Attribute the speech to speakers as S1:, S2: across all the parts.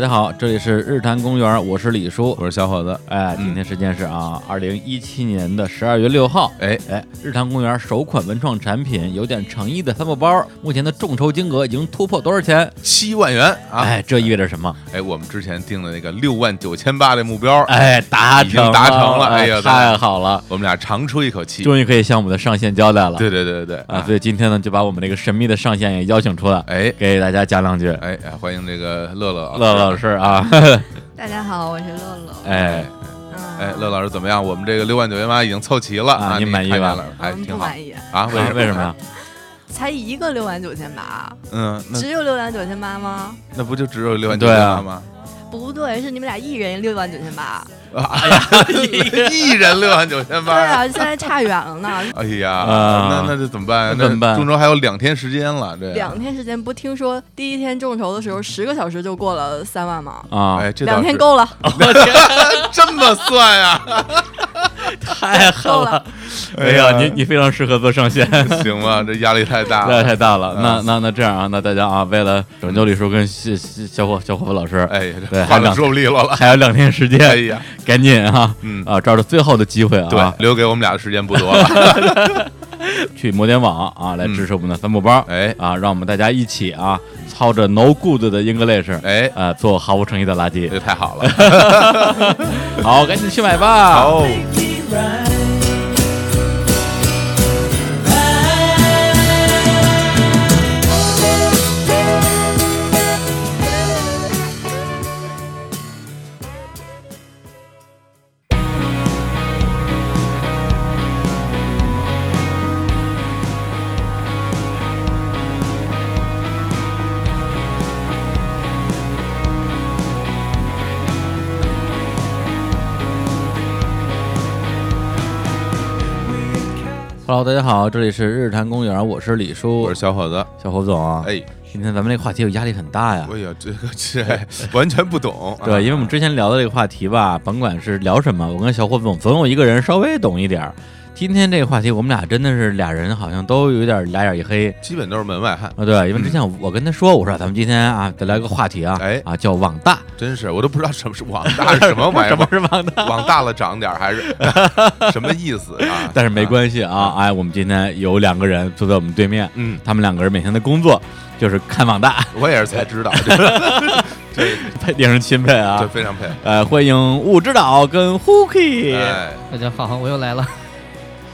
S1: 家好，这里是日坛公园，我是李叔。
S2: 我是小伙子，嗯
S1: 哎，今天时间是啊，二零一七年的十二月六号。
S2: 哎，
S1: 哎，日坛公园首款文创产品有点诚意的帆布包，目前的众筹金额已经突破多少钱？
S2: 七万元啊！
S1: 哎，这意味着什么？
S2: 哎，我们之前定的那个六万九千八的目标，
S1: 哎，达成
S2: 已经达成了
S1: 哎
S2: 哎呀
S1: 太好了，
S2: 我们俩长出一口气。
S1: 终于可以向我们的上线交代了。
S2: 对对对对对
S1: 啊，所！以今天呢，就把我们这个神秘的上线也邀请出来，
S2: 哎
S1: 给大家讲两句。
S2: 哎哎，欢迎这个乐乐
S1: 乐乐老
S2: 老师。
S1: 师啊，
S3: 大家好，我是乐乐。
S1: 哎，
S3: 嗯，
S2: 哎，乐乐老师怎么样？我们这个六万九千八已经凑齐了
S1: 啊您
S2: 你
S1: 满意
S2: 看见
S1: 吧
S2: 了
S3: 我
S2: 哎，
S3: 们不
S2: 挺好
S3: 满意，
S2: 啊？为
S1: 为什么呀？？
S3: 才一个六万九千八，
S2: 嗯，那
S3: 只有六万九千八吗？
S2: 那不就只有六万九
S1: 对
S2: 千
S1: 啊
S2: 八吗？
S3: 不对，是你们俩一人六万九千 八。
S2: 啊
S1: 哎
S2: 一人六万九千
S3: 对
S2: 八。
S3: 啊，现在差远了 呢。
S2: 哎呀，
S1: 啊
S2: 那那这怎么办呀？
S1: 那怎么办
S2: 那中轴还有两天时间了，啊这
S3: 两天时间，不听说第一天众筹的时候十个小时就过了三万吗？
S1: 啊，
S2: 哎，这倒
S3: 两天
S2: 是
S3: 够了，
S2: 这么算啊呀？
S1: 太狠
S3: 够
S1: 了
S3: 了！
S1: 哎呀，你你非常适合做上 线，
S2: 行吗？这压力太大
S1: 那
S2: 了。
S1: 太大
S2: 嗯
S1: 了。那那那这样啊，那大家啊，为了拯救李叔跟小小小伙小伙子老师，
S2: 哎呀，
S1: 对
S2: 这话
S1: 还
S2: 都
S1: 两
S2: 说不利落了。
S1: 还有两天时
S2: 哎
S1: 间，
S2: 呀，
S1: 赶紧啊
S2: 嗯
S1: 啊，抓住最后的机会
S2: 对
S1: 啊，，
S2: 留给我们俩的时间不多 了。
S1: 去摩天网啊来支持我们的帆布包
S2: 嗯哎
S1: 啊，让我们大家一起啊，操着 no good 的 English
S2: 哎，
S1: 啊，做毫无诚意的垃圾。
S2: 这太好 了。
S1: 好，赶紧去买
S2: 哎
S1: 吧。
S2: 好，
S1: Hello，大家好，这里是日坛公园，我是李叔，
S2: 我是小伙子。
S1: 小侯总啊。
S2: 哎，
S1: 今天咱们这个话题有压力很大呀。
S2: 哎呀，这个这完全不懂。
S1: 啊对，因为
S2: 啊
S1: 我们之前聊的这个话题吧，甭管是聊什么，我跟小伙总总有一个人稍微懂一点儿。今天这个话题，我们俩真的是俩人好像都有点俩眼一黑
S2: 基本都是门外汉，
S1: 啊。对，因为之
S2: 嗯
S1: 前我跟他说，我说咱们今天啊再聊一个话题啊，
S2: 哎
S1: 啊叫网大，
S2: 真是我都不知道什么是网大是什么玩意
S1: 什么
S2: 儿。
S1: 是网大？
S2: 往大了长点儿还是 什么意思啊？
S1: 但是没关系啊，哎，我们今天有两个人坐在我们对面，
S2: 嗯，
S1: 他们两个人每天的工作就是看网大，
S2: 我也是才知道，这 这
S1: 佩令人钦佩
S2: 这
S1: 啊。
S2: 非常佩服。
S1: 呃，欢迎雾指导跟 Hooky，、
S2: 哎
S4: 大家好，我又来了。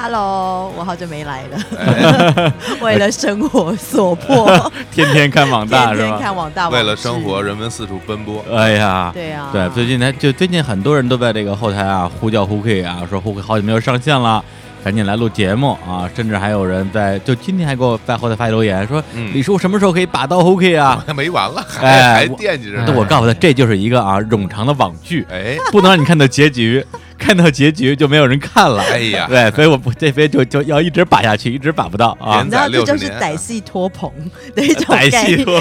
S3: Hello，我好久没来了，
S2: 哎，
S3: 为了生活所 迫，
S1: 天天看网大
S3: 天
S1: 是
S3: 天
S1: 吧？
S3: 看网大网
S2: 为了生
S3: 剧
S1: 嗯
S2: 活，，人们四处奔波。
S1: 哎呀，
S3: 对啊，
S1: 对，最近呢，就最近很多人都在这个后台啊呼叫 Hooky 啊，说 Hooky 好久没有上线了，赶紧来录节目啊！甚至还有人在，就今天还给我在后台发留言说，
S2: 嗯
S1: 李叔什么时候可以把到 Hooky 啊？
S2: 还没完了，还
S1: 哎
S2: 还
S1: 我
S2: 惦记着
S1: 那
S2: 呢。
S1: 我告诉他，这就是一个啊冗长的网剧，
S2: 哎，
S1: 不能让你看到结局， 看到结局就没有人看了。
S2: 哎呀，
S1: 对，所以我不这边就就要一直把下去，一直把不到啊
S3: 你
S2: 连。
S3: 知道
S2: 载
S3: 这就
S2: 60
S3: 是
S2: 年
S3: 歹戏拖棚的 一 种
S1: 歹
S3: 概
S1: 戏
S3: 念，
S1: 多，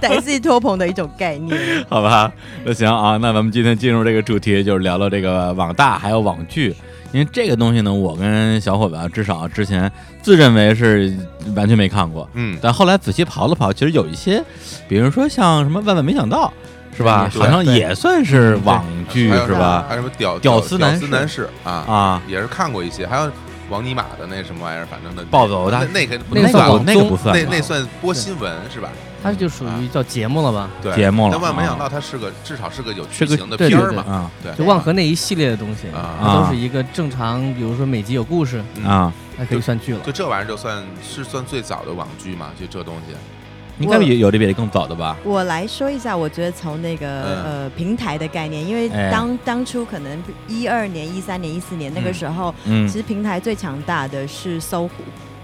S3: 歹戏拖棚的一种概念。
S1: 好吧，那行啊，那咱们今天进入这个主题，就是聊聊这个网大还有网剧，因为这个东西呢，我跟小伙伴至少啊之前自认为是完全没看过，
S2: 嗯，
S1: 但后来仔细刨了刨，其实有一些，比如说像什么万万没想到，是吧？
S2: 嗯对嗯
S1: 好像也算是网剧
S2: 还有
S1: 是吧？
S2: 还有什么屌
S1: 屌丝
S2: 丝
S1: 男
S2: 屌
S1: 士
S2: 男士啊，
S1: 啊，
S2: 也是看过一些，还有王尼玛的那什么玩意儿，反正的
S1: 暴走
S2: 那
S1: 大
S2: 那个不
S4: 那个
S2: 能
S4: 算
S2: 算
S1: 不
S4: 网
S1: 那个
S4: 综
S1: 不算啊
S2: 那那算播新闻是吧？
S4: 它就属于叫节目了吧？
S2: 对，
S1: 节目了
S2: 但万
S1: 啊
S2: 没想到它是个至少是个有
S1: 是
S2: 剧
S1: 个
S2: 情的
S4: 对
S2: 片
S4: 对
S2: 儿
S4: 对
S2: 嘛，
S1: 啊
S2: 对
S4: 就万和那一系列的东西，
S2: 啊，
S4: 它都是一个正常，比如说每集有故事，
S2: 嗯
S1: 啊，
S4: 那可以算 剧了。
S2: 就这玩意儿就算是算最早的网剧嘛，就这东西，
S1: 应该有有这比这更早的吧？
S3: 我来说一下，我觉得从那个、
S2: 嗯
S3: 呃平台的概念，因为
S1: 哎
S3: 当、当初可能一二年、一三年、一四年那个时候，
S1: 嗯
S3: 其，实平台最强大的是搜狐，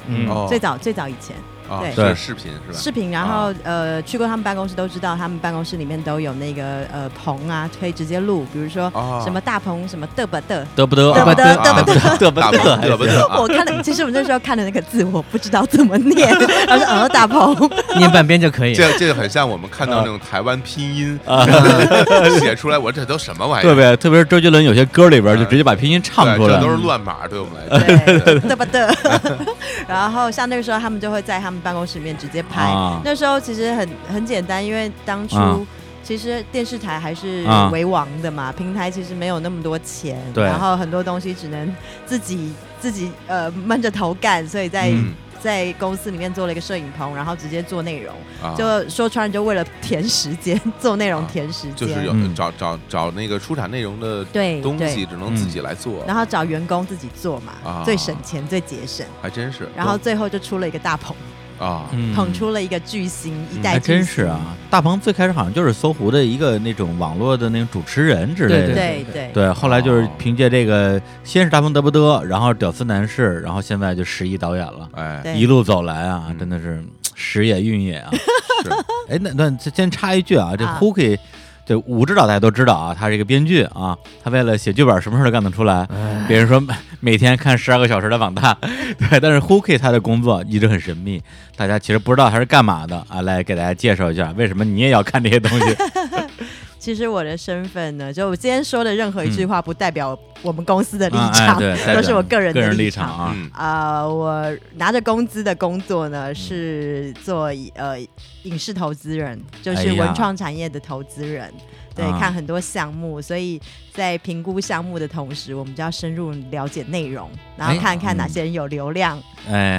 S1: 嗯
S2: 哦，
S3: 最早最早以前
S2: 啊
S3: 对
S2: 是
S1: 对
S2: 视频是吧？哦
S3: 视频，然后、呃去过他们办公室都知道，他们办公室里面都有那个呃棚啊，可以直接录，比如说
S2: 啊，
S3: 什么大棚什么嘚吧嘚。
S1: 得不得
S3: 嘚
S1: 啊
S3: 不得，嘚不得，
S1: 得不
S2: 大
S1: 得
S2: 鹏
S1: 还
S2: 嘚不
S1: 行
S2: 嘚 啊
S3: 我看了，其实我那时候看的那个字，我不知道怎么 念。他说：“呃，大鹏，
S4: 念半边就可以。
S2: 这这个很像我们看到那种台湾拼音
S1: 啊。
S2: 写出来，我这都什么玩意
S1: 对
S2: 儿？
S1: 呗，特别是周杰伦有些歌里边就直接把拼音唱
S2: 对
S1: 出来
S2: 这都
S1: 了，
S2: 是乱码， 对我们来说。
S3: 嗯对，嘚吧嘚。 然后像那个时候，他们就会在他们办公室里面直接拍。
S1: 啊
S3: 那时候其实很很简单，因为当初、
S1: 啊
S3: 其实电视台还是
S1: 啊
S3: 为王的嘛，平台其实没有那么多钱，
S1: 对
S3: 然后很多东西只能自己自己呃闷着头干，所以在、
S1: 嗯
S3: 在公司里面做了一个摄影棚，然后直接做内容，
S2: 啊，
S3: 就说穿了就为了填时间做内容
S2: 啊
S3: 填时间，
S2: 就是有
S1: 嗯
S2: 找找找那个出产内容的
S3: 对
S2: 东西，
S3: 对，嗯
S2: 只能自己来做，
S3: 然后找员工自己做嘛，
S2: 啊
S3: 最省钱最节省，
S2: 还真是
S3: 然后最后就出了一个大棚，
S2: 啊，
S1: 嗯
S3: 捧出了一个巨星，一代
S1: 还
S3: 巨星，
S1: 真是啊！大鹏最开始好像就是搜狐的一个那种网络的那种主持人之类的，
S3: 对
S4: 对对
S3: 对
S1: 对，后来就是凭借这个，先是大鹏德不德，然后屌丝男士，然后现在就十一导演了，
S2: 哎，
S3: 对
S1: 一路走来啊，
S2: 嗯
S1: 真的是嘖时也运 也啊。
S2: 是
S1: 哎，那那先插一句啊，这
S3: 啊
S1: Hooky，这吴指导大家都知道啊，他是一个编剧啊，他为了写剧本，什么事儿都干得出来。
S4: 哎
S1: 别人说每每天看十二个小时的网大， 对，但是 Hooky 他的工作一直很神秘，大家其实不知道他是干嘛的啊。来给大家介绍一下，为什么你也要看这些东西？
S3: 其实我的身份呢，就我今天说的任何一句话，不代表我们公司的 立场，
S1: 啊哎、对，
S3: 都是我个人
S1: 个
S3: 的
S1: 人立
S3: 场。
S1: 啊。
S2: 嗯
S3: 呃，我拿着工资的工作呢，是做呃影视投资人，就
S1: 哎
S3: 是
S1: 呀
S3: 文创产业的投资人。对，
S1: 啊
S3: 看很多项目，所以在评估项目的同时，我们就要深入了解内容，然
S1: 哎
S3: 后看看
S1: 嗯
S3: 哪些人有流量，
S1: 哎，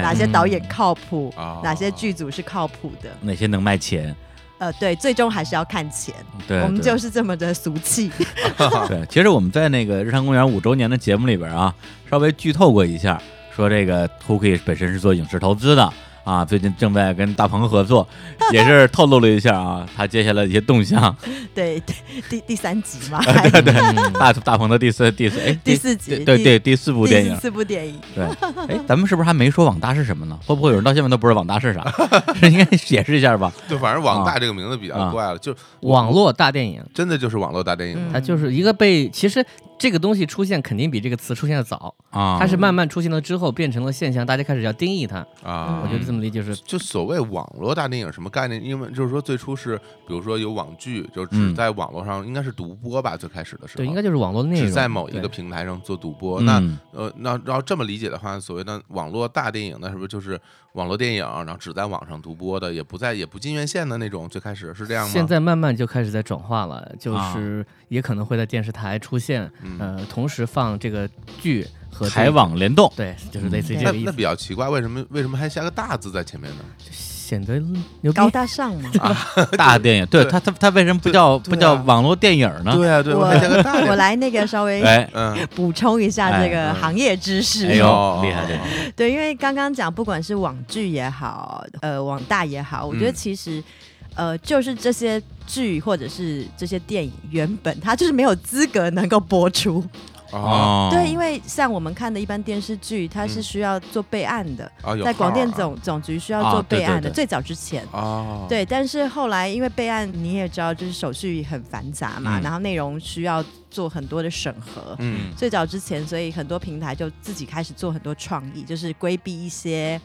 S3: 嗯
S1: 嗯哦
S3: 哪些导演靠谱，
S2: 啊，
S3: 哪些剧组是靠谱的。
S1: 哪些能卖钱？
S3: 呃，对，最终还是要看钱，
S1: 对，
S3: 我们
S1: 对
S3: 就是这么的俗气。
S1: 对，其实我们在那个日常公园五周年的节目里边啊，稍微剧透过一下，说这个 Tookie 本身是做影视投资的啊，最近正在跟大鹏 合作，也是透露了一下啊，他接下来的一些动向。
S3: 对，第第三集嘛，还
S1: 对，大大鹏的第四第四哎
S3: 嗯第四集
S1: 对对对第四部
S3: 第
S1: 电
S3: 四
S1: 影，
S3: 四部电影，
S1: 对，哎，咱们是不是还没说网大是什么呢？会不会有人到现在都不知道网大是啥？是应该解释一下吧？
S2: 就反正
S4: 啊
S2: 网大这个名字比较怪了，就
S4: 网络大电影，
S2: 真的就是网络大电影，
S3: 嗯
S4: 它就是一个被其实这个东西出现肯定比这个词出现的早，
S1: 啊，
S4: 它是慢慢出现了之后变成了现象，大家开始要定义它。
S3: 嗯
S2: 啊，
S4: 我觉得这么理解是
S2: 就所谓网络大电影什么概念？因为就是说最初是，比如说有网剧，就只
S1: 嗯
S2: 在网络上应该是独播吧，最开始的时候，
S4: 对，应该就是网络内容
S2: 只在某一个
S4: 对
S2: 平台上做独播。
S1: 嗯
S2: 那呃，那要这么理解的话，所谓的网络大电影，那是不是就是网络电影，然后只在网上独播的，也不在也不进院线的那种？最开始是这样吗？
S4: 现在慢慢就开始在转化了，就
S1: 啊
S4: 是也可能会在电视台出现，
S2: 嗯
S4: 呃，同时放这个剧和这
S1: 台
S4: 个，
S1: 网联动，
S4: 对，就是类似于
S3: 嗯
S4: 这
S2: 那
S4: 个意
S2: 那
S4: 思，
S2: 比较奇怪，为什么为什么还下个大字在前面呢？
S4: 显得牛逼
S3: 高。大上 嘛。
S1: 哎大电影，对
S2: 对
S1: 他他他为什么不叫不
S2: 对
S1: 叫
S2: 啊
S1: 网络电影呢？
S2: 对啊，对，
S3: 我
S2: 还加个大
S3: 我
S2: 字。
S3: 来那个稍微
S1: 哎，
S2: 嗯，
S3: 补充一下这
S2: 哎
S3: 个
S2: 嗯
S3: 行业知识。
S1: 哎呦
S2: 哦
S1: 厉害厉害！
S3: 对，因为刚刚讲，不管是网剧也好，呃，网大也好，我觉得
S2: 嗯
S3: 其实，呃，就是这些剧或者是这些电影，原本它就是没有资格能够播出。
S2: 啊
S1: 哦，
S3: 对，因为像我们看的一般电视剧，它是
S2: 嗯
S3: 需要做备案的，
S2: 啊，有
S3: 在广
S2: 号
S3: 电
S2: 啊
S3: 总总局需
S1: 啊
S3: 要做
S1: 对
S3: 备
S1: 对
S3: 案的，
S1: 对
S3: 最早之前。
S2: 哦，
S3: 对，但是后来因为备案你也知道，就是手续很繁杂嘛，
S1: 嗯
S3: 然后内容需要做很多的审核。
S2: 嗯，
S3: 最早之前，所以很多平台就自己开始做很多创意，就是规避一些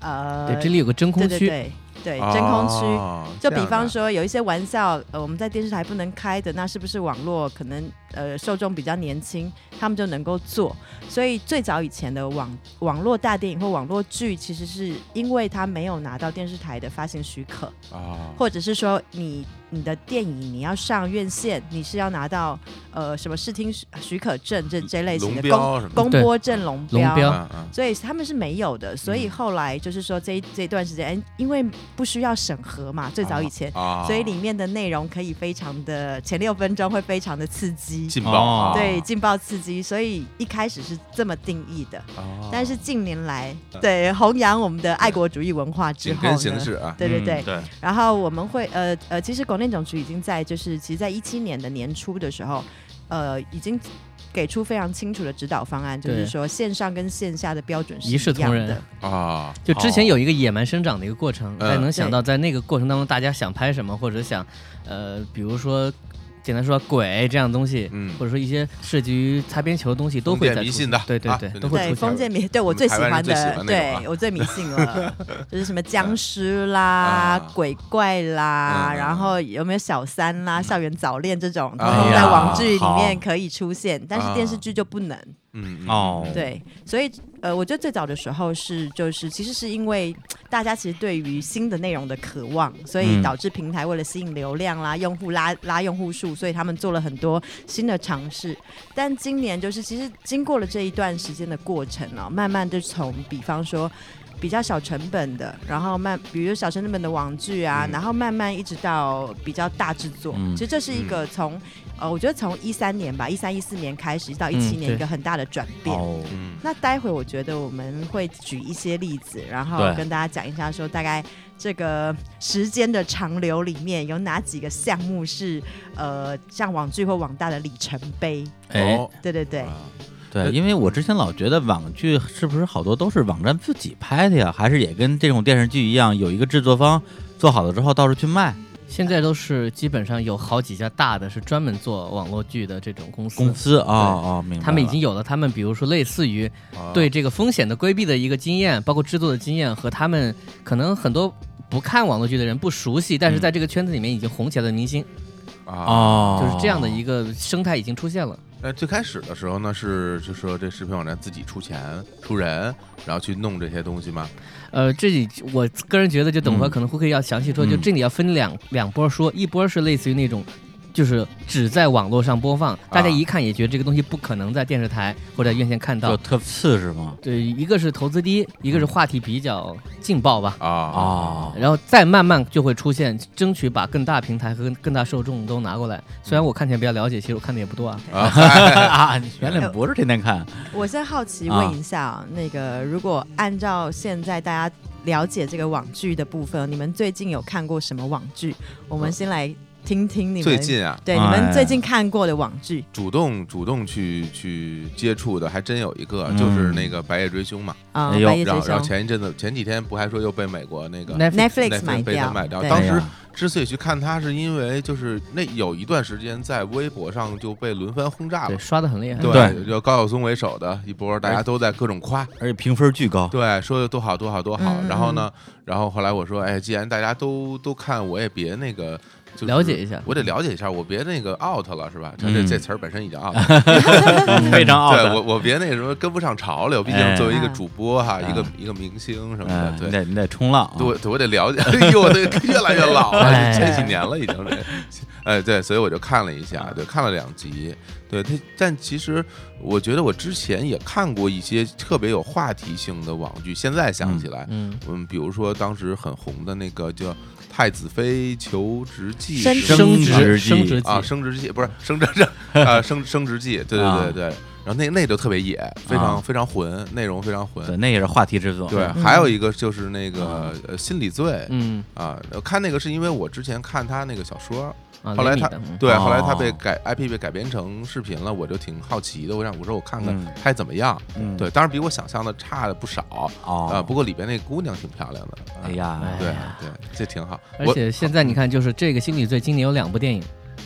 S3: 呃，
S4: 对，这里有个真空
S3: 对
S4: 区，
S3: 对对对真空区。
S2: 哦
S3: 就
S2: 这
S3: 比
S2: 样
S3: 方
S2: 的
S3: 说，有一些玩笑，呃，我们在电视台不能开的，那是不是网络可能呃受众比较年轻，他们就能够做？所以最早以前的网网络大电影或网络剧，其实是因为它没有拿到电视台的发行许可，
S2: 啊，
S3: 或者是说你你的电影你要上院线，你是要拿到呃什么视听许许可证这这类型
S2: 嗯
S3: 的公
S2: 龙标什么的
S3: 公播证、龙
S4: 龙
S3: 标。
S4: 标
S2: 嗯嗯
S3: 所以他们是没有的，所以后来就是说这一这一段时间，哎因为不需要审核嘛，最早以前，
S2: 啊，
S3: 所以里面的内容可以非常的前六分钟会非常的刺激，
S2: 劲爆啊，
S3: 对，劲爆刺激，所以一开始是这么定义的。
S2: 啊，嗯
S3: 但是近年来，对弘扬我们的爱国主义文化之
S2: 紧
S3: 后
S2: 跟
S3: 呢，
S2: 形势啊，
S3: 对对
S1: 嗯
S3: 对，
S1: 对，
S3: 然后我们会呃呃，其实广电总局已经在就是其实，在一七年的年初的时候，呃，已经给出非常清楚的指导方案，就
S4: 对
S3: 是说线上跟线下的标准是
S4: 一视
S3: 样
S4: 同仁
S3: 的。
S2: 啊，
S4: 就之前
S2: 哦
S4: 有一个野蛮生长的一个过程，
S2: 嗯
S4: 大家能想到在那个过程当中，大家想拍什么，或者想，呃，比如说，简单说鬼这样的东西，
S2: 嗯
S4: 或者说一些涉及于擦边球的东西，都会
S2: 封
S4: 在
S2: 建迷
S4: 出
S2: 信的
S4: 对对
S2: 啊
S4: 对，
S2: 就
S4: 都
S2: 会
S4: 会
S3: 对
S4: 出
S3: 封建
S4: 现。
S3: 迷，对我
S2: 们
S3: 最喜
S2: 台湾人
S3: 欢
S2: 最喜
S3: 的，
S2: 欢那种
S3: 对
S2: 啊
S3: 我最迷信 了，就是什么僵尸啦、
S2: 啊
S3: 鬼怪啦，
S2: 嗯嗯嗯
S3: 然后有没有小三啦、校园早恋这种，
S2: 哎
S3: 通
S2: 呀
S3: 通在网剧里
S1: 好
S3: 面可以出现，但是电视剧就不能。
S2: 嗯嗯
S1: 哦
S2: 嗯
S3: 对，所以呃，我觉得最早的时候是就是其实是因为大家其实对于新的内容的渴望，所以
S1: 嗯
S3: 导致平台为了吸引流量啦、用户拉拉用户数，所以他们做了很多新的尝试。但今年就是其实经过了这一段时间的过程哦，慢慢的从比方说。比较小成本的，然后慢，比如小成本的网剧啊，
S2: 嗯
S3: 然后慢慢一直到比较大制作，
S1: 嗯
S3: 其实这是一个从、呃，我觉得从一三年吧，一三一四年开始到一七
S4: 嗯
S3: 年一
S4: 对
S3: 个很大的转变。
S1: 哦，
S2: 嗯
S3: 那待会我觉得我们会举一些例子，然后
S1: 对
S3: 跟大家讲一下，说大概这个时间的长流里面有哪几个项目是呃，像网剧或网大的里程碑。
S1: 哎，
S2: 哦
S3: 对对对，
S2: 啊
S1: 对，因为我之前老觉得网剧是不是好多都是网站自己拍的呀，还是也跟这种电视剧一样，有一个制作方做好了之后到处去卖
S4: 现在都是基本上有好几家大的是专门做网络剧的这种公司，
S1: 公司啊哦，明白了。
S4: 他们已经有了他们比如说类似于
S2: 啊
S4: 对这个风险的规避的一个经验，包括制作的经验和他们可能很多不看网络剧的人不熟悉，
S1: 嗯
S4: 但是在这个圈子里面已经红起来的明星，
S2: 啊，
S1: 哦，
S4: 就是这样的一个生态已经出现了。
S2: 那最开始的时候呢，是就说这视频网站自己出钱出人，然后去弄这些东西吗？
S4: 呃，这里我个人觉得，就等会儿
S1: 嗯
S4: 可能会可以要详细说，就
S1: 嗯
S4: 这里要分两两波说，一波是类似于那种。就是只在网络上播放，大
S1: 啊
S4: 家一看也觉得这个东西不可能在电视台或者院线看到
S1: 就。嗯特次是吗？
S4: 对，一个是投资低，一个是话题比较劲爆吧，
S2: 啊
S1: 哦，
S4: 然后再慢慢就会出现，争取把更大平台和更更大受众都拿过来。虽然我看起来比较了解，其实我看的也不多啊。
S2: 啊
S1: 啊，袁岭不是天天看，
S3: 我先好奇问一下、啊，那个如果按照现在大家了解这个网剧的部分，你们最近有看过什么网剧？我们先来听听 你们
S2: 最近啊，
S3: 对
S1: 哎
S3: 你们最近看过的网剧。
S2: 主动主动去去接触的，还真有一个，就是
S1: 嗯
S2: 那个《白夜追凶》嘛。
S3: 啊，
S1: 哎呦
S3: 白夜
S2: 然
S3: 追
S2: 后然后
S3: 凶
S2: 前一阵子前几天不还说又被美国那个
S4: Netflix
S3: ，Netflix
S2: Netflix
S3: 买
S2: 被他
S3: 掉，
S2: 买掉
S3: 对
S2: 当时
S1: 哎呀
S2: 之所以去看它，是因为就是那有一段时间在微博上就被轮番轰炸
S4: 对，
S2: 了。
S4: 刷的很厉害。
S1: 对
S2: 就高晓松为首的一波，大家都在各种夸，
S1: 而且评分巨高。
S2: 对，说的多好多好多好。
S3: 嗯嗯
S2: 然后呢，然后后来我说，哎，既然大家都都看，我也别那个，就是、
S4: 了解一下
S2: 我得了解一下，我别那个 out 了是吧？他这
S1: 嗯
S2: 这词儿本身已经 out 了，
S1: 非常傲
S2: 对我
S1: 的。
S2: 我别那什么跟不上潮流，毕
S1: 哎
S2: 竟作为一个
S3: 啊
S2: 主播哈，一个
S1: 啊
S2: 一个明星什么的
S1: 嗯，，你
S2: 对。
S1: 得你得冲浪啊，
S2: 对，我我得了解， 哎呦，我这越来越老了，
S4: 哎
S2: 这几年了已经是，哎，对，所以我就看了一下，对，看了两集，对，它但其实我觉得我之前也看过一些特别有话题性的网剧，现在想起来，
S4: 嗯，
S2: 嗯，比如说当时很红的那个叫《太子妃求职记》
S3: 升
S2: 是吧
S1: 升
S4: 职
S1: 职记
S4: 升职记
S2: 啊，升职记不是升职记啊，升升职记，对
S1: 啊
S2: 对对对。然后那那就特别野，非常、
S1: 啊
S2: 非常混，内容非常混。
S1: 对，那也是话题之作。
S2: 对，
S1: 嗯
S2: 还有一个就是那个、呃心理罪，
S4: 嗯
S2: 啊，我看那个是因为我之前看他那个小说，
S4: 啊，
S2: 后来
S4: 雷米
S2: 他
S4: 的嗯
S2: 对，
S1: 哦
S2: 后来他被改 IP 被改编成视频了，我就挺好奇的，我想我说我看看
S1: 嗯
S2: 拍怎么样，
S1: 嗯
S2: 对，当然比我想象的差了不少啊，
S1: 哦，
S2: 不过里边那姑娘挺漂亮的，啊
S1: 哎，呀，
S4: 哎
S2: 对
S4: 呀
S2: 对，这挺好，
S4: 而
S2: 我
S4: 且现在你看，就是这个心理罪今年有两部电影，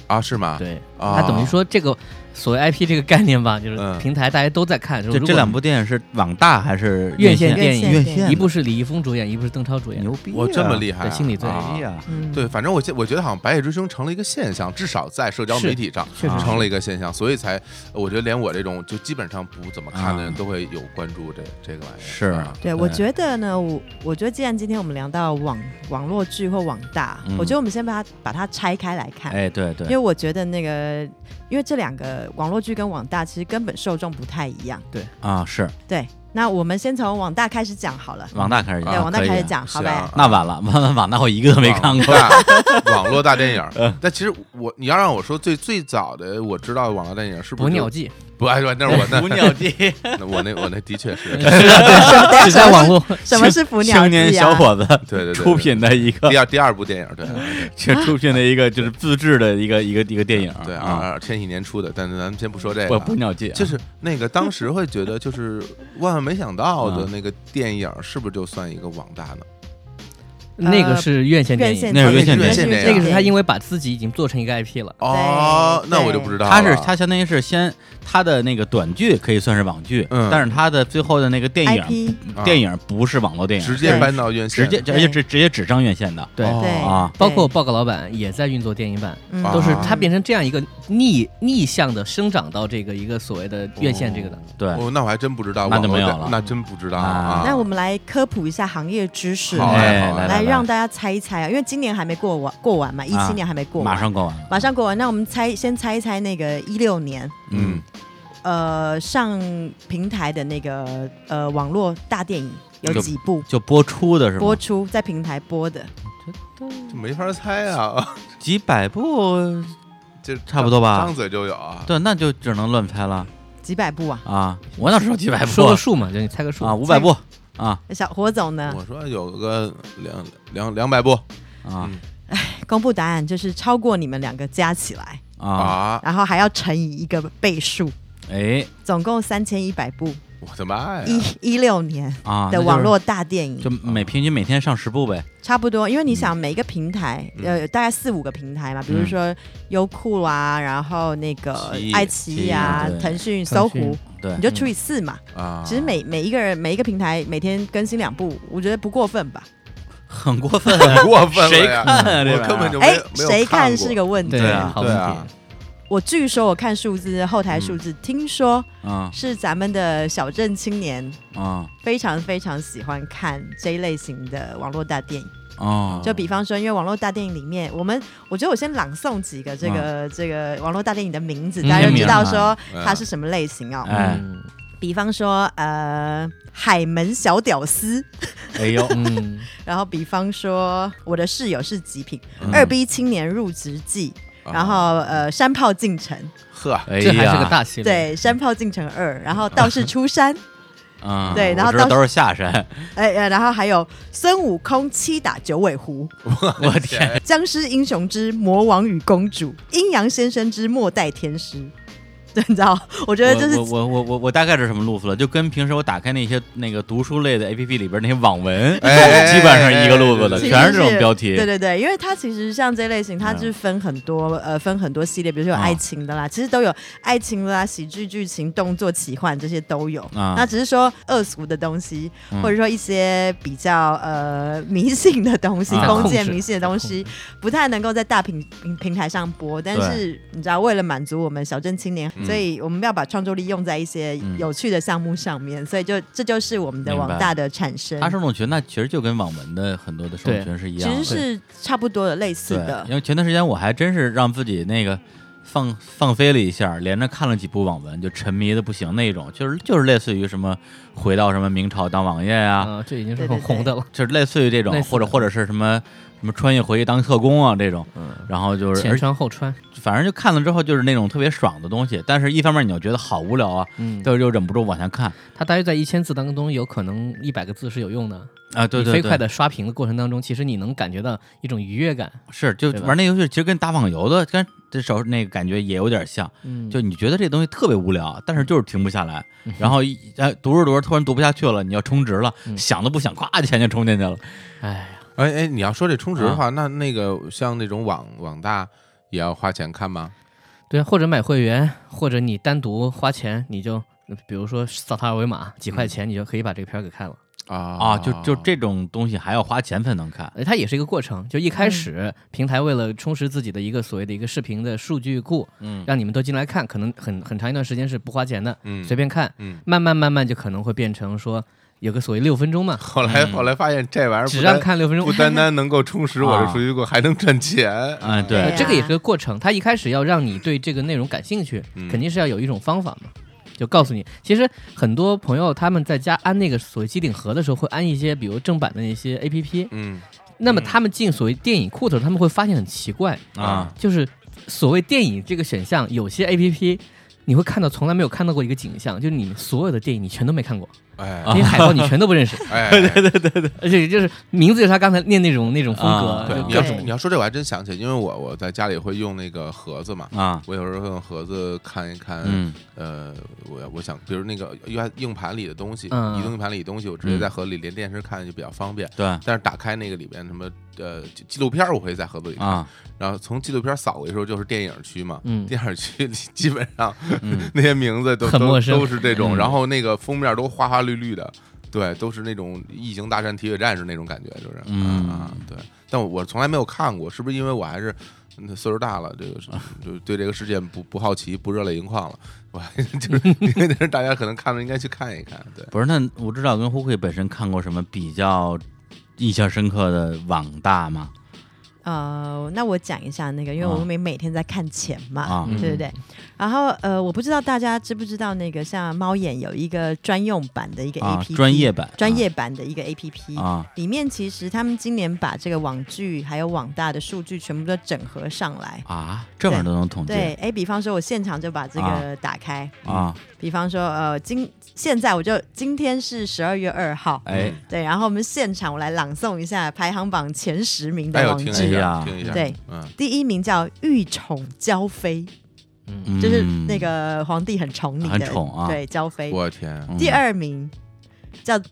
S2: 啊是吗？
S4: 对，
S2: 啊
S4: 它等于说这个所谓 IP 这个概念吧，就是
S2: 嗯
S4: 平台大家都在看，就
S1: 这
S4: 是
S1: 这两部电影是网大还是
S4: 院
S1: 线
S4: 线电影
S3: 院
S1: 院
S3: 线电
S1: 线
S3: 影
S4: 一部是李易峰主演，一部是邓超主演
S1: 牛。逼啊，
S2: 我这么厉害啊，
S4: 对心理罪
S2: 啊
S1: 哎呀，
S3: 嗯，
S2: 对，反正我现我觉得好像《白夜追凶》成了一个现象，至少在社交
S4: 是
S2: 媒体上
S4: 确实
S1: 是
S2: 成了一个现象，所以才我觉得连我这种就基本上不怎么看的人
S1: 啊
S2: 都会有关注这这个玩意儿。
S1: 是
S2: 啊
S3: 对，我觉得呢，我我觉得既然今天我们聊到网网络剧或网大，
S1: 嗯
S3: 我觉得我们先把它把它拆开来看，
S1: 哎，对
S3: 因为
S1: 对，
S3: 我觉得那个，因为这两个网络剧跟网大其实根本受众不太一样。
S1: 啊是
S3: 对，那我们先从网大开始讲好了。
S1: 网大开始讲，
S3: 对，
S2: 啊
S3: 网大
S1: 可以
S3: 开始
S1: 啊，
S3: 讲，好
S2: 是啊
S3: 呗。
S1: 那完了，完了，网大我一 个都没看过，嗯
S2: 过网络大电 影。但其实我你要让我说最最早的我知道的网络大电影是不
S4: 捕
S2: 是就？
S4: 鸟记
S2: 不哎，对那是我那
S1: 捕鸟记，
S2: 那我那我那的确是
S4: 只在网络，
S3: 什么是捕鸟
S1: 青年
S3: 记
S1: 小
S3: 啊？
S1: 伙子
S2: 对对对
S1: 出品的一个
S2: 第，二第二部电影，
S3: 嗯
S2: 对
S1: 出品的一个就是自制的一个一个一个电影，
S2: 对
S1: 啊，
S2: 啊，千禧年出的，但咱们先不说这
S1: 不
S2: 个
S1: 捕
S2: 啊。
S1: 鸟记啊，
S2: 就是那个当时会觉得，就是万万没想到的
S1: 嗯
S2: 那个电影，是不是就算一个网大呢？
S4: 那个是院线电
S3: 呃院
S4: 影
S3: 线，
S1: 那是院线
S2: 电影
S4: 那个是他因为把自己已经做成一个 IP 了。
S2: 哦，
S3: 对
S1: 啊
S2: 那我就不知道了。
S1: 他是他相当于是先它的那个短剧可以算是网剧，
S2: 嗯
S1: 但是它的最后的那个电影，
S3: IP
S2: 啊
S1: 电影不是网络电影，
S2: 直接
S3: 对
S2: 搬到院线
S1: 直
S2: 了，
S1: 接而且直直接只上院线的
S4: 对
S2: 哦
S3: 对
S1: 啊，
S4: 包括报告老板也在运作电影版，
S3: 嗯
S2: 啊
S4: 都是它变成这样一个逆逆向的生长到这个一个所谓的院线这个的。
S1: 对，
S2: 哦，那我还真不知道，
S1: 那就
S2: 网络
S1: 没有
S2: 电
S1: 了
S2: 那真不知道
S1: 啊
S2: 啊。
S3: 那我们来科普一下行业知识，
S2: 好
S3: 来
S2: 哎
S1: 哎，
S2: 好
S1: 来
S3: 来让大家猜一猜啊，因为今年还没过完过完嘛，一
S1: 啊
S3: 七年还没过完，
S1: 马上过完了，
S3: 马上过完。那我们猜，先猜一猜那个一六年，
S2: 嗯，
S3: 呃，上平台的那个呃网络大电影有几部
S1: 就播出的是吗
S3: 播？出在平台播的？
S2: 这没法猜啊，
S1: 几百部，
S2: 这
S1: 差不多吧
S2: 张嘴就有啊。
S1: 对，那就只能乱猜了
S3: 几百部啊？
S1: 啊！我哪知道几百部
S4: 说
S1: 啊
S4: 个数嘛，就你猜个数
S1: 啊？五百部啊
S3: 小火总呢？
S2: 我说有个两两两百步
S1: 啊
S3: 公布答案就是超过你们两个加起来，
S1: 啊！
S2: 啊！
S3: 然后还要乘以一个倍数，
S1: 哎
S3: 总共三千一百部，
S2: 我的妈呀！
S3: 一一六年
S1: 啊
S3: 的
S1: 那
S3: 网
S1: 就是
S3: 络大电影。
S1: 就每平均每天上十部呗，
S3: 差不多，因为你想每一个平台，
S1: 嗯
S3: 呃，大概四五个平台嘛，比如说优酷啊，然后那个
S2: 奇异
S3: 爱奇艺啊
S1: 奇异、对
S3: 腾讯、
S4: 腾
S3: 搜
S4: 讯
S3: 狐，
S1: 对
S3: 你，就除以四嘛。
S2: 啊，
S3: 其实每每一个人每一个平台每天更新两部，我觉得不过分吧？
S1: 很过 分，
S2: 很过分了
S1: 谁
S2: 呀
S1: 看啊？这玩意
S2: 我
S1: 儿
S2: 根本就没
S3: 哎
S2: 有，没有
S3: 谁看
S2: 看过
S3: 是个问题。
S1: 对啊
S4: 好问
S2: 对啊
S4: 题。
S3: 我据说我看数字后台数字，听
S2: 嗯
S3: 说
S1: 啊
S3: 是咱们的小镇青年
S1: 啊
S3: 非常非常喜欢看这一类型的网络大电影。
S1: 啊！
S2: 嗯
S3: 就比方说，因为网络大电影里面，我们我觉得我先朗诵几个这个、这个网络大电影的名字，
S4: 嗯
S3: 大家就知道说
S2: 嗯
S3: 它是什么类型哦。
S1: 哎
S4: 嗯
S3: 比方说，呃，海门小屌丝，
S1: 哎呦，
S4: 嗯，
S3: 然后比方说我的室友是极品，
S1: 嗯
S3: 二逼青年入职记。
S2: 啊
S3: 然后呃，山炮进城，
S2: 呵，
S1: 哎
S4: 这还
S1: 呀，
S4: 是个大系列。
S3: 对，山炮进城二，然后道士出山，
S1: 嗯，
S3: 对然后
S1: 我知道
S3: 到
S1: 都是下 山，
S3: 哎、呃，然后还有孙悟空七打九尾狐，
S1: 我天，
S3: 僵尸英雄之魔王与公主，阴阳先生之末代天师。 对，你知道，我觉得这是
S1: 我我我我我大概是什么路子了？就跟平时我打开那些那个读书类的 A P P 里边那些网文，
S2: 哎哎哎
S1: 基本上一个路子的，
S3: 其
S2: 对
S3: 实
S1: 呃全是这种标题
S3: 哎
S1: 嗯
S3: 对。对对，因为它其实像这类型，它就是分很多、呃，分很多系列，比如说有
S1: 啊
S3: 爱情的啦，其实都有爱情的啦，喜剧、剧情、动作、奇幻这些都有。
S1: 啊
S3: 那只是说恶俗的东西，
S1: 嗯
S3: 或者说一些比较呃迷信的东西、
S1: 啊
S3: 封建
S4: 控制
S3: 迷信的东西，不太能够在大平平平台上播。但是你知道，为了满足我们小镇青年，
S2: 嗯
S3: 所以我们要把创作力用在一些
S1: 嗯
S3: 有趣的项目上面，所以就这就是我们的
S1: 明白
S3: 网大的产生。
S1: 它受众群那其实就跟网文的很多的受众群是一
S3: 其
S1: 样
S3: 实
S1: 的，
S3: 是差不多的，类似
S1: 对
S3: 的。
S1: 因为前段时间我还真是让自己那个放放飞了一下，连着看了几部网文，就沉迷的不行那种，就是就是类似于什么回到什么明朝当王爷呀、
S4: 啊，这已经
S3: 对
S4: 是很
S3: 对
S4: 红的了。
S1: 就是类似于这种
S4: 类，似的
S1: 或者或者是什么什么穿越回去当特工啊这种，
S4: 嗯，
S1: 然后就是
S4: 前
S1: 而且
S4: 穿后穿。
S1: 反正就看了之后就是那种特别爽的东西，但是一方面你又觉得好无聊啊，
S4: 嗯，
S1: 就就忍不住往下看
S4: 它大约在一千字当中，有可能一百个字是有用的。
S1: 啊，对对
S4: 你飞快
S1: 对，
S4: 的刷屏的过程当中，其实你能感觉到一种愉悦感。
S1: 是就
S4: 对吧
S1: 玩那游戏其实跟打网游的跟这手那个感觉也有点像，
S4: 嗯，
S1: 就你觉得这东西特别无聊，但是就是停不下来，
S3: 嗯
S1: 然后一哎读着读着突然读不下去了，你要充值了，
S4: 嗯
S1: 想都不想，咵钱就充进去了，
S4: 哎呀，
S2: 哎哎，你要说这充值
S1: 啊
S2: 的话，那那个像那种网网大也要花钱看吗？
S4: 对啊，或者买会员，或者你单独花钱，你就比如说扫它二维码，几块
S1: 嗯
S4: 钱你就可以把这个片儿给看了。
S2: 啊
S3: 哦
S1: 啊，就就这种东西还要花钱才能看，
S4: 呃它也是一个过程，就一开始平台为了充实自己的一个所谓的一个视频的数据库，
S1: 嗯
S4: 让你们都进来看，可能很很长一段时间是不花钱的，
S2: 嗯
S4: 随便看，
S2: 嗯。
S4: 慢慢慢慢就可能会变成说有个所谓六分钟嘛，
S2: 后来
S1: 嗯
S2: 后来发现这玩意儿不
S4: 只
S2: 单
S4: 让看六分钟
S2: 不， 单单能够充实我的
S1: 啊
S2: 数据库，还能赚钱
S1: 啊
S3: 对
S1: 对
S4: 呃这个也是个过程。它一开始要让你对这个内容感兴趣，
S2: 嗯
S4: 肯定是要有一种方法嘛。就告诉你，其实很多朋友他们在家安那个所谓机顶盒的时候，会安一些比如正版的那些 A P P。
S2: 嗯
S4: 那么他们进所谓电影库的时候，他们会发现很奇怪，
S1: 啊
S4: 就是所谓电影这个选项，有些 A P P 你会看到从来没有看到过一个景象，就是你所有的电影你全都没看过，
S2: 哎
S1: 啊
S4: 因为海报你全都不认识，
S2: 哎，对对
S4: 而且就是名字就是他刚才念那种那种风
S1: 啊
S4: 格，就
S2: 对，你
S4: 各
S2: 要
S4: 种
S2: 你要说这我还真想起来，因为我我在家里会用那个盒子嘛，
S1: 啊，
S2: 我有时候会用盒子看一看，
S1: 嗯
S2: 呃，我我想，比如那个硬硬盘里的东西，
S4: 嗯
S2: 移动硬盘里的东西，我直接
S1: 嗯
S2: 在盒子里连电视看就比较方便。
S1: 对
S2: 但是打开那个里边什么呃纪纪录片儿，我会在盒子里看，
S1: 啊，
S2: 然后从纪录片扫过去的时候就是电影区嘛，
S4: 嗯
S2: 电影区里 基本上
S1: 嗯
S2: 那些名字都
S4: 很
S2: 都
S4: 陌生
S2: 都是这种，
S1: 嗯
S2: 然后那个封面都花花绿绿的，对，都是那种异形大战铁血战士那种感觉，就是，
S1: 嗯
S2: 啊，对，但我我从来没有看过，是不是因为我还是嗯岁数大了，这个是就对这个世界不不好奇，不热泪盈眶了， 我还就是因为大家可能看了应该去看一看，对，
S1: 不是，那我知道跟胡慧本身看过什么比较印象深刻的网大吗？
S3: 呃，那我讲一下那个，因为我
S1: 啊
S3: 们每每天在看钱嘛，
S1: 啊
S4: 嗯
S3: 对不对？然后呃，我不知道大家知不知道那个像猫眼有一个专用版的一个 A
S1: 啊
S3: P，P，、
S1: 专业版，
S3: 专业版的一个 A P P，、
S1: 啊
S3: 里面其实他们今年把这个网剧还有网大的数据全部都整合上来。
S1: 啊，这玩意儿都能统计
S3: 对，哎，比方说，我现场就把这
S1: 啊
S3: 个打开。
S1: 啊？
S3: 比方说，呃，今现在我就今天是十二月二号，
S2: 嗯
S1: 哎，
S3: 对，然后我们现场我来朗诵一下排行榜前十名的
S2: 哎呦，
S3: 网剧。
S2: 听一
S1: 剧
S2: 下，
S1: 啊
S2: 听一下，
S3: 对，
S2: 嗯，
S3: 第一名叫《玉宠娇妃》，
S4: 嗯
S3: 就是
S1: 嗯
S3: 那个皇帝很宠你的，
S1: 很宠啊
S3: 对，娇妃。
S2: 我天，
S1: 嗯
S3: 第二名叫《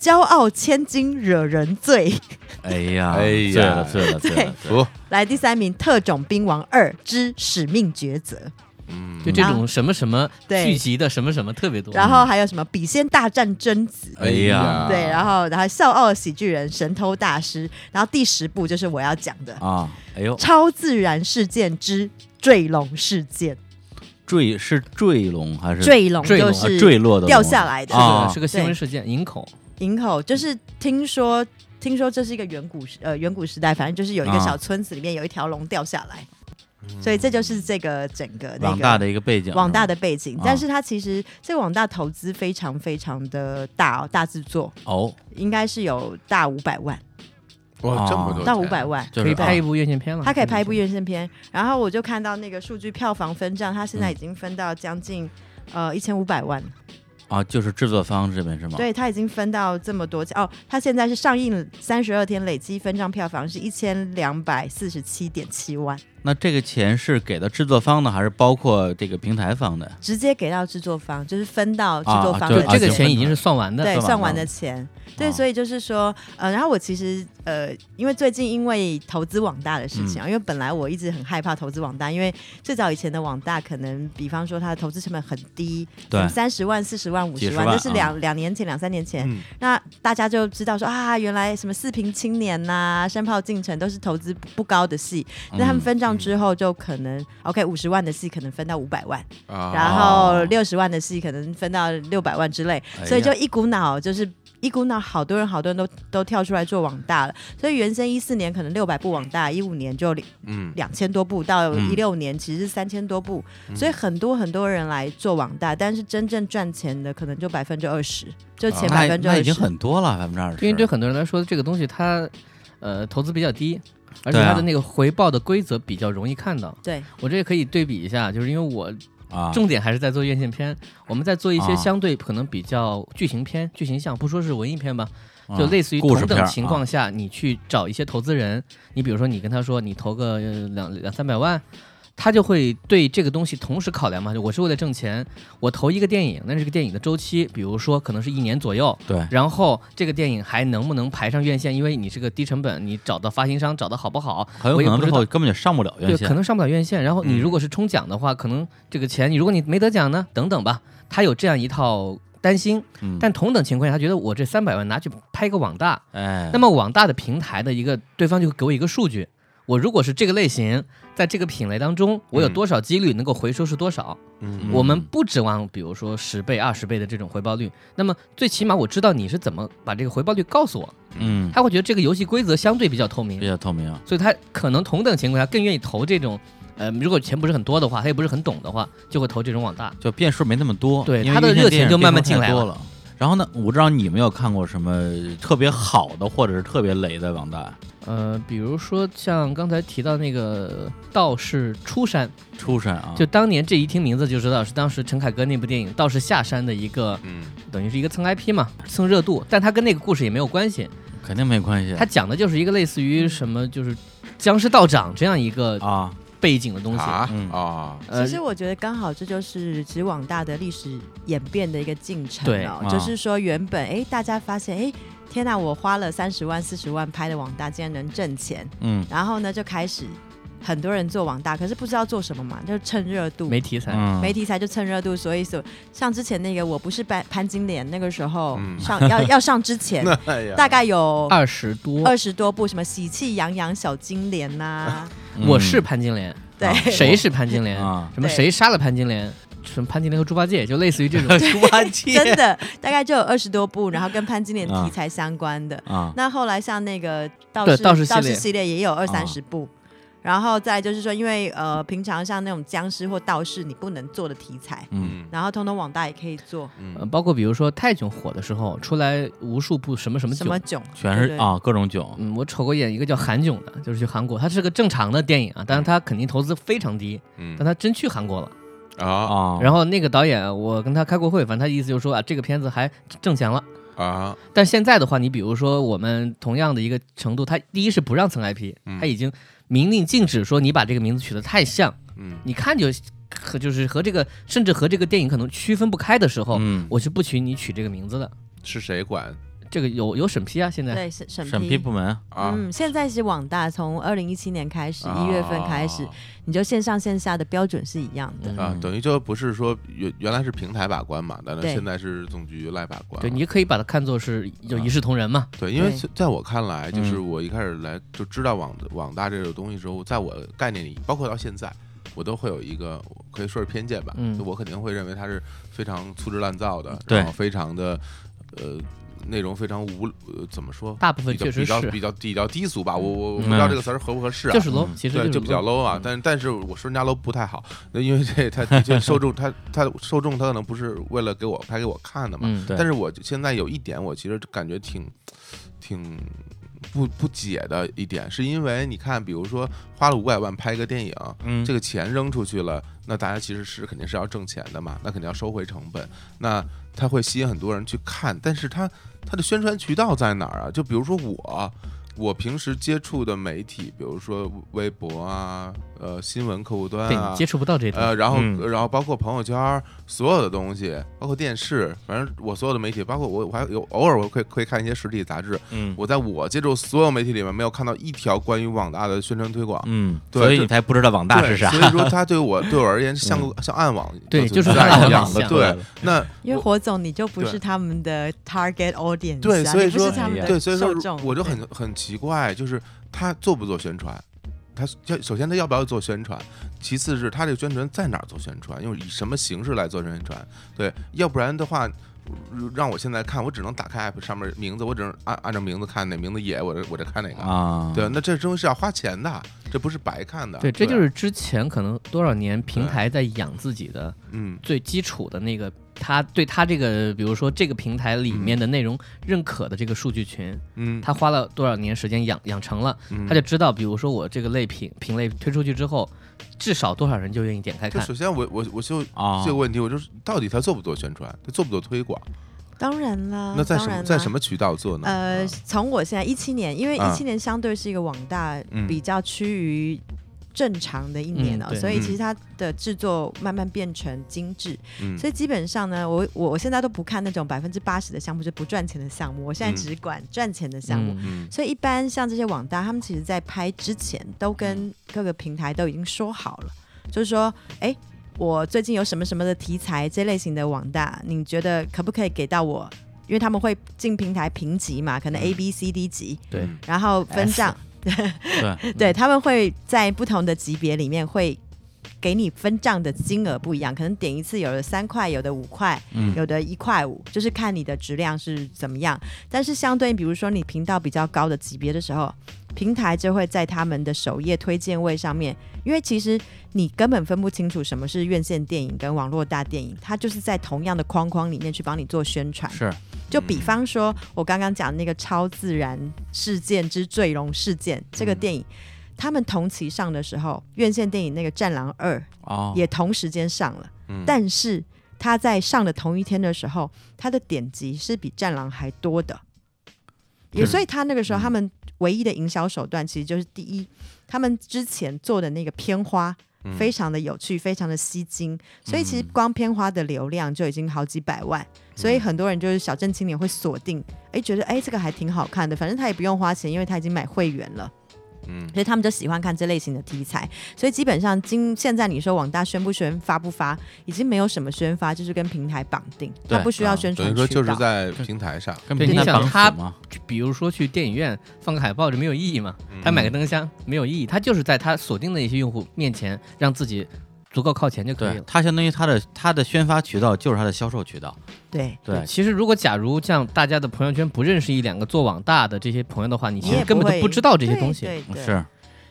S3: 骄傲千金惹人醉》，
S1: 哎呀，
S2: 哎呀
S1: 醉了醉了醉了
S3: 对，
S1: 醉了
S2: 服，
S3: 来第三名《特种兵王二之使命抉择》，
S2: 嗯，
S4: 就这种什么什么
S3: 对
S4: 剧集的什么什么特别多，
S3: 然后还有什么《笔仙大战贞子》
S1: 哎呀
S2: 啊
S3: 对，然后然后《笑傲喜剧人》《神偷大师》，然后第十部就是我要讲的
S2: 哦
S3: 《
S1: 啊！哎呦，
S3: 超自然事件之坠龙事件》，
S1: 坠是坠龙还是
S3: 坠龙
S4: 坠龙
S3: 就
S1: 啊
S3: 是
S1: 坠落的龙
S3: 掉下来的
S4: 是
S1: 啊
S4: 个是个新闻事件，营口
S3: 营口就是听说，听说这是一个远古时呃远古时代，反正就是有一个
S1: 啊嗯
S3: 小村子里面有一条龙掉下来，所以这就是这个整个那个
S1: 网大的一个背景，
S3: 网大
S1: 的
S3: 的背景
S1: 啊。
S3: 但是它其实这个网大投资非常非常的大哦，大制作
S1: 哦，
S3: 应该是有大五百万
S2: 哇，这么多
S3: 到
S2: 钱
S3: 五
S1: 啊
S3: 百万。
S1: 就
S4: 可
S1: 是
S4: 以拍一
S1: 部
S4: 部院线片了，
S3: 它可以
S1: 嗯
S3: 拍一部院线片，然后我就看到那个数据票房分账，它现
S1: 嗯
S3: 在已经分到将近、呃一千五百万，
S1: 啊，就是制作方这边是吗？
S3: 对，它已经分到这么多哦，它现在是上映三十二天，累积分账票房是一千两百四十七点七万，
S1: 那这个钱是给到制作方的，还是包括这个平台方的？
S3: 直接给到制作方，就是分到制作方
S1: 啊
S3: 的、
S1: 对
S4: 就这个
S1: 啊
S4: 钱已经是算完的，
S3: 对
S1: 算完
S3: 算
S1: 了
S3: 完的钱，对，
S1: 哦
S3: 所以就是说，呃，然后我其实呃，因为最近因为投资网大的事情啊，
S1: 嗯
S3: 因为本来我一直很害怕投资网大，因为最早以前的网大可能，比方说它的投资成本很低，
S1: 对
S3: 三十万、四十万、五
S1: 几
S3: 十
S1: 十
S3: 万，
S1: 万嗯
S3: 这是两、两年前、两三年前，
S2: 嗯
S3: 那大家就知道说啊，原来什么四平青年呐、啊山炮进城都是投资不不高的戏，
S1: 嗯
S3: 那、他们分账之后就可能、OK 五十万的戏可能分到五百万，
S2: 啊，
S3: 然后六十万的戏可能分到六百万之类，
S1: 哎呀
S3: 所以就一股脑就是。一股脑，好多人，好多人都都跳出来做网大了。所以原先一四年可能六百部网大，一五年就
S2: 嗯，
S3: 两千多部，到
S1: 嗯
S3: 一六年其实是三千多部。所以很多很多人来做网大，但是真正赚钱的可能就百分之二十，就啊前
S2: 对
S1: 啊那
S3: 百分之
S1: 那
S3: 二
S1: 已经
S3: 十。
S1: 很多了，百分之二十。
S4: 因为对很多人来说，这个东西它呃投资比较低，而且
S1: 对啊
S4: 它的那个回报的规则比较容易看到。
S3: 对，
S4: 我这也可以对比一下，就是因为我
S1: 啊，
S4: 重点还是在做院线片，我们在做一
S1: 啊
S4: 些相对可能比较剧情片、剧情向，不说是文艺片吧，
S1: 啊
S4: 就类似于
S1: 故事
S4: 同
S1: 片啊
S4: 等
S1: 儿
S4: 情况下，你去找一些投资人，你比如说你跟他说你投个呃两两三百万，他就会对这个东西同时考量嘛。就我是为了挣钱，我投一个电影，那这个电影的周期，比如说可能是一年左右，
S1: 对
S4: 然后这个电影还能不能排上院线？因为你是个低成本，你找到发行商找的好不好，
S1: 很有
S4: 我
S1: 可
S4: 也
S1: 能
S4: 不
S1: 最
S4: 知
S1: 后
S4: 道。
S1: 根本就上不了
S4: 对
S1: 院，线
S4: 可能上不了院线。然后你
S2: 嗯
S4: 如果是冲奖的话，可能这个钱，你如果你没得奖呢，等等吧。他有这样一套担心，
S1: 嗯
S4: 但同等情况下，他觉得我这三百万拿去拍个网大，
S1: 哎，
S4: 那么网大的平台的一个对方就会给我一个数据，我如果是这个类型，在这个品类当中，我有
S2: 嗯
S4: 多少几率能够回收是多少？
S2: 嗯
S4: 我们不指望比如说十倍、二十倍的这种回报率，那么最起码我知道你是怎么把这个回报率告诉我，
S1: 嗯
S4: 他会觉得这个游戏规则相对比较透
S1: 比
S4: 明，
S1: 较透明啊
S4: 所以他可能同等情况下更愿意投这种，呃，如果钱不是很多的话，他也不是很懂的话，就会投这种网大。
S1: 就变数没那么多，
S4: 对
S1: 因为
S4: 他的
S1: 院线
S4: 热情
S1: 电影
S4: 就
S1: 变
S4: 慢慢
S1: 数
S4: 进
S1: 太
S4: 来
S1: 多
S4: 了
S1: 了。然后呢，我不知道你有没有看过什么特别好的或者是特别雷的网大
S4: 呃，比如说像刚才提到那个道士出山，
S1: 出身啊，
S4: 就当年这一听名字就知道是当时陈凯歌那部电影《道士下山》的一个，
S2: 嗯，
S4: 等于是一个蹭 IP 嘛，蹭热度，但他跟那个故事也没有关系，
S1: 肯定没关系啊
S4: 他讲的就是一个类似于什么就是僵尸道长这样一个
S1: 啊，
S4: 背景的东西。
S2: 啊
S1: 嗯
S2: 啊，
S4: 呃
S3: 其，实我觉得刚好这就是职网大的历史演变的一个进程
S4: 对
S3: 哦
S1: 啊，
S3: 就是说原本哎大家发现哎天呐，我花了三十万四十万拍的网大竟然能挣钱，
S1: 嗯
S3: 然后呢就开始很多人做网大，可是不知道做什么嘛，就趁热度。
S4: 没题材，
S1: 嗯，
S3: 没题材就蹭热度，所以所像之前那个我不是潘潘金莲那个时候、
S2: 嗯
S3: 上 要要上之前，
S2: 那哎呀，
S3: 大概有
S4: 二十多，
S3: 二十多部什么喜气洋洋小金莲呐、
S1: 嗯
S4: 我是潘金 莲，
S3: 对、
S4: 谁是潘金莲？
S1: 啊，
S4: 什么
S3: 对
S4: 谁杀了潘金莲？什么潘金莲和猪八戒，就类似于这 种
S1: 猪八戒
S3: 真的大概就有二十多部，然后跟潘金莲
S1: 啊
S3: 题材相关的。
S1: 啊，
S3: 那后来像那个道
S4: 对
S3: 士
S4: 道士系列
S3: 系列也有二三十部。然后再来就是说，因为呃，平常像那种僵尸或道士，你不能做的题材，
S1: 嗯
S3: 然后通通网大也可以做，
S4: 呃，
S2: 嗯
S4: 包括比如说泰囧火的时候，出来无数部什么什么
S3: 什
S4: 囧。
S3: 么囧，
S1: 全是
S3: 对不对，
S1: 啊各种囧，
S4: 嗯，我瞅过演一个叫韩囧的，就是去韩国，它是个正常的电影啊，但是它肯定投资非常低，但
S2: 嗯
S4: 它真去韩国了。
S2: 啊
S1: 啊，
S4: 嗯然后那个导演，我跟他开过会，反正他意思就是说啊，这个片子还挣钱了。
S2: 啊，
S4: 但现在的话，你比如说我们同样的一个程度，他第一是不让蹭 IP，
S2: 嗯
S4: 他已经明令禁止说你把这个名字取得太像，
S2: 嗯
S4: 你看就和就是和这个甚至和这个电影可能区分不开的时候，
S1: 嗯，
S4: 我是不许你取这个名字的。
S2: 是谁管
S4: 这个有有审批啊，现在
S3: 对审
S1: 审批部门
S2: 啊？
S3: 嗯，现在是网大，从二零一七年开始，一、
S2: 啊
S3: 月份开始，你就线上线下的标准是一样的。
S2: 啊，
S1: 嗯
S2: 等于就不是说原原来是平台把关嘛，但是
S3: 对
S2: 现在是总局来把关。
S4: 对，你可以把它看作是就一视同仁嘛。
S2: 对，因为
S3: 对
S2: 在在我看来，就是
S1: 嗯
S2: 我一开始来就知道网网大这个东西的时候，在我概念里，包括到现在，我都会有一个可以说是偏见吧，
S4: 嗯
S2: 就我肯定会认为它是非常粗制滥造的，
S1: 对
S2: 然后非常的呃内容非常无呃怎么说，
S4: 大部分
S2: 比较
S4: 确实
S2: 比较
S4: 是，
S2: 比较比较低俗吧，我我我
S1: 嗯
S2: 不知道这个词儿合不合适啊，
S4: 就是
S1: 嗯
S4: low，其实
S2: 对，
S4: 是
S2: 就比较
S4: low
S2: low 啊
S4: 嗯。
S2: 但是但是我说人家 low 不太好，那因为这他这受众他他受众他可能不是为了给我拍给我看的嘛。
S4: 嗯，
S1: 对
S2: 但是我现在有一点，我其实感觉挺挺不不解的一点，是因为你看，比如说花了五百万拍一个电影，
S1: 嗯
S2: 这个钱扔出去了，那大家其实是肯定是要挣钱的嘛，那肯定要收回成本，那它会吸引很多人去看，但是它它的宣传渠道在哪儿啊？就比如说我。我平时接触的媒体，比如说微博啊，呃，新闻客户端
S4: 对
S2: 啊
S4: 你，接触不到这种，
S2: 呃，然后、
S1: 嗯
S2: 然后包括朋友圈儿所有的东西，包括电视，反正我所有的媒体，包括我我还有偶尔我会会看一些实体杂志。
S1: 嗯
S2: 我在我接触所有媒体里面没有看到一条关于网大的宣传推广。
S1: 嗯，
S2: 对
S1: 所以
S2: 这
S1: 你才不知道网大
S2: 对，
S1: 是啥嗯
S2: 所，以说它对我对我而言像个像暗啊网的
S4: 对
S2: 存
S4: 就是
S2: 在
S4: 暗网
S2: 一样
S4: 的
S2: 的。
S4: 存
S2: 对，那
S3: 因为
S2: 我
S3: 火总你就不
S2: 对
S3: 是他们的 target audience，
S2: 对
S3: 啊
S2: 所以
S3: 你不
S2: 说
S3: 是他们
S1: 哎呀
S2: 对，
S3: 的
S2: 所以说
S3: 受众，
S2: 我就
S3: 对
S2: 很很奇怪，就是他做不做宣传？他要首先他要不要做宣传，其次是他这个宣传在哪儿做宣传，又以什么形式来做宣传？对，要不然的话，呃让我现在看，我只能打开 app 上面名字，我只能按按照名字看哪名字野，我这我这看哪个？
S1: 啊，
S2: 对，那这东西是要花钱的，这不是白看的。
S4: 对，
S2: 对，
S4: 这就是之前可能多少年平台在养自己的
S2: 嗯
S4: 最基础的那个，他对他这个，比如说这个平台里面的内容认可的这个数据群，
S2: 嗯，
S4: 他花了多少年时间养养成了，他就知道，比如说我这个类品品类推出去之后，至少多少人就愿意点开
S2: 就
S4: 看
S2: 首。先我我我就
S1: 啊
S2: 这个问题，我就是到底他做不做宣传，他做不做推广？
S3: 当然啦，
S2: 那在
S3: 啊当
S2: 什么
S3: 然
S2: 在
S3: 啦
S2: 什？么渠道做呢？
S3: 呃，从我现在一七年，因为
S2: 啊
S3: 一七年相对是一个网大
S2: 嗯
S3: 比较趋于正常的一年
S4: 嗯
S3: 哦，
S4: 对
S3: 所以
S2: 嗯
S3: 其实它的制作慢慢变成精致，
S2: 嗯，
S3: 所以基本上呢，我我我现在都不看那种百分之八十的项目，就是不赚钱的项目，我现
S2: 嗯
S3: 在只管赚钱的项目。
S4: 嗯，
S2: 嗯
S3: 所以一般像这些网大，他们其实在拍之前都跟各个平台都已经说好了，就是说，哎，我最近有什么什么的题材，这类型的网大，你觉得可不可以给到我？因为他们会进平台评级嘛，可能
S2: 嗯
S3: A、B、C、D 级，
S4: 对
S2: 嗯
S3: 然后分账，
S1: 对，
S3: 对，他们会在不同的级别里面会给你分账的金额不一样，可能点一次有的三块，有的五块，
S1: 嗯
S3: 有的一块五，就是看你的质量是怎么样。但是相对，比如说你频道比较高的级别的时候，平台就会在他们的首页推荐位上面，因为其实你根本分不清楚什么是院线电影跟网络大电影，它就是在同样的框框里面去帮你做宣传。
S1: 是
S3: 就比方说，我刚刚讲那个《超自然事件之坠龙事件》这个电影，他们同期上的时候，院线电影那个《战狼二》
S1: 哦，
S3: 也同时间上了，
S2: 嗯，
S3: 但是他在上的同一天的时候，他的点击是比《战狼》还多的。也
S1: 是
S3: 所以，他那个时候
S1: 嗯
S3: 他们唯一的营销手段，其实就是第一，他们之前做的那个片花
S2: 嗯
S3: 非常的有趣，非常的吸睛，所以其实
S2: 嗯
S3: 光片花的流量就已经好几百万，所以很多人就是小镇青年会锁定，哎，觉得哎这个还挺好看的，反正他也不用花钱，因为他已经买会员了。
S2: 嗯
S3: 所以他们就喜欢看这类型的题材，所以基本上今现在你说网大宣不宣发不发，已经没有什么宣发，就是跟平台绑定，
S1: 对
S3: 它不需要宣
S2: 等
S3: 传
S2: 于
S3: 渠道。
S2: 说就是在平台上，
S1: 跟
S4: 对
S1: 平
S4: 你
S1: 台
S4: 想
S1: 绑
S4: 他
S1: 死吗？
S4: 比如说去电影院放个海报，这没有意义嘛？他买个灯箱没有意义，他就是在他锁定的一些用户面前，让自己足够靠前就可以
S1: 对
S4: 了。
S1: 他相当于他的他的宣发渠道就是他的销售渠道，
S3: 对，
S1: 对，
S4: 其实如果假如像大家的朋友圈不认识一两个做网大的这些朋友的话，你其
S3: 你
S4: 实
S3: 也
S4: 根本
S3: 会
S4: 就不知道这些东西。
S3: 对对对
S1: 是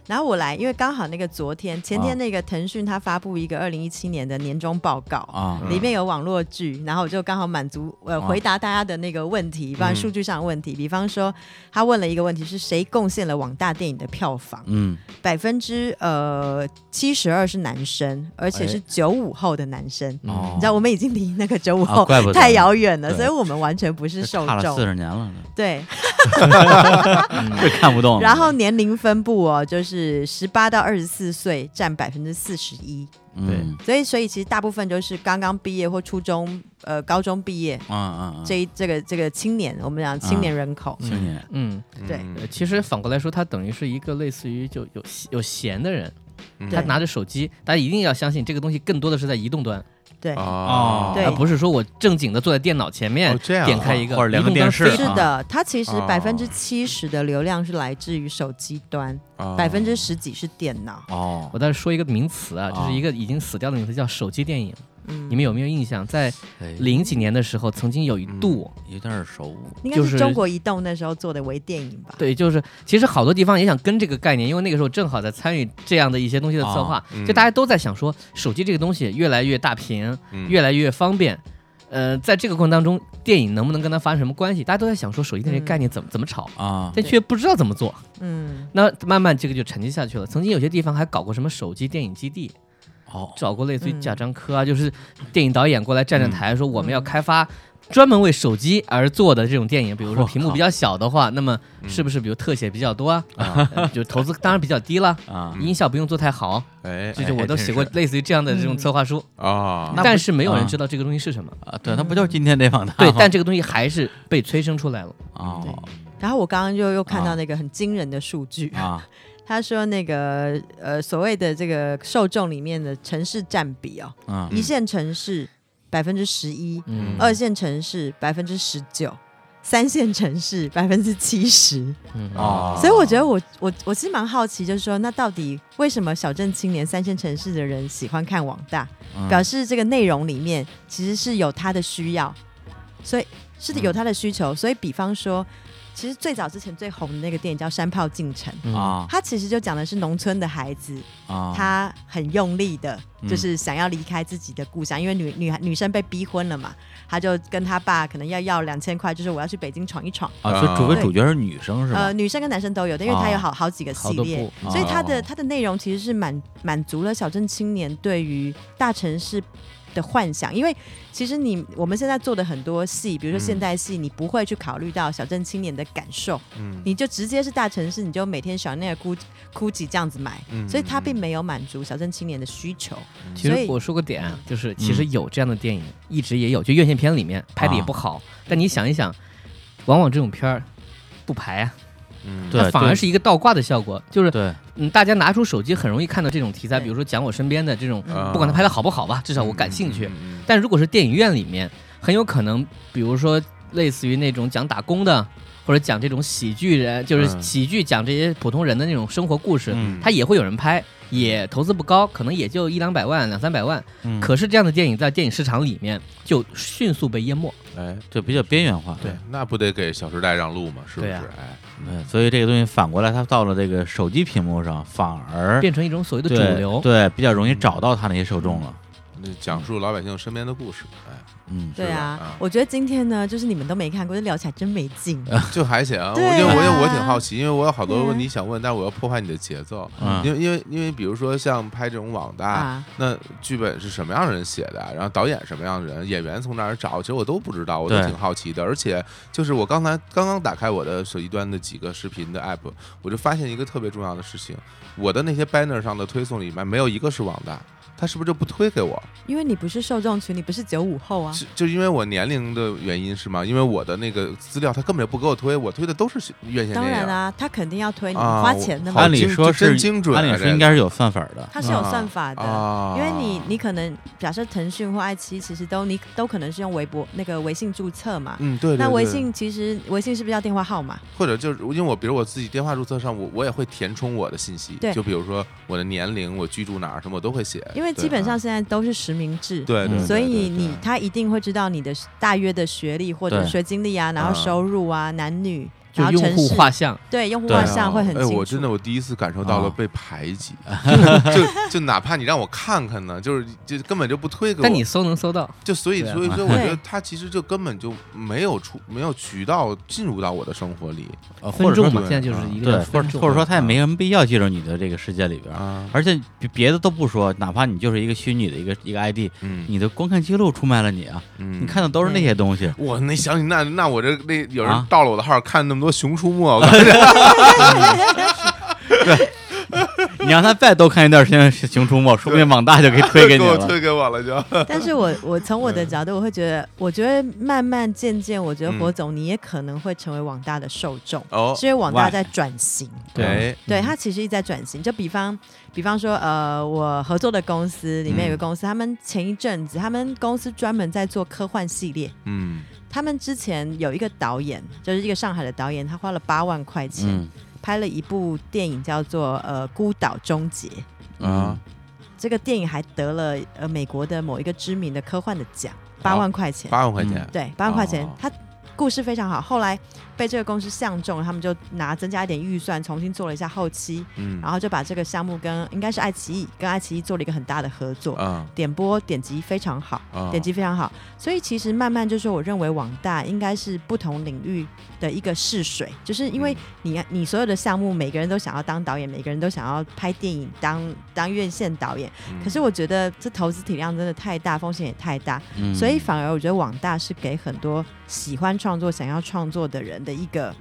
S3: 然后我来，因为刚好那个昨天前
S1: 啊
S3: 天那个腾讯它发布一个二零一七年的年终报告。
S1: 啊，
S3: 里面有网络剧，然后我就刚好满足呃
S1: 啊
S3: 回答大家的那个问题，不然数据上的问题。比方说，他问了一个问题是谁贡献了网大电影的票房？
S1: 嗯，
S3: 百分之呃七十二是男生，而且是
S1: 哎
S3: 九五后的男生。
S4: 嗯
S1: 哦
S3: 你知道我们已经离那个九五后、
S1: 啊怪不得
S3: 太遥远了，
S1: 对
S3: 所以我们完全不是
S1: 这
S3: 受
S1: 差了四
S3: 众。
S1: 十年了，
S3: 对，
S1: 这看不动了。
S3: 然后年龄分布哦，就是十八到二十四岁占百分之四十一，
S1: 嗯，
S4: 对
S1: 嗯
S3: 所以所以其实大部分都是刚刚毕业或初中呃高中毕业
S1: 嗯嗯，
S3: 这一这个这个青年，我们讲青年人口。
S4: 嗯
S1: 青年
S4: 嗯，
S3: 对
S4: 呃其实反过来说，他等于是一个类似于就有有闲的人，他
S2: 嗯
S3: 对
S4: 拿着手机，大家一定要相信这个东西更多的是在移动端，
S3: 对，
S2: 哦，
S3: 对
S4: 而不是说我正经的坐在电脑前面
S2: 哦这样啊
S4: 点开一个
S1: 或者连个
S4: 移动端
S1: 电视
S4: 非
S1: 啊
S3: 是的，它其实
S2: 哦
S3: 百分之七十的流量是来自于手机端，
S2: 啊
S3: 百分之十几是电脑。
S1: 哦
S4: 我，再说一个名词啊，
S1: 啊
S4: 就是一个已经死掉的名词，叫手机电影。
S3: 嗯
S4: 你们有没有印象？在
S1: 哎
S4: 零几年的时候，曾经有一度，
S1: 有点耳熟，
S3: 应该
S4: 就是是
S3: 中国移动那时候做的微电影吧？
S4: 对，就是其实好多地方也想跟这个概念，因为那个时候正好在参与这样的一些东西的
S1: 哦
S4: 策划，
S2: 嗯
S4: 就大家都在想说，手机这个东西越来越大屏，
S1: 嗯
S2: 嗯
S4: 越来越方便。呃，在这个过程当中，电影能不能跟它发生什么关系？大家都在想说手机这个概念怎么、怎么炒，
S1: 啊，
S4: 但却不知道怎么做。
S3: 嗯，
S4: 那慢慢这个就沉积下去了。曾经有些地方还搞过什么手机电影基地，
S1: 哦，
S4: 找过类似于
S3: 嗯
S4: 贾樟柯啊，就是电影导演过来站
S1: 嗯
S4: 站台，说我们要开发专门为手机而做的这种电影，比如说
S1: 我
S4: 屏幕
S1: 靠
S4: 比较小的话，那么
S2: 嗯
S4: 是不是比如特写比较多啊？
S1: 嗯
S4: 呃就投资当然比较低了，
S1: 啊，
S4: 音效不用做太好，
S2: 哎
S4: 这就
S1: 哎
S4: 我都
S1: 真
S4: 写过
S1: 是
S4: 类似于这样的这种策划书，
S2: 啊
S1: 那不
S4: 但是没有人
S1: 啊
S4: 知道这个东西是什么。
S1: 啊，对，那不就是今天这访谈
S4: 对
S1: 吗？，
S4: 但这个东西还是被催生出来了。
S1: 哦
S3: 然后我刚刚又又看
S1: 啊
S3: 到那个很惊人的数据，
S1: 啊，
S3: 他说那个呃所谓的这个受众里面的城市占比哦，
S1: 嗯，
S3: 一线城市百分之十一，
S4: 嗯，
S3: 二线城市百分之十九。三线城市百分之七十，
S4: 嗯
S1: 哦，
S3: 所以我觉得我我我其实蛮好奇，就是说，那到底为什么小镇青年、三线城市的人喜欢看网大？
S1: 嗯
S3: 表示这个内容里面其实是有他的需要，所以是
S1: 嗯
S3: 的有他的需求。所以，比方说，其实最早之前最红的那个电影叫《山炮进城》，
S1: 啊
S3: 它其实就讲的是农村的孩子，
S1: 啊，
S3: 他很用力的，
S1: 嗯
S3: 就是想要离开自己的故乡，因为女女女生被逼婚了嘛，他就跟他爸可能要要两千块，就是我要去北京闯一闯。
S1: 啊，所以主
S2: 啊
S1: 为主角是女生是
S3: 呃，
S1: 吗？
S3: 女生跟男生都有的，因为它有
S1: 哦
S3: 好好几个系
S4: 好多
S3: 列，
S4: 部
S3: 所以它的
S1: 哦
S3: 它的内容其实是满满足了小镇青年对于大城市的幻想，因为其实你我们现在做的很多戏，比如说现代戏，你不会去考虑到小镇青年的感受，
S2: 嗯
S3: 你就直接是大城市，你就每天小那个哭哭几这样子买，
S2: 嗯
S3: 所以它并没有满足小镇青年的需求。
S4: 其
S3: 所
S4: 实
S3: 以
S4: 我说个点啊，就是其实有这样的电影，一直也有，就院线片里面拍的也不好。但你想一想，往往这种片儿不排啊，
S2: 嗯
S1: 对
S4: 它反而是一个倒挂的效果。就是
S1: 对，
S4: 嗯，大家拿出手机很容易看到这种题材，
S3: 对
S4: 比如说讲我身边的这
S3: 嗯
S4: 种，
S2: 啊
S4: 不管它拍的好不好吧，至少我感兴趣。
S2: 嗯
S4: 但如果是电影院里面，很有可能，比如说类似于那种讲打工的，或者讲这种喜剧人，就是
S2: 嗯
S4: 喜剧讲这些普通人的那种生活故事，
S1: 嗯
S4: 他也会有人拍。也投资不高，可能也就一两百万、两三百万。
S1: 嗯
S4: 可是这样的电影在电影市场里面就迅速被淹没。
S2: 哎，
S1: 就比较边缘化。
S2: 对，那不得给《小时代》让路吗？是不是？
S4: 对啊
S2: 哎，
S1: 对，所以这个东西反过来，它到了这个手机屏幕上，反而
S4: 变成一种所谓的主
S1: 对
S4: 流。
S1: 对，比较容易
S2: 嗯
S1: 找到它那些受众了。
S2: 那讲述老百姓身边的故事，哎，
S1: 嗯，
S3: 对
S2: 是吧
S3: 啊
S2: 啊，
S3: 我觉得今天呢，就是你们都没看过，就聊起来真没劲。
S2: 就还行。我
S3: 对啊
S2: 因为我也我挺好奇，因为我有好多
S3: 对啊
S2: 问题想问，但是我要破坏你的节奏。
S1: 嗯
S2: 因为因为因为比如说像拍这种网大，
S3: 啊
S2: 那剧本是什么样的人写的？啊然后导演什么样的人？演员从哪儿找？其实我都不知道，我都
S1: 对
S2: 挺好奇的。而且就是我刚才刚刚打开我的手机端的几个视频的 app，我就发现一个特别重要的事情：我的那些 banner 上的推送里面没有一个是网大，他是不是就不推给我？
S3: 因为你不是受众群，你不是九五后啊。
S2: 是就因为我年龄的原因是吗？因为我的那个资料他根本就不给我推，我推的都是院线电影。
S3: 当然啦、他肯定要推你，
S2: 啊
S3: 花钱的
S2: 好
S3: 嘛
S1: 按，理
S2: 精
S1: 说
S2: 这
S1: 是
S2: 真精准啊
S1: 按理说应该是有算法的。
S3: 他是有算法的。
S2: 啊，
S3: 因为你，你可能假设腾讯或爱奇艺，其实都你都可能是用微博那个微信注册嘛。
S2: 嗯对对
S3: 那
S2: 对
S3: 微信其实微信是不是要电话号码？
S2: 或者就是因为我，比如我自己电话注册上，我我也会填充我的信息，
S3: 对
S2: 就比如说我的年龄、我居住哪儿什么，我都会写。
S3: 因为
S2: 对
S3: 基本上
S2: 啊
S3: 现在都是实名制，
S2: 对，对
S1: 嗯
S3: 所
S2: 对对
S3: 以
S2: 对
S3: 你
S2: 对
S3: 他一定会知道你的大约的学历或者
S1: 对
S3: 学经历啊，然后
S2: 啊
S3: 收入啊、男女，
S4: 就
S3: 然后
S4: 用
S3: 城
S4: 户
S3: 市
S4: 画像，
S3: 对用户
S1: 对
S3: 画
S1: 啊
S3: 像会很
S2: 哎，
S3: 清楚。
S2: 我真的我第一次感受到了
S1: 啊
S2: 被排挤，就就就哪怕你让我看看呢，就是就根本就不推给我。
S4: 但你搜能搜到。
S2: 就所以
S4: 对啊
S2: 所以说，我觉得
S3: 对
S2: 他其实就根本就没有出没有渠道进入到我的生活里
S1: 呃或
S4: 分
S1: 者说
S4: 众嘛，
S2: 对
S4: 现在就是
S2: 啊
S4: 一
S1: 对，
S4: 个
S1: 或
S4: 分
S1: 者
S4: 众啊
S1: 或者说他也没什么必要进入你的这个世界里边儿，
S2: 啊。
S1: 而且别别的都不说，哪怕你就是一个虚拟的一个一个 ID，
S2: 嗯，
S1: 你的观看记录出卖了你啊，
S2: 你
S1: 你看的都是那些东西。
S2: 我那想起那那我这那有人
S1: 啊
S2: 盗了我的号，看那么多《熊出没》，我感觉
S1: 你让他再多看一段时间《熊出没》，说不定网大就可以推
S2: 给
S1: 给你
S2: 我
S1: 了。
S2: 推给我了就。
S3: 但是我我从我的角度，我会觉得，我觉得慢慢渐渐，我觉得
S2: 嗯
S3: 火总你也可能会成为网大的受众，
S2: 哦
S3: 是因为网大
S1: why？
S3: 在转型。
S2: 哎
S4: 对，
S3: 对，它其实一直在转型。就比方，比方说，呃，我合作的公司里面有个公司，他们前一阵子，他们公司专门在做科幻系列。
S2: 嗯，
S3: 他们之前有一个导演，就是一个上海的导演，他花了八万块钱、
S1: 嗯
S3: 拍了一部电影，叫做《呃孤岛终结》。
S2: 嗯
S1: 啊，
S3: 这个电影还得了呃美国的某一个知名的科幻的奖，八万块钱。
S2: 八万块钱，
S3: 嗯对，八万块钱
S2: 哦，
S3: 他故事非常好。后来被这个公司相中，他们就拿增加一点预算，重新做了一下后期，
S2: 嗯，
S3: 然后就把这个项目跟应该是爱奇艺跟爱奇艺做了一个很大的合作，
S2: 啊
S3: 点播点击非常好，
S2: 啊，
S3: 点击非常好。所以其实慢慢就说，我认为网大应该是不同领域的一个试水，就是因为
S2: 嗯
S3: 你你所有的项目，每个人都想要当导演，每个人都想要拍电影当当院线导演，
S2: 嗯，
S3: 可是我觉得这投资体量真的太大，风险也太大。
S1: 嗯
S3: 所以反而我觉得网大是给很多喜欢创作、想要创作的人的一个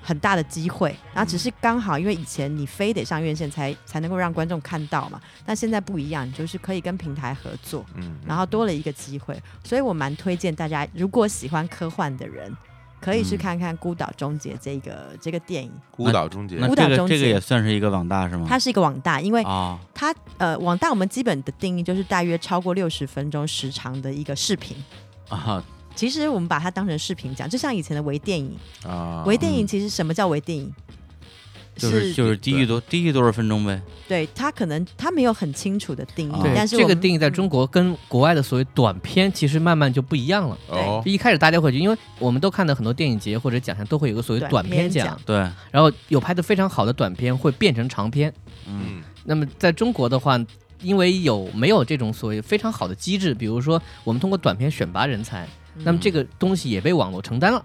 S3: 很大的机会。然后只是刚好，因为以前你非得上院线才才能够让观众看到嘛，那现在不一样，你就是可以跟平台合作，
S2: 嗯，
S3: 然后多了一个机会。所以我蛮推荐大家，如果喜欢科幻的人，可以去
S1: 嗯
S3: 看看《孤岛终结》这个这个电影，
S2: 孤岛终结，
S1: 那
S3: 舞
S1: 这
S3: 蹈
S1: 个
S3: 中
S1: 这个
S3: 介
S1: 也算是一个网大是吗？
S3: 它是一个网大，因为
S1: 嗯啊，
S3: 它呃网大我们基本的定义就是大约超过六十分钟时长的一个视频。
S1: 啊，
S3: 其实我们把它当成视频讲，就像以前的微电影。
S2: 啊，
S3: 微电
S4: 嗯
S3: 影其实什么叫微电影？
S1: 就是就是低于多低于多少分钟呗？
S3: 对它可能它没有很清楚的定义
S1: 啊，
S3: 但
S4: 对，
S3: 是
S4: 这
S3: 我
S4: 个
S3: 们嗯
S4: 定义在中国跟国外的所谓短片其实慢慢就不一样了。
S2: 哦
S4: 就，一开始大家会觉得，因为我们都看到很多电影节或者奖项都会有个所谓短片
S3: 短
S4: 奖，
S1: 对，
S4: 然后有拍的非常好的短片会变成长片。
S1: 嗯
S2: 嗯
S4: 那么在中国的话，因为有没有这种所谓非常好的机制，比如说我们通过短片选拔人才，
S2: 嗯
S4: 那么这个东西也被网络承担了，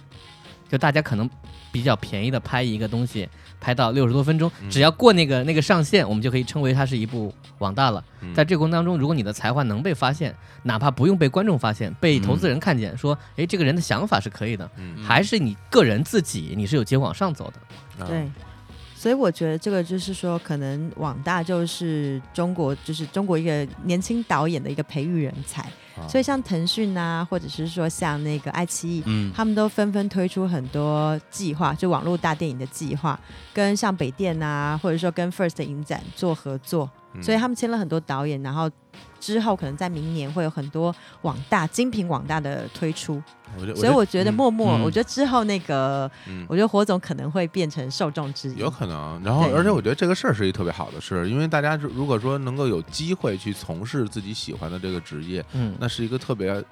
S4: 就大家可能比较便宜的拍一个东西，拍到六十多分钟
S2: 嗯，
S4: 只要过那个那个上限，我们就可以称为它是一部网大了。
S2: 嗯
S4: 在这个过程当中，如果你的才华能被发现，哪怕不用被观众发现，被投资人看见，说，哎，这个人的想法是可以的，
S2: 嗯
S4: 还是你个人自己，你是有机会往上走的。
S2: 啊
S3: 对。所以我觉得这个就是说，可能网大就是中国，就是中国一个年轻导演的一个培育人才。
S2: 啊
S3: 所以像腾讯啊，或者是说像那个爱奇艺，
S1: 嗯
S3: 他们都纷纷推出很多计划，就网络大电影的计划，跟像北电啊，或者说跟 First 影展做合作。
S2: 嗯
S3: 所以他们签了很多导演，然后之后可能在明年会有很多网大精品网大的推出，
S2: 我觉得，
S3: 所以我觉得
S2: 嗯
S3: 默默，
S1: 嗯
S3: 我觉得之后那个，
S2: 嗯
S3: 我觉得火总可能会变成受众之一。
S2: 有可能。啊然后，
S3: 对
S2: 而且我觉得这个事儿是一特别好的事，因为大家如果说能够有机会去从事自己喜欢的这个职业，
S4: 嗯，
S2: 那是一个特别呃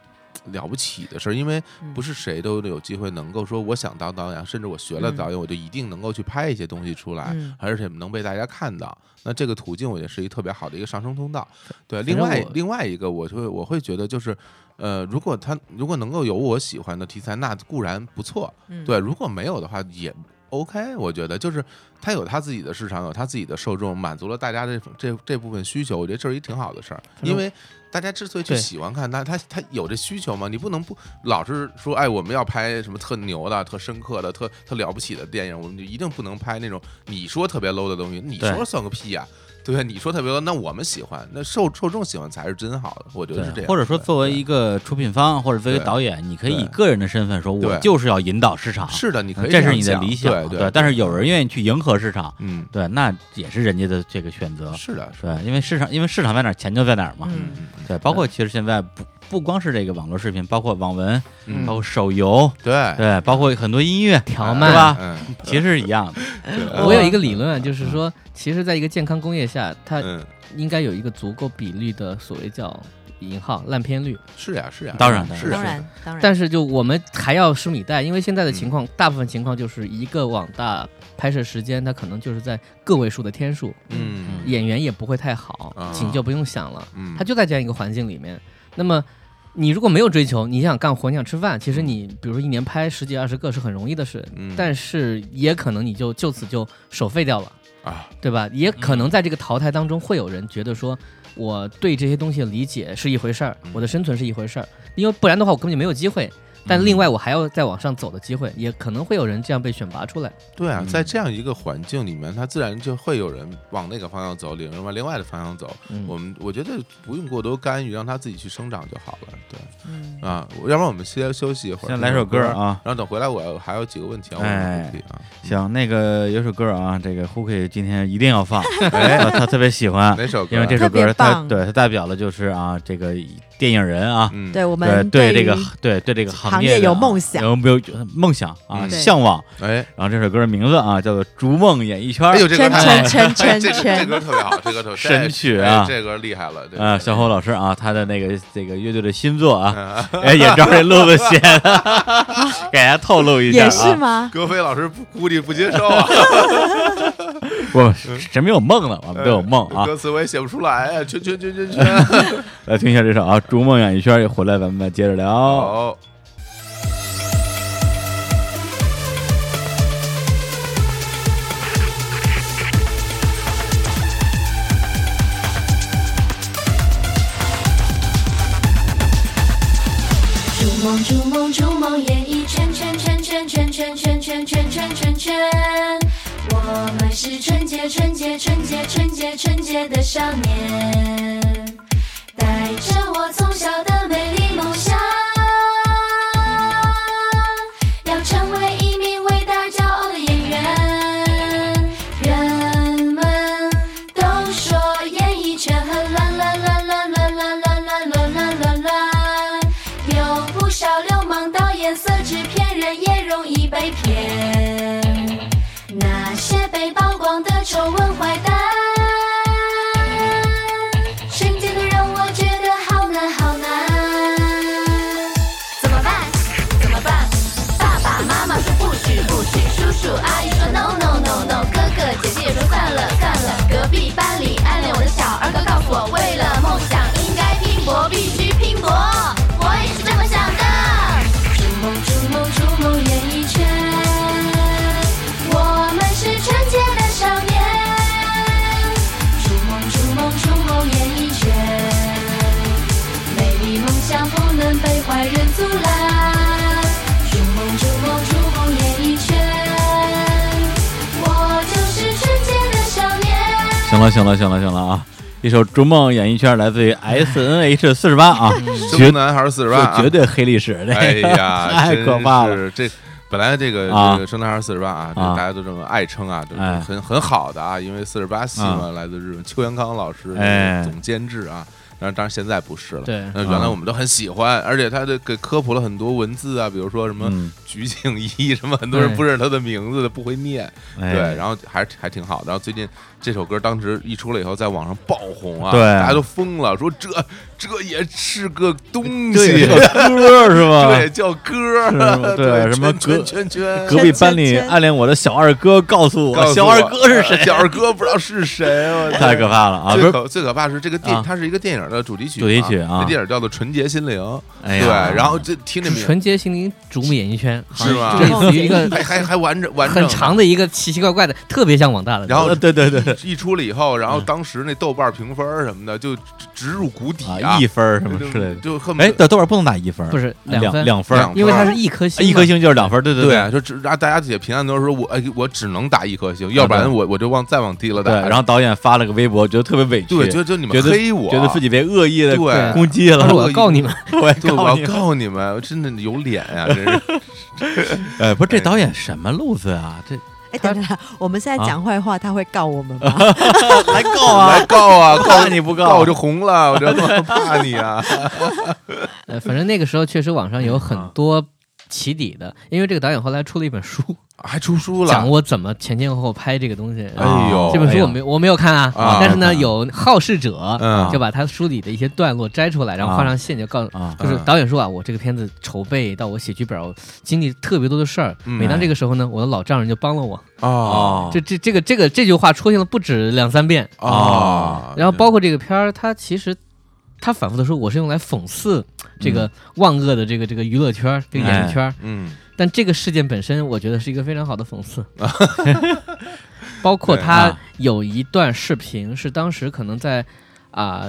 S2: 了不起的事儿，因为
S3: 嗯
S2: 不是谁都有机会能够说我想当导演，甚至我学了
S3: 嗯
S2: 导演，我就一定能够去拍一些东西出来。
S3: 嗯
S2: 而且能被大家看到，那这个途径我觉得是一特别好的一个上升通道。对，
S4: 反
S2: 另
S4: 正
S2: 外
S4: 我
S2: 另外一个，我就会我会觉得就是，呃，如果他如果能够有我喜欢的题材，那固然不错。
S3: 嗯，
S2: 对，如果没有的话也 OK，我觉得就是他有他自己的市场，有他自己的受众，满足了大家这这这部分需求，我觉得这是一挺好的事儿。
S4: 正
S2: 因为大家之所以去
S4: 对
S2: 喜欢看，那他他有这需求吗？你不能不老是说，哎，我们要拍什么特牛的、特深刻的、特特了不起的电影，我们就一定不能拍那种你说特别 low 的东西，你
S1: 对
S2: 说算个屁呀、对吧？你说特别 low，那我们喜欢，那受受众喜欢才是真好的，我觉得是这
S1: 对，
S2: 样。
S1: 或者说作为
S2: 对
S1: 一个出品方或者作为一个
S2: 对
S1: 导演，你可以以
S2: 对
S1: 个人的身份说，我
S2: 对
S1: 就是要引导市场，
S2: 是的，你可以
S1: 嗯这
S2: 样
S1: 是你的
S2: 想
S1: 理想，
S2: 对
S1: 但是有人愿意去迎合市场，
S2: 嗯，
S1: 对，那也是人家的这个选择，
S2: 是的，是的，
S1: 对，因为市场因为市场在哪儿，钱就在哪儿嘛，
S3: 嗯
S2: 嗯
S1: 对，包括其实现在不不光是这个网络视频，包括网文，
S2: 嗯
S1: 包括手游，
S2: 对
S1: 对，包括很多音乐
S4: 条
S1: 是
S4: 漫。
S1: 吧？
S2: 嗯，
S1: 其实是一样的，
S2: 对
S4: 我有一个理论，就是说，其实，在一个健康工业下，它
S2: 嗯，
S4: 应该有一个足够比率的所谓叫引号烂片率。
S2: 是呀，是呀，
S1: 当然
S2: 是
S1: 对
S2: 呀
S3: 当然，当然，
S4: 但是就我们还要梳米袋，因为现在的情况，大部分情况就是一个网大拍摄时间，它可能就是在个位数的天数，
S2: 嗯
S4: 演员也不会太好
S2: 啊，
S4: 景就不用想了，
S2: 嗯，
S4: 他就在这样一个环境里面。那么。你如果没有追求，你想干活，你想吃饭，其实你比如说一年拍十几二十个是很容易的事，
S2: 嗯
S4: 但是也可能你就就此就手废掉了。
S2: 啊，
S4: 对吧？也可能在这个淘汰当中，会有人觉得说，我对这些东西的理解是一回事儿，
S2: 嗯
S4: 我的生存是一回事儿，因为不然的话，我根本就没有机会。但另外，我还要再往上走的机会，也可能会有人这样被选拔出来。
S2: 对啊
S1: 嗯，
S2: 在这样一个环境里面，他自然就会有人往那个方向走，有人往另外的方向走。
S4: 嗯，
S2: 我们我觉得不用过多干预，让他自己去生长就好了。对
S3: 嗯，
S2: 啊，我要不然我们先休息一会儿，
S1: 先来首歌
S2: 听首
S1: 啊。
S2: 然后等回来我还有几个问题要问问
S1: 哎
S2: Cookie 啊。
S1: 行，那个有首歌啊，这个 h o o k 今天一定 要放，他他特别喜欢，
S2: 嗯哪首歌？啊
S1: 因为这
S3: 特
S1: 首歌
S3: 别
S1: 它
S3: 棒
S1: 对它代表了就是啊这个电影人啊，
S2: 嗯，
S3: 对，我
S1: 对
S3: 们
S1: 对
S3: 于
S1: 这个对对这个
S3: 行
S1: 业
S3: 业
S1: 的
S3: 有
S1: 啊
S3: 梦想
S1: 有没有梦想啊
S2: 嗯对
S1: 向往？
S2: 哎，
S1: 然后这首歌的名字啊叫做《逐梦演艺圈》。
S2: 哎呦，这歌
S3: 圈
S2: 太好
S3: 圈
S2: 了，哎
S3: 圈圈
S2: 这这
S3: 圈，
S2: 歌特别好，这歌特
S1: 神曲啊
S2: 哎这歌厉害了，这
S1: 呃，小侯老师啊，他的那个这个乐队的新作啊，
S2: 啊，
S1: 哎，也照这路 子写的，给大家透露一下
S3: 也是
S1: 啊。
S3: 吗？
S2: 戈飞老师不估计不接受啊。
S1: 我
S2: 嗯
S1: 谁没有梦呢？我们都有梦啊！
S2: 歌词我也写不出来啊，圈圈圈圈圈。
S1: 来听一下这首啊，《逐梦演艺圈》，回来咱们接着聊。
S2: 好，
S5: 逐梦逐梦逐梦演艺圈圈圈圈圈圈圈圈圈圈圈圈，我们是纯洁纯洁纯洁纯洁纯洁的少年，带着我从小的美丽梦想，要成为一名伟大骄傲的演员。人们都说演艺圈很乱乱乱乱乱乱乱乱乱乱乱乱。有不少流氓导演、色纸骗人，也容易被骗。那些被曝光的丑闻坏蛋，瞬间的让我觉得好难好难。怎么办？怎么办？爸爸妈妈说不许不许，叔叔阿姨说 no no no no，哥哥姐姐也说算了算了。隔壁班里暗恋我的小二哥告诉我，为了梦想应该拼搏，必须拼搏。我也是这么想的。逐梦逐梦逐梦演艺圈，我们是纯洁的少年。逐梦逐梦逐梦演艺圈。美丽梦想不能被坏人阻拦，逐梦逐梦逐梦演艺圈，我就是纯洁的少年。
S1: 行了，行了，行了，行了啊！一首《逐梦演艺圈》来自于 S N H 四十八啊，
S2: 中
S1: 绝
S2: 男孩四十八，
S1: 绝对黑历史，
S2: 哎
S1: 这个
S2: 呀，
S1: 太
S2: 真
S1: 可怕了。
S2: 是这本来这个
S1: 啊
S2: 这个生男孩四十八啊，这
S1: 啊
S2: 大家都这么爱称啊，这是
S1: 哎啊
S2: 很很好的啊，因为四十八系嘛，来自日本邱元康老师
S1: 哎
S2: 总监制啊。然后当然现在不是了。
S4: 对
S2: 那原来我们都很喜欢，而且他这给科普了很多文字啊，比如说什么
S1: 啊嗯，
S2: 鞠婧祎，什么很多人不认识他的名字的，不会念，
S1: 哎
S2: 对，然后还是还挺好的。然后最近这首歌当时一出来以后，在网上爆红啊，
S1: 对
S2: 大家都疯了，说这这也是个东
S1: 对
S2: 西
S1: 这，个歌是
S2: 对，
S1: 吧？
S2: 叫歌
S1: 是吗
S2: 儿，
S1: 对什么
S2: 圈
S1: 歌
S2: 圈圈圈
S1: 隔壁班里暗恋我的小二哥告诉
S2: 告
S1: 我，
S2: 诉
S1: 小
S2: 我
S1: 二 哥是谁？
S2: 小二哥不知道是谁， 我
S1: 太可怕了啊！不
S2: 最
S1: 是，
S2: 可最可怕是这个电
S1: 啊，
S2: 它是一个电影的主题曲嘛，
S1: 主题曲啊
S2: 这电影叫做《纯洁心灵》，
S1: 哎
S2: 对，
S1: 呀，
S2: 然后这听这名字
S4: 纯洁心灵瞩目演艺圈，好像
S2: 是吧
S4: 这类似于一个
S2: 还还还完整完整
S4: 很
S2: 的
S4: 长的一个奇奇怪怪的，特别像网大的。
S2: 然后
S1: 呃对对对
S2: 一出了以后，
S1: 嗯
S2: 然后当时那豆瓣评分儿什么的就直直入谷底
S1: 啊，一分儿什么之类的。
S2: 就恨不
S1: 哎，
S2: 得
S1: 豆豆瓣不能打一分儿，
S4: 不是
S1: 两
S4: 两分
S1: 两分儿，啊
S2: 两
S4: 因为它
S2: 分
S4: 是一颗星
S2: 啊
S4: 嘛，
S1: 一颗星就是两分儿，对对
S2: 对啊，就只然后大家也评价都是说我哎我只能打一颗星，要不然我我就往再往低了打
S1: 啊对。。然后导演发了个微博，觉得特别委屈，
S2: 对，就就你们
S1: 觉得
S2: 黑我，
S1: 觉得自己被恶意的
S2: 对
S1: 攻击
S4: 他
S1: 了
S4: 说，我告你们，
S1: 我也
S2: 对，我
S1: 告
S2: 要
S1: 你。
S2: 告你们，真的有脸 呀，真是。
S1: 哎，不是这导演什么路子啊？这
S3: 哎，等等，我们现
S2: 啊
S3: 在讲坏话，他会告我们吗？
S1: 还告
S2: 来？告 啊，告
S1: 怕你不
S2: 告
S1: 告
S2: 我就红了， 我就怕你啊。
S4: 呃，反正那个时候确实网上有很多起底的，因为这个导演后来出了一本书，
S2: 还出书了，
S4: 讲我怎么前前后后拍这个东西。
S2: 哎呦
S4: 这本
S1: 哎
S4: 书
S1: 呀
S4: 我没我没有看啊，
S2: 啊
S4: 但是呢，
S1: 啊
S4: 有好事者
S2: 嗯
S4: 就把他书里的一些段落摘出来，然后画上线，就告诉。
S1: 啊，
S4: 就是
S2: 嗯
S4: 导演说啊，我这个片子筹备到我写剧本，我经历特别多的事儿。
S2: 嗯
S4: 每当这个时候呢，我的老丈人就帮了我。
S2: 啊
S1: 哦
S4: 这这这个这个这句话出现了不止两三遍，
S1: 哦
S2: 啊！
S4: 然后包括这个片儿，它其实它反复的说我是用来讽刺这个万恶的这个这个娱乐圈儿、这个演艺圈儿，
S2: 嗯，
S4: 但这个事件本身，我觉得是一个非常好的讽 刺。包括
S2: 对
S4: 他
S1: 啊
S4: 有一段视频是当时可能在啊、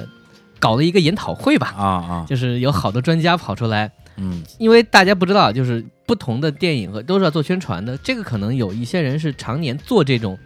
S4: 搞了一个研讨会吧，
S1: 啊啊，
S4: 就是有好多专家跑出来，
S1: 嗯，
S4: 因为大家不知道，就是不同的电影和都是要做宣传的，这个可能有一些人是常年做这种，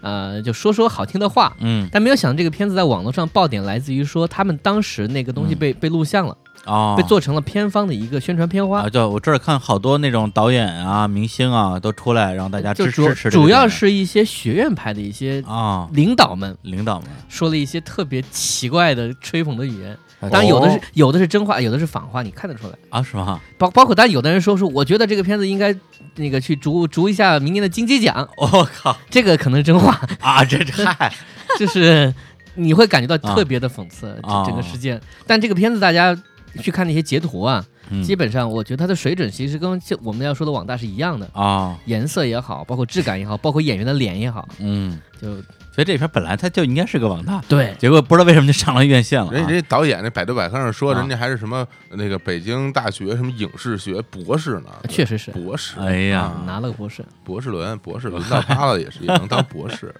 S4: 呃，就说说好听的话，
S1: 嗯
S4: 但没有想到这个片子在网络上爆点来自于说他们当时那个东
S1: 嗯
S4: 西被、被录像了，
S1: 哦，
S4: 被做成了片方的一个宣传片花。
S1: 啊，对，我这儿看好多那种导演啊、明星啊都出来让大家
S4: 就
S1: 支
S4: 主
S1: 支持这个电影，
S4: 主要是一些学院派的一些
S1: 啊，
S4: 领导们
S1: 领导们，
S4: 说了一些特别奇怪的吹捧的语言，
S1: 哎
S4: 当然有的是、
S2: 哦
S4: 有的是真话，有的是仿话，你看得出来。
S1: 啊，是吗？
S4: 包包括当然有的人说说，我觉得这个片子应该那个去逐逐一下明年的金鸡奖，
S1: 我靠
S4: 这个可能是真话，
S1: 啊，这这嗨，
S4: 就是你会感觉到特别的讽刺、
S1: 啊
S4: 这整个事件。但这个片子大家去看那些截图啊，
S1: 嗯
S4: 基本上我觉得它的水准其实跟就我们要说的网大是一样的，
S1: 啊，
S4: 颜色也好，包括质感也好，包括演员的脸也好，
S1: 嗯，
S4: 就
S1: 所以这片本来它就应该是个网大，
S4: 对
S1: 结果不知道为什么就上了院线了、啊，
S4: 哎
S2: 人人家导演那百度百科上说，
S1: 啊
S2: 人家还是什么那个北京大学什么影视学博士呢，
S4: 啊确实是
S2: 博士，
S1: 哎呀
S2: 啊
S4: 拿了个博士。
S2: 博士伦，博士轮到他了，也是也能当博士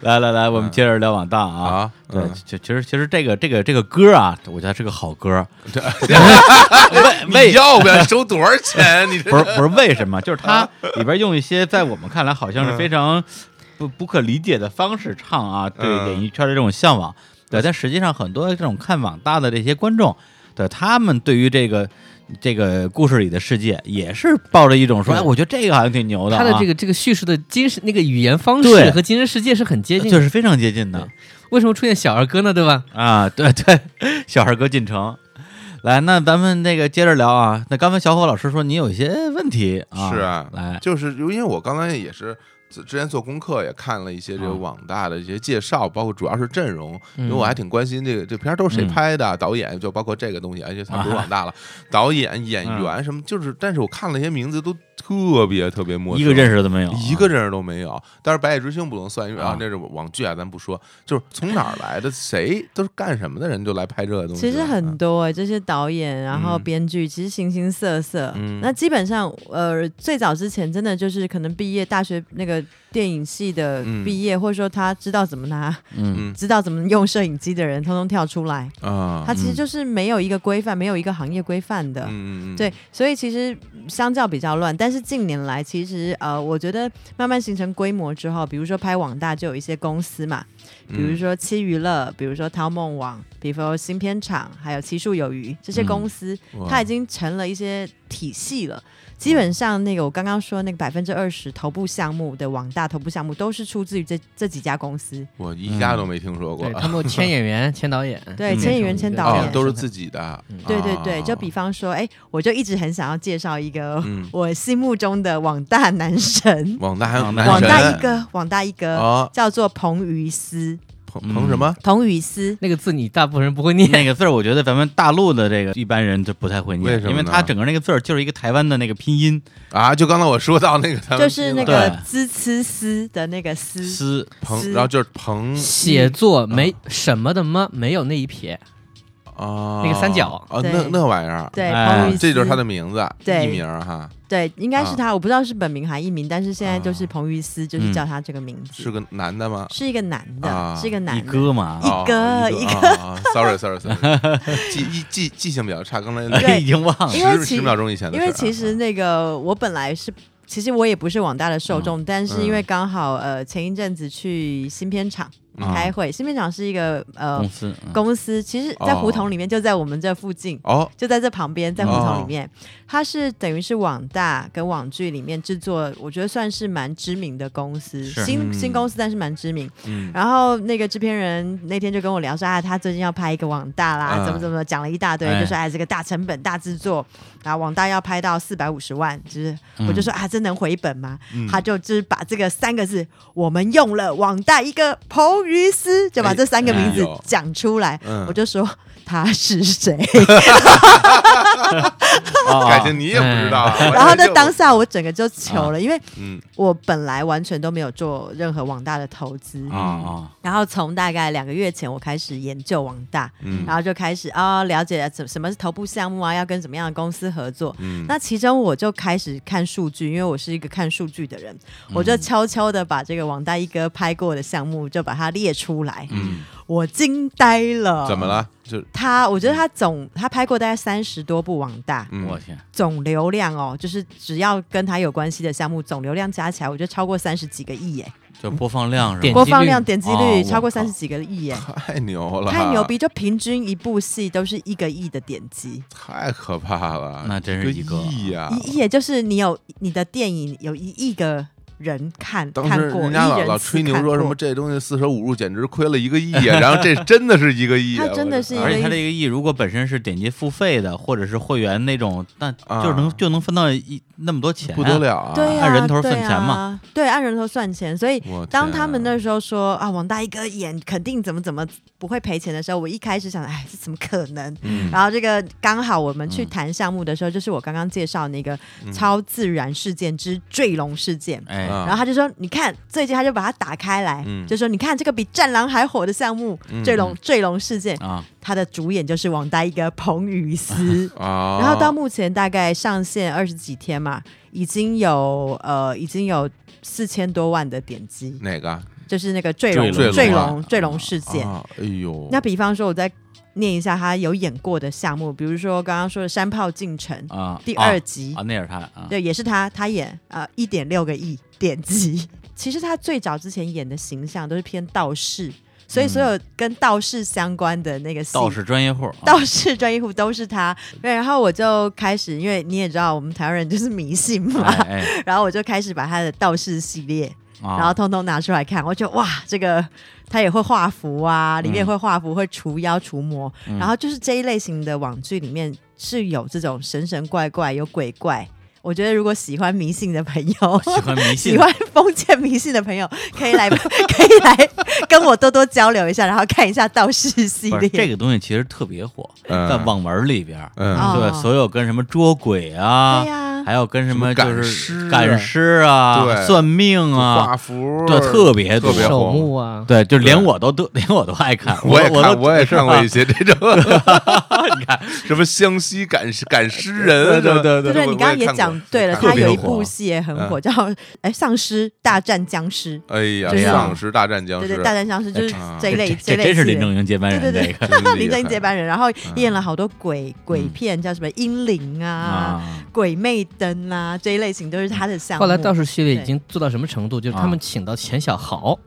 S1: 来来来，我
S4: 嗯
S1: 们接着聊网大 啊。
S2: 啊。
S1: 对，
S2: 嗯
S1: 其其实其实这个这个这个歌啊，我觉得是个好歌。
S2: 这
S1: 为
S2: 你要不要收多少钱？你这
S1: 不是不是为什么，就是它里边用一些在我们看来好
S2: 嗯
S1: 像是非常不不可理解的方式唱啊，对
S2: 嗯
S1: 演艺圈的这种向往。对，但实际上很多这种看网大的这些观众，对他们对于这个这个故事里的世界，也是抱着一种说，哎，
S4: 对
S1: 我觉得这个好像挺牛的、啊，
S4: 他的这个这个叙事的精神那个语言方
S1: 对
S4: 式和精神世界是很接近的
S1: 就。是非常接近的
S4: 为什么出现小儿歌呢？对吧？
S1: 啊。 对对，小二哥进城。来，那咱们那个接着聊啊。那刚才小伙老师说你有一些问题啊，
S2: 是啊
S1: 来，
S2: 就是因为我刚才也是之之前做功课也看了一些这个
S1: 啊
S2: 网大的一些介绍，包括主要是阵容，因为
S4: 嗯
S2: 我还挺关心这个这片儿都
S1: 嗯
S2: 是谁拍的，导演就包括这个东西，而且它不是网大了，导演、演员什么，就是但是我看了一些名字都特别特别陌生，
S1: 一个认。识的都没有啊，
S2: 一个认识都没有，但是《白夜追星》不能算，因为
S1: 啊
S2: 啊，那是网剧啊，咱不说。就是从哪儿来的，谁都是干什么的人就来拍这个东西。
S3: 其实很多哎、这些导演，然后
S2: 啊嗯
S3: 编剧，其实形形色色。
S2: 嗯
S3: 那基本上，呃，最早之前真的就是可能毕业大学那个电影系的
S2: 嗯
S3: 毕业，或者说他知道怎么拿、
S1: 嗯
S2: 嗯
S3: 知道怎么用摄影机的人，通通跳出来。
S2: 啊，
S3: 他其实
S1: 嗯
S3: 就是没有一个规范，没有一个行业规范的。
S2: 嗯嗯嗯
S3: 呃对，所以其实相较比较乱，但是近年来，其实呃，我觉得慢慢形成规模之后，比如说拍网大就有一些公司嘛，
S2: 嗯
S3: 比如说七娱乐，比如说淘梦网，比如说新片场，还有奇数有余这些公司，
S2: 嗯
S3: 它已经成了一些体系了。基本上那个我刚刚说那个百分之二十头部项目的网大头部项目都是出自于这这几家公司，
S2: 我一家都没听说过
S4: 嗯对，他们签演员、签导演，
S3: 对
S1: 嗯
S3: 千演员、千导
S2: 啊
S3: 演，，
S2: 都是自己的
S4: 嗯，
S3: 对对对，
S2: 啊
S3: 就比方说，哎，我就一直很想要介绍一个
S2: 嗯
S3: 我心目中的网大男神，
S2: 网大还有
S1: 网大
S2: 男
S1: 男
S3: 网
S2: 神
S3: 大一哥，网大一哥
S2: 啊，
S3: 叫做彭于斯，
S2: 彭彭什么？
S3: 彭于斯。
S4: 那个字你大部分人不会念，
S1: 那个字儿，我觉得咱们大陆的这个一般人就不太会
S2: 为
S1: 念，
S2: 什么
S1: 因为
S2: 呢
S1: 它整个那个字儿就是一个台湾的那个拼音
S4: 嗯
S2: 啊，就刚才我说到那个，他们
S3: 就是那
S2: 听了
S3: 个
S1: 对
S3: 滋呲丝的那个丝，
S1: 思
S2: 彭，
S3: 丝
S2: 然后就是彭
S4: 写
S2: 嗯
S4: 作没什么的么，没有那一撇，
S2: 啊，
S4: 那个三角
S2: 啊，
S3: 对
S2: 那那玩意儿，啊
S3: 对，
S1: 哎
S3: 彭于斯，
S2: 这就是他的名字，
S3: 对
S2: 艺名儿哈，
S3: 对，应该是
S2: 啊
S3: 他，我不知道是本名还艺名，但是现在就是
S2: 啊
S3: 彭于斯，就是叫他这个名字，
S2: 是个男的吗？
S3: 是一个男
S2: 啊
S3: 的，是一个
S1: 一
S3: 男的，
S1: 哥嘛，
S3: 一
S2: 哦
S3: 个
S2: 一
S3: 一
S2: 个啊啊 ，sorry sorry sorry，记记记记性比较差，刚才
S1: 哎
S3: 对
S1: 已经忘了
S3: 因为
S2: 十
S3: 其
S2: 十秒钟以前的
S3: 因
S2: 事儿啊，
S3: 为其实那个我本来是，其实我也不是网大的受众，
S2: 嗯
S3: 但是因为刚好呃前一阵子去新片场
S1: 啊
S3: 开会，新片场是一个呃
S1: 公司嗯
S3: 公司，其实在胡同里面，就在我们这附近。
S2: 哦，
S3: 就在这旁边，在胡同
S2: 哦
S3: 里面，它是等于是网大跟网剧里面制作，我觉得算是蛮知名的公司，
S1: 是
S3: 新
S2: 嗯
S3: 新公司，但是蛮知名。
S2: 嗯，
S3: 然后那个制片人那天就跟我聊说啊，他最近要拍一个网大啦，
S2: 嗯
S3: 怎么怎么讲了一大堆，
S1: 哎
S3: 就说哎这个大成本大制作，然后网大要拍到四百五十万，就是、我就说啊这能回本吗？
S2: 嗯
S3: 他就就是把这个三个字，我们用了网大一个彭于斯，就把
S2: 哎
S3: 这三个名
S2: 哎
S3: 字
S2: 呦
S3: 讲出来，
S2: 嗯
S3: 我就说他是谁，
S1: 啊
S2: 感情你也不知道
S4: 哎
S2: 啊，
S3: 然后
S2: 在
S3: 在当下我整个
S2: 啊
S3: 就糗了，因为
S2: 嗯
S3: 我本来完全都没有做任何网大的投资，
S1: 啊啊，
S3: 然后从大概两个月前我开始研究网大，
S2: 嗯
S3: 然后就开始啊、了解怎什么是头部项目啊，要跟什么样的公司合作。
S2: 嗯，
S3: 那其中我就开始看数据，因为我是一个看数据的人，我
S2: 嗯
S3: 就悄悄的把这个网大一哥拍过的项目就把它列出来，
S2: 嗯
S3: 我惊呆了。
S2: 怎么？了？就
S3: 他我觉得他总他拍过大概三十多部网大，
S2: 嗯
S1: 我天，
S3: 总流量哦，就是只要跟他有关系的项目，总流量加起来，我觉得超过三十几个亿耶，
S1: 就播放量是
S4: 点
S1: 吧？
S3: 播放量、点击
S1: 哦
S3: 率
S1: 我
S3: 超过
S1: 靠
S3: 三十几个亿耶。
S2: 太牛了，
S3: 太牛逼！就平均一部戏都是一个亿的点击，
S2: 太可怕了，
S1: 那真是一个
S2: 亿呀！
S3: 一亿也就是你有你的电影有一亿个人看
S2: 当时
S3: 看过，
S2: 人家
S3: 一亿
S2: 老
S3: 人
S2: 老
S3: 次
S2: 吹牛
S3: 看
S2: 说什么
S3: 过？
S2: 这东西四舍五入简直亏了一个亿呀， 然后这真的是一个亿啊，
S3: 它真的是一
S2: 我
S3: 个
S2: 操
S1: 而且它
S3: 亿
S1: 这个亿，如果本身是点击付费的，或者是会员那种，那
S2: 啊
S1: 就是能、就能分到一那么多钱、
S2: 不得！了啊！
S3: 对啊，
S1: 按人头
S3: 对
S1: 算钱嘛
S3: 啊，对，按人头算钱。所以
S2: 我
S3: 当
S2: 天
S3: 他们那时候说啊，王大一哥演肯定怎么怎么不会赔钱的时候，我一开始想，哎，这怎么可能？
S2: 嗯
S3: 然后这个刚好我们去谈项目的时候，就是我刚刚介绍那个
S2: 嗯
S3: 超自然事件之坠龙事件。
S1: 哎，
S2: 啊
S3: 然后他就说：“你看，最近他就把它打开来，
S2: 嗯
S3: 就说你看这个比《战狼》还火的项目
S2: 嗯
S3: 《坠龙坠龙事件》，
S1: 啊，
S3: 他的主演就是王大一哥彭于 斯。
S2: 啊，
S3: 然后到目前大概上线二十几天嘛，已经有呃已经有四千多万的点击，
S2: 哪个啊？
S3: 就是那个坠龙
S2: 坠龙
S3: 坠
S2: 啊
S3: 龙坠龙事件。
S2: 哎呦，
S3: 那比方说，我再念一下他有演过的项目，比如说刚刚说的《山炮进城》
S1: 啊，
S3: 第二
S1: 啊
S3: 集，
S1: 啊，那也是他啊，
S3: 对，也是他，他演呃一点六个亿点击。其实他最早之前演的形象都是偏道士，所以所有跟道士相关的那个戏
S1: 道士专业户，啊
S3: 道士专业户都是他。对，然后我就开始，因为你也知道我们台湾人就是迷信嘛，
S1: 哎哎，
S3: 然后我就开始把他的道士系列，
S1: 啊
S3: 然后通通拿出来看，我觉得哇，这个他也会画符啊，
S1: 嗯
S3: 里面会画符，会除妖除魔，然后就是这一类型的网剧里面是有这种神神怪怪，有鬼怪。我觉得如果喜欢迷信的朋友，
S1: 哦喜欢迷信，
S3: 喜欢封建迷信的朋友，可以来 可以来跟我多多交流一下，然后看一下道士系
S1: 不
S3: 列。
S1: 是这个东西其实特别火，
S2: 嗯
S1: 在网文里边儿，
S2: 嗯
S3: 哦
S1: 对，所有跟什么捉鬼啊
S3: 对，呀
S1: 还有跟什么
S2: 什么赶
S1: 就是
S2: 尸
S1: 赶尸啊、
S2: 对
S1: 算命
S2: 画
S1: 啊，
S2: 符
S1: 对，特别多
S2: 特别
S4: 手
S2: 红
S4: 木啊，
S1: 对，就连
S2: 对
S1: 我都都连我都爱看，
S2: 我也
S1: 我
S2: 看，
S1: 都
S2: 我也看过一
S1: 些，
S2: 些这 种，你看什么湘西赶尸赶尸人啊，
S1: 对对对
S3: 对对，你刚刚也讲对了，
S1: 看过
S3: 他
S1: 特别
S3: 有一
S1: 火
S3: 部戏也很
S1: 嗯
S3: 火，叫《哎丧尸大战僵尸》。
S2: 哎呀，
S3: 对
S1: 啊
S2: 丧尸大战僵
S3: 对
S2: 尸，
S3: 对，大战僵尸就是
S2: 啊
S3: 这一类，
S1: 哎这
S3: 类
S1: 真是
S3: 系列
S1: 林正英接班人
S3: 对对对
S1: 这个
S2: 哎真厉害
S3: 林正英接班人，然后演了好多鬼鬼
S1: 嗯
S3: 片，叫什么《阴灵》啊，
S1: 啊，
S3: 鬼魅灯啦、这一类型，都是他的项目。
S4: 后来倒是系列已
S3: 对
S4: 经做到什么程度？就是
S2: 啊
S4: 他们请到钱小豪，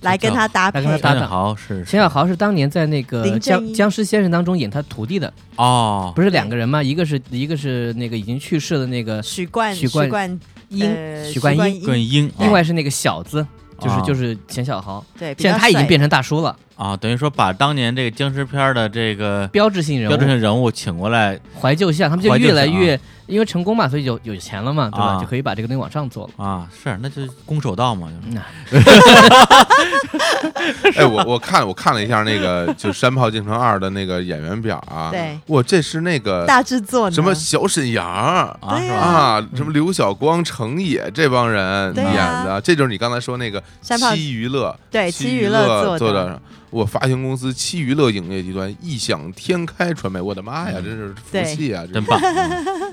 S3: 来跟他搭配
S4: 来跟他搭
S1: 张
S4: 档
S1: 景豪是
S4: 钱小豪是当年在那个
S3: 林
S4: 《
S3: 正
S4: 僵
S3: 英
S4: 僵尸先生》当中演他徒弟的，
S1: 哦，
S4: 不是两个人吗？一个是一个是那个已经去世的那个
S3: 许冠
S4: 许冠
S3: 冠
S4: 英
S3: 呃
S4: 许冠英，
S1: 更英，啊
S4: 另外是那个小子，就是
S1: 啊
S4: 就是钱小豪。
S3: 对，哎比
S4: 现在
S3: 较
S4: 他已经
S3: 帅
S4: 变成大叔了，
S1: 啊，等于说把当年这个僵尸片儿的这个
S4: 标志性人
S1: 标志
S4: 物，
S1: 性人物请过来，
S4: 怀旧像，他们就
S1: 怀旧
S4: 越来
S1: 像啊
S4: 越因为成功嘛，所以有有钱了嘛，对吧？
S1: 啊
S4: 就可以把这个东西往上做了。
S1: 啊，是，那就是攻守道嘛，就是
S4: 那
S2: 哎，我我看我看了一下那个就是《山炮进城二》的那个演员表啊，
S3: 对，
S2: 哇，这是那个
S3: 大制作呢，
S2: 什么小沈阳
S1: 啊，
S3: 对
S1: 是
S3: 呀
S1: 吧？
S2: 啊，什么刘晓光、程野这帮人
S3: 对
S2: 演
S3: 啊
S2: 的，这就是你刚才说那个
S3: 山炮
S2: 七娱乐，
S3: 对
S2: 七
S3: 七
S2: 娱
S3: 娱乐
S2: 乐
S3: 做
S2: 做
S3: 的
S2: 的。我发行公司七娱乐影业集团异想天开传哎媒，我的妈呀，真是福
S3: 嗯对
S2: 气啊！是
S1: 真 棒，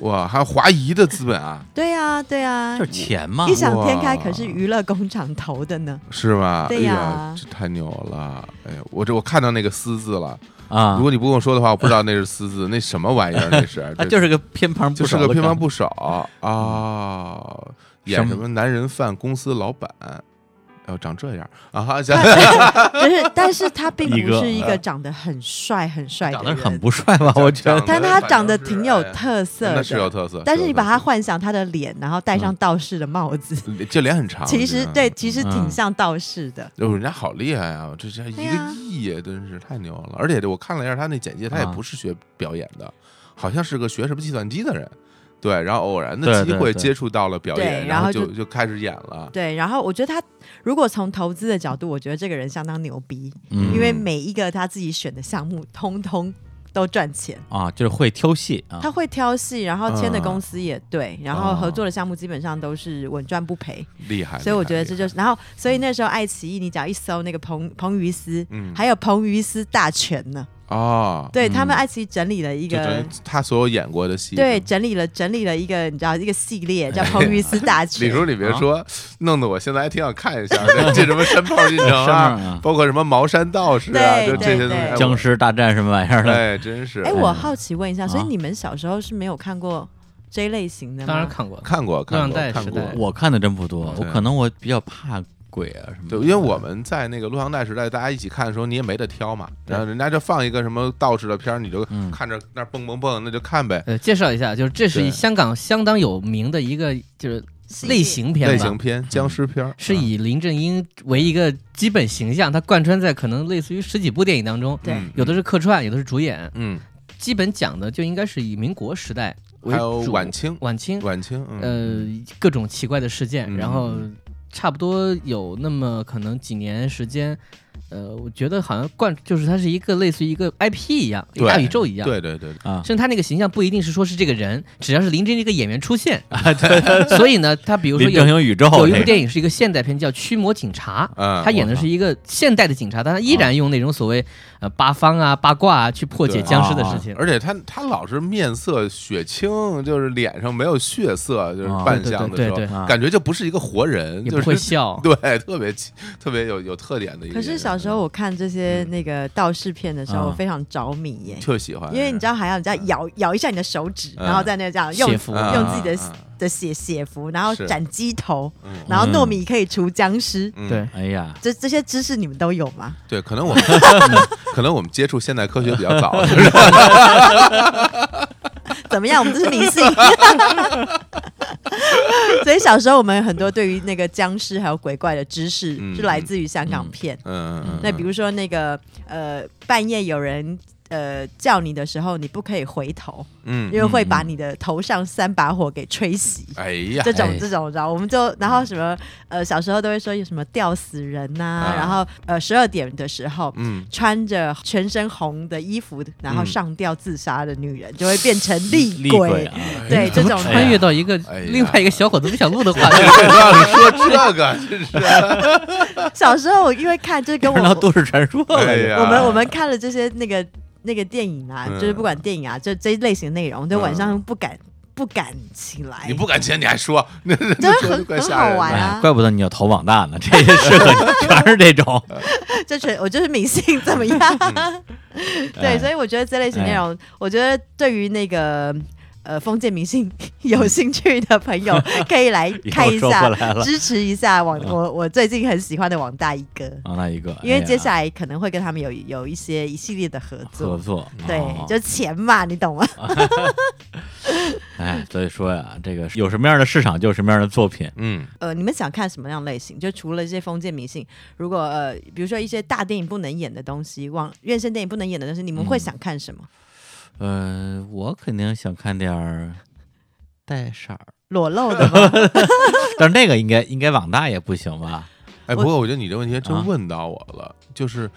S2: 哇，还有华谊的资本啊，
S3: 对呀对呀
S1: 就，是钱嘛
S3: 异，想天开
S2: 哇
S3: 可是娱乐工厂投的呢，
S2: 是吧？
S3: 对
S2: 哎呀
S3: 呀，
S2: 这太牛了！哎呀，我这我看到那个“私”字了，
S1: 啊
S2: 如，果你不跟我说的话，我不知道那是“ 私”字，那什么玩意儿？那是
S1: 啊，
S2: 这
S1: 就是个偏旁部
S2: 就
S1: 首
S2: 是
S1: 的
S2: 个
S1: 感觉，
S2: 偏旁部首啊，
S3: 嗯
S2: 演
S1: 什么
S2: 什么男人贩公司老板，哎呦，长这样 啊哈！行
S3: 就是但是他并
S1: 一
S3: 不
S1: 个
S3: 是一个长得很帅很帅的
S1: 长
S3: 人，
S1: 得很不帅 吧？我觉得
S3: 但他长得挺有特色
S2: 那是有
S3: 的。
S2: 特色，
S3: 但是
S2: 有
S3: 你把
S2: 特
S3: 他
S2: 色
S3: 幻想他的脸，然后戴上道士的帽子，
S2: 这脸很长，
S3: 其实
S2: 我觉
S3: 对，
S2: 得。
S3: 其实
S1: 嗯
S3: 挺像道士的。
S2: 哟，人家好厉害啊！这这一
S3: 对
S2: 个
S3: 呀
S2: 亿啊，真是太牛了！而且我看了一下他那简介，他也
S1: 啊
S2: 不是学表演
S3: 嗯
S2: 的，好像是个学什么计算机的人。对，然后偶然
S1: 对
S2: 的机
S1: 对
S2: 会
S1: 对
S2: 接触到了表
S3: 对
S2: 演，
S3: 然
S2: 然后
S3: 后
S2: 就
S3: 就
S2: 就开始演了。
S3: 对，然后我觉得他如果从投资的角度，我觉得这个人相当牛逼，
S1: 嗯
S3: 因为每一个他自己选的项目，通通都赚钱。
S1: 啊，就是会挑戏啊
S3: 他，会挑戏，然后签的公司也对，然后
S2: 哦
S3: 合作的项目基本上都是稳赚不赔，
S2: 厉害！
S3: 所以我
S2: 厉害
S3: 觉得
S2: 厉
S3: 这
S2: 害
S3: 就是。然后，所以那时候爱奇艺，你只要一搜那个彭彭于斯，
S2: 嗯
S3: 还有彭于斯大全呢，
S2: 哦，
S3: 对他们
S1: 嗯
S3: 爱奇艺整理了一
S2: 就
S3: 个
S2: 等于。他所有演过的戏。
S3: 对，整理了整理了一个，你知道一个系列叫《彭于斯大
S2: 李
S3: 全》
S2: 叔，你别说，弄得我现在还挺想看一下这这什么山炮进城
S1: 山炮
S2: 啊
S1: 啊，
S2: 包括什么茅山道士啊，
S3: 对
S2: 就这
S3: 对
S2: 些东西
S3: 对
S2: 哎。
S1: 僵尸大战什么玩意
S2: 我
S1: 儿的，
S2: 哎，真是
S3: 哎，我好奇问一下，所以
S1: 啊
S3: 你们小时候是没有看过这一类型的吗？
S4: 当然看过，
S2: 看过看
S4: 让
S2: 过
S4: 带
S2: 看
S4: 时
S2: 过
S4: 代。
S1: 我看的真不多，我
S2: 哎对
S1: 可能我比较怕鬼啊什么的，
S2: 对，因为我们在那个录像带时代，大家一起看的时候，你也没得挑嘛。然后人家就放一个什么道士的片儿，你就
S1: 嗯
S2: 看着那儿蹦蹦蹦，那就看呗。
S4: 呃，介绍一下，就是这
S2: 对
S4: 是香港相当有名的一个就是
S3: 系列
S4: 类型片吧，嗯
S2: 类型片、僵尸片儿啊
S4: 是以林正英为一个基本形象，他贯穿在可能类似于十几部电影当中，
S3: 对
S2: 嗯
S4: 有的是客串，有的是主演，
S2: 嗯，
S4: 基本讲的就应该是以民国时代为
S2: 还有
S4: 主，
S2: 晚清，
S4: 晚清，
S2: 晚清，嗯，
S4: 呃，各种奇怪的事件，
S2: 嗯
S4: 然后差不多有那么可能几年时间，呃，我觉得好像贯就是它是一个类似于一个 IP 一样，一个
S2: 对
S4: 大宇宙一样。
S2: 对对对，
S1: 啊
S4: 甚至他那个形象不一定是说是这个人，只要是林正英这个演员出 现， 所以呢，他比如说
S1: 林
S4: 有
S1: 正英宇宙
S4: 有一
S1: 这
S4: 部
S1: 个
S4: 电影是一个现代片叫《驱魔警察》，
S2: 嗯，
S4: 他演的是一个现代的警察，但他依然用那种所谓呃八方啊、八卦啊去破解
S2: 对
S4: 僵尸的事情。
S2: 哦而且他他老是面色血青，就是脸上没有血色，就是
S1: 啊
S2: 扮
S4: 对
S2: 相的
S4: 对
S2: 时候
S4: 对，
S1: 啊
S2: 感觉就不是一个活人，
S4: 也
S2: 就
S4: 不会
S2: 是。
S4: 笑
S2: 对，特别奇特别有有特点的一个
S3: 可
S2: 演
S3: 是
S2: 员。
S3: 小时候我看这些那个道士片的时候，
S1: 嗯
S3: 我非常着迷耶，
S2: 就喜欢，
S3: 因为你知道还要你知道咬咬一下你的手指，
S2: 嗯
S3: 然后在那这样用
S4: 写符
S2: 啊
S3: 用自己的
S2: 啊啊
S3: 的血血符，然后
S2: 是
S3: 斩鸡头，
S2: 嗯
S3: 然后糯米可以除僵尸，
S2: 嗯
S4: 对
S1: 哎呀，
S3: 这这些知识你们都有吗？
S2: 对，可能我们可能我们接触现代科学比 较早，是吧
S3: 怎么样？我们这是迷信。 所以小时候我们很多对于那个僵尸还有鬼怪的知识，
S2: 嗯
S3: 是来自于香港片。
S2: 嗯嗯，
S3: 那比如说那个呃，半夜有人呃叫你的时候，你不可以回头，
S2: 嗯，
S3: 因为会把你的头上三把火给吹熄。
S2: 哎呀
S3: 这，种
S1: 哎
S3: 这种，然后我们就然后什么呃，小时候都会说有什么吊死人呐、
S2: 啊
S3: 然后呃，十二点的时候。
S2: 嗯，
S3: 穿着全身红的衣服，然后
S2: 嗯
S3: 上吊自杀的女人，就会变成厉
S1: 厉鬼啊，
S2: 哎
S3: 对这
S4: 怎么
S3: 种
S4: 穿越到一个
S2: 哎呀
S4: 另外一个小伙子不想录的 话
S2: 哎
S4: 题，
S2: 不要说这个，真 是，
S3: 小时候我因为看，就是跟
S1: 不知道
S3: 我
S1: 都市传说
S2: 哎
S1: 了，
S2: 呀，
S3: 我们我们看了这些那个那个电影啊，
S2: 嗯
S3: 就是不管电影啊，就这一类型内容，就晚上不敢、不敢起来
S2: 你，不敢签，你还说，那
S3: 真的
S2: 说
S3: 很
S2: 就怪
S3: 很
S2: 吓
S3: 好
S2: 人的
S1: 哎
S3: 玩
S1: 呀
S3: 啊，
S1: 怪不得你要投网大呢，这些适合你， 全是这种，
S3: 就全我就是迷信怎么 样？对，所以我觉得这类型内容，我觉得对于那个。呃封建迷信有兴趣的朋友，可以来
S1: 又
S3: 看一
S1: 说回
S3: 下，
S1: 来了
S3: 支持一下网
S1: 嗯
S3: 我我最近很喜欢的网大一哥，
S1: 啊，那一个，
S3: 因为接下
S1: 来
S3: 来可能会跟他们有有一些一系列的合
S1: 合
S3: 作。
S1: 作，
S3: 对
S1: 哦，
S3: 就钱嘛，你懂吗？
S1: 哎，所以说呀，这个有什么样的市场就有什么样的作品，
S2: 嗯
S3: 呃，你们想看什么样类型？就除了这些封建迷信，如果呃，比如说一些大电影不能演的东西，网院线电影不能演的东西，你们会
S1: 嗯
S3: 想看什么？
S1: 呃，我肯定想看点儿带色儿，
S3: 裸露的吗？
S1: 但是那个应该应该网大也不行吧？
S3: 我
S2: 哎，不过我觉得你这个问题还
S1: 啊
S2: 真问到我了，就是，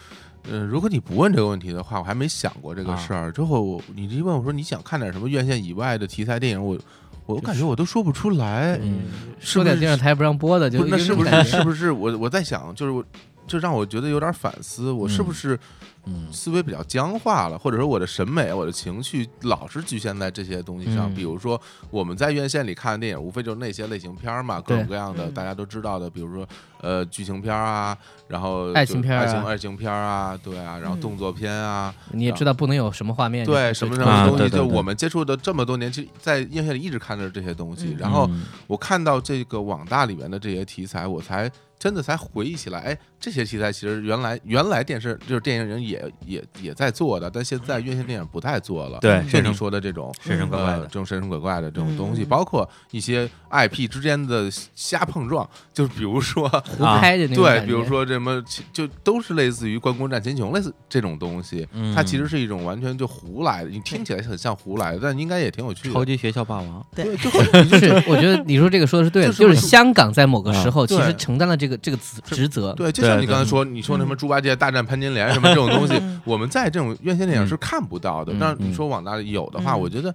S2: 呃，如果你不问这个问题的话，我还没想过这个
S1: 啊
S2: 事儿。之后我你一问我说你想看点什么院线以外的题材电影，我我感觉我都说不出来，
S1: 嗯，
S2: 是
S4: 说
S2: 不
S4: 点电视
S2: 是？
S4: 台不让播的，就
S2: 不是，那
S4: 就是
S2: 不
S4: 种感
S2: 是
S4: 觉
S2: 是不是我我在想，就是我就让我觉得有点反思，我是不
S1: 嗯
S2: 是
S1: 嗯
S2: 思维比较僵化了，或者说我的审美、我的情绪老是局限在这些东西上。
S4: 嗯
S2: 比如说我们在院线里看的电影，无非就是那些类型片儿嘛，各
S4: 对
S2: 种各样的
S3: 嗯
S2: 大家都知道的，比如说呃剧情片儿啊，然后就
S4: 爱情片儿啊
S2: 爱情爱情片儿啊，对啊，然后
S3: 嗯
S2: 动作片啊，
S4: 你也知道不能有什么画面，
S2: 对什么什
S1: 啊
S2: 么东
S1: 对
S2: 西，
S1: 对
S2: 就
S1: 对
S2: 我们接触的这么多年，其实在院线里一直看着这些东西
S3: 嗯，
S2: 然后
S1: 嗯
S2: 我看到这个网大里面的这些题材，我才真的才回忆起来，哎，这些题材其实原来原来电视就是电影人也也也在做的，但现在院线电影不太做了。
S1: 对，
S2: 像
S1: 神
S2: 你
S1: 神
S2: 说的这种
S1: 神神怪怪
S2: 呃，
S1: 的
S2: 这，种神神鬼怪的这种东西，
S3: 嗯
S2: 包括一些 IP 之间的瞎碰撞，就是比如说，
S4: 胡拍的那种感
S2: 啊
S4: 觉
S2: 对，比如说这什么，其就都是类似于《关公战秦琼》类似这种东西，
S1: 嗯
S2: 它其实是一种完全就胡来的，你听起来很像胡来的，但应该也挺有趣
S1: 超
S2: 的。
S1: 级学校霸王，
S2: 对，
S3: 对
S2: 就很
S4: 就是我觉得你说这个说的是对的，
S2: 就
S4: 就
S2: 是
S4: 是香港在某个时候
S2: 啊对
S4: 其实承担了这个这个职职责，
S2: 对，就像
S1: 对
S2: 你
S1: 对
S2: 刚才说，你说那什么猪八戒大战潘金莲什么这种东西
S3: 嗯，
S2: 我们在这种院线电影是看不到的
S1: 嗯。
S2: 但是
S1: 嗯
S2: 你说网大有的话，
S3: 嗯
S2: 我觉得。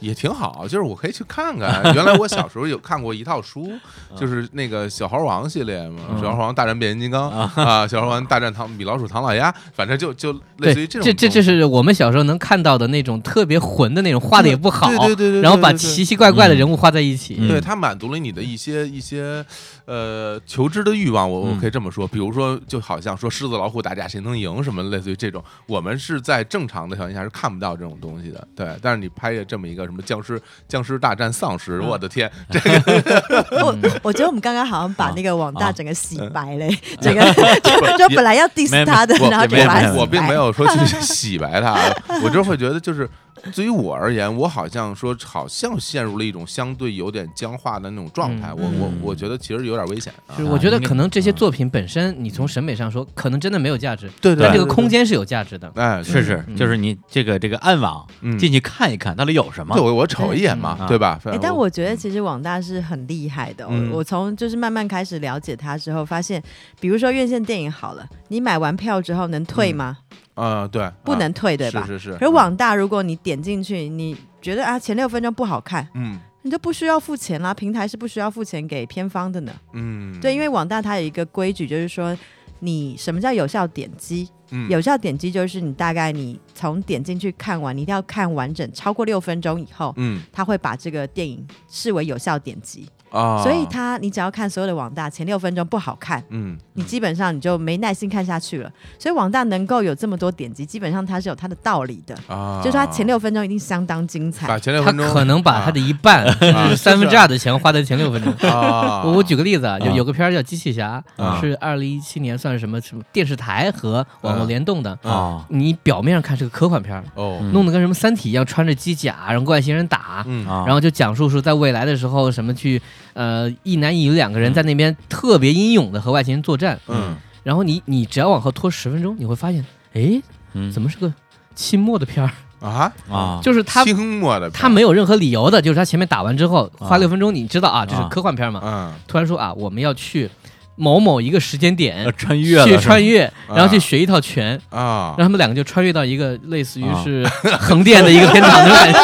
S2: 也挺好，就是我可以去看看。原来我小时候有看过一套书，
S3: 嗯
S2: 就是那个《小猴王》系列嘛，
S1: 嗯
S2: 小猴王大战变形金刚》啊，《小猴王大战唐米老鼠、唐老鸭》，反正就就类似于这种
S4: 这
S2: 东西。
S4: 这这是我们小时候能看到的那种特别混的那种，画的也不好，
S2: 对对对对
S4: 然后把
S2: 对对对
S4: 奇奇怪怪的人物画在一起，
S1: 嗯
S2: 对它满足了你的一些一些呃求知的欲望，我我
S1: 嗯
S2: 可以这么说，比如说就好像说狮子老虎打架谁能赢什么，类似于这种，我们是在正常的条件下是看不到这种东西的，对。但是你拍的这么一个什么僵尸僵尸大战丧尸，
S1: 嗯
S2: 我的天，这个
S3: 我我觉得我们刚刚好像把那个网
S1: 啊
S3: 大整个洗白嘞， 整个就就本来要 diss
S1: 没
S3: 他的，
S2: 我
S3: 然后就
S1: 也
S3: 把
S1: 没
S3: 他
S1: 有
S3: 洗
S2: 我并
S3: 白
S2: 没有说去 洗白它，啊我就会觉得就是。对于我而言，我好像说，好像陷入了一种相对有点僵化的那种状态。
S4: 嗯
S2: 我我
S1: 嗯
S2: 我觉得其实有点危险啊。
S4: 就是我觉得
S1: 啊
S4: 可能这些
S1: 应该
S4: 作品本身，你从审美上说，可能真的没有价值，
S2: 对
S1: 对
S4: 但这个
S2: 对
S4: 空间是有价值的。
S2: 哎，
S1: 是是，
S4: 嗯
S1: 就是你这个这个暗网
S2: 嗯
S1: 进去看一看，到底有什么
S2: 对，？我我瞅一眼嘛
S1: 嗯，
S2: 对
S3: 哎、
S2: 吧？反正
S3: 但我觉得其实网大是很厉害的哦、
S2: 嗯
S3: 我从就是慢慢开始了解它之后，发现，比如说院线电影好了，你买完票之后能退吗？
S2: 啊，对，
S3: 不
S2: 啊
S3: 能退，对吧？
S2: 是嗯是是。
S3: 可是网大，如果你点进去，你觉得啊前六分钟不好看，
S2: 嗯
S3: 你就不需要付钱啦。平台是不需要付钱给片方的呢。
S2: 嗯，
S3: 对，因为网大它有一个规矩，就是说你什么叫有效点击？
S2: 嗯
S3: 有效点击就是你大概你从点进去看完，你一定要看完整，超过六分钟以后，
S2: 嗯
S3: 它会把这个电影视为有效点击。
S2: 啊，
S3: 所以它你只要看所有的网大前六分钟不好看，
S2: 嗯
S3: 你基本上你就没耐心看下去了。所以网大能够有这么多点击，基本上它是有它的道理的，
S2: 啊，
S3: 就是它前六分钟一定相当精彩
S2: 把。前六
S4: 他
S2: 分钟
S4: 可能把他的一半，就是三分之二的钱花在前六分钟。
S2: 啊啊，
S4: 我我举个例子啊，有
S1: 啊
S4: 有个片儿叫《机器侠
S2: 啊》，
S4: 是二零一七年算是什么什么电视台和网络联动的。
S1: 啊
S4: 你表面上看是个科幻片儿，
S2: 哦
S1: 嗯
S4: 弄得跟什么《三体》一样，穿着机甲，然后外星人打，
S2: 嗯
S1: 啊，
S4: 然后就讲述说在未来的时候，什么去呃一男一女两个人在那边特别英勇的和外星人作战。
S2: 嗯
S4: 然后你你只要往后拖十分钟，你会发现，哎，
S1: 嗯
S4: 怎么是个清末的片儿？
S2: 啊，
S1: 啊？
S4: 就是他
S2: 清末的
S4: 他没有任何理由的，就是他前面打完之后
S1: 啊
S4: 花六分钟，你知道啊，这是
S1: 啊
S4: 科幻片嘛？
S2: 嗯
S4: 突然说啊，我们要去某某一个时间
S1: 呃
S4: 点
S1: 穿越了
S4: 去
S1: 是吧，啊
S4: 穿越，然后去学一套拳，
S2: 啊
S4: 让，他们两个就穿越到一个类似于
S1: 啊
S4: 是横店的一个片场的感觉。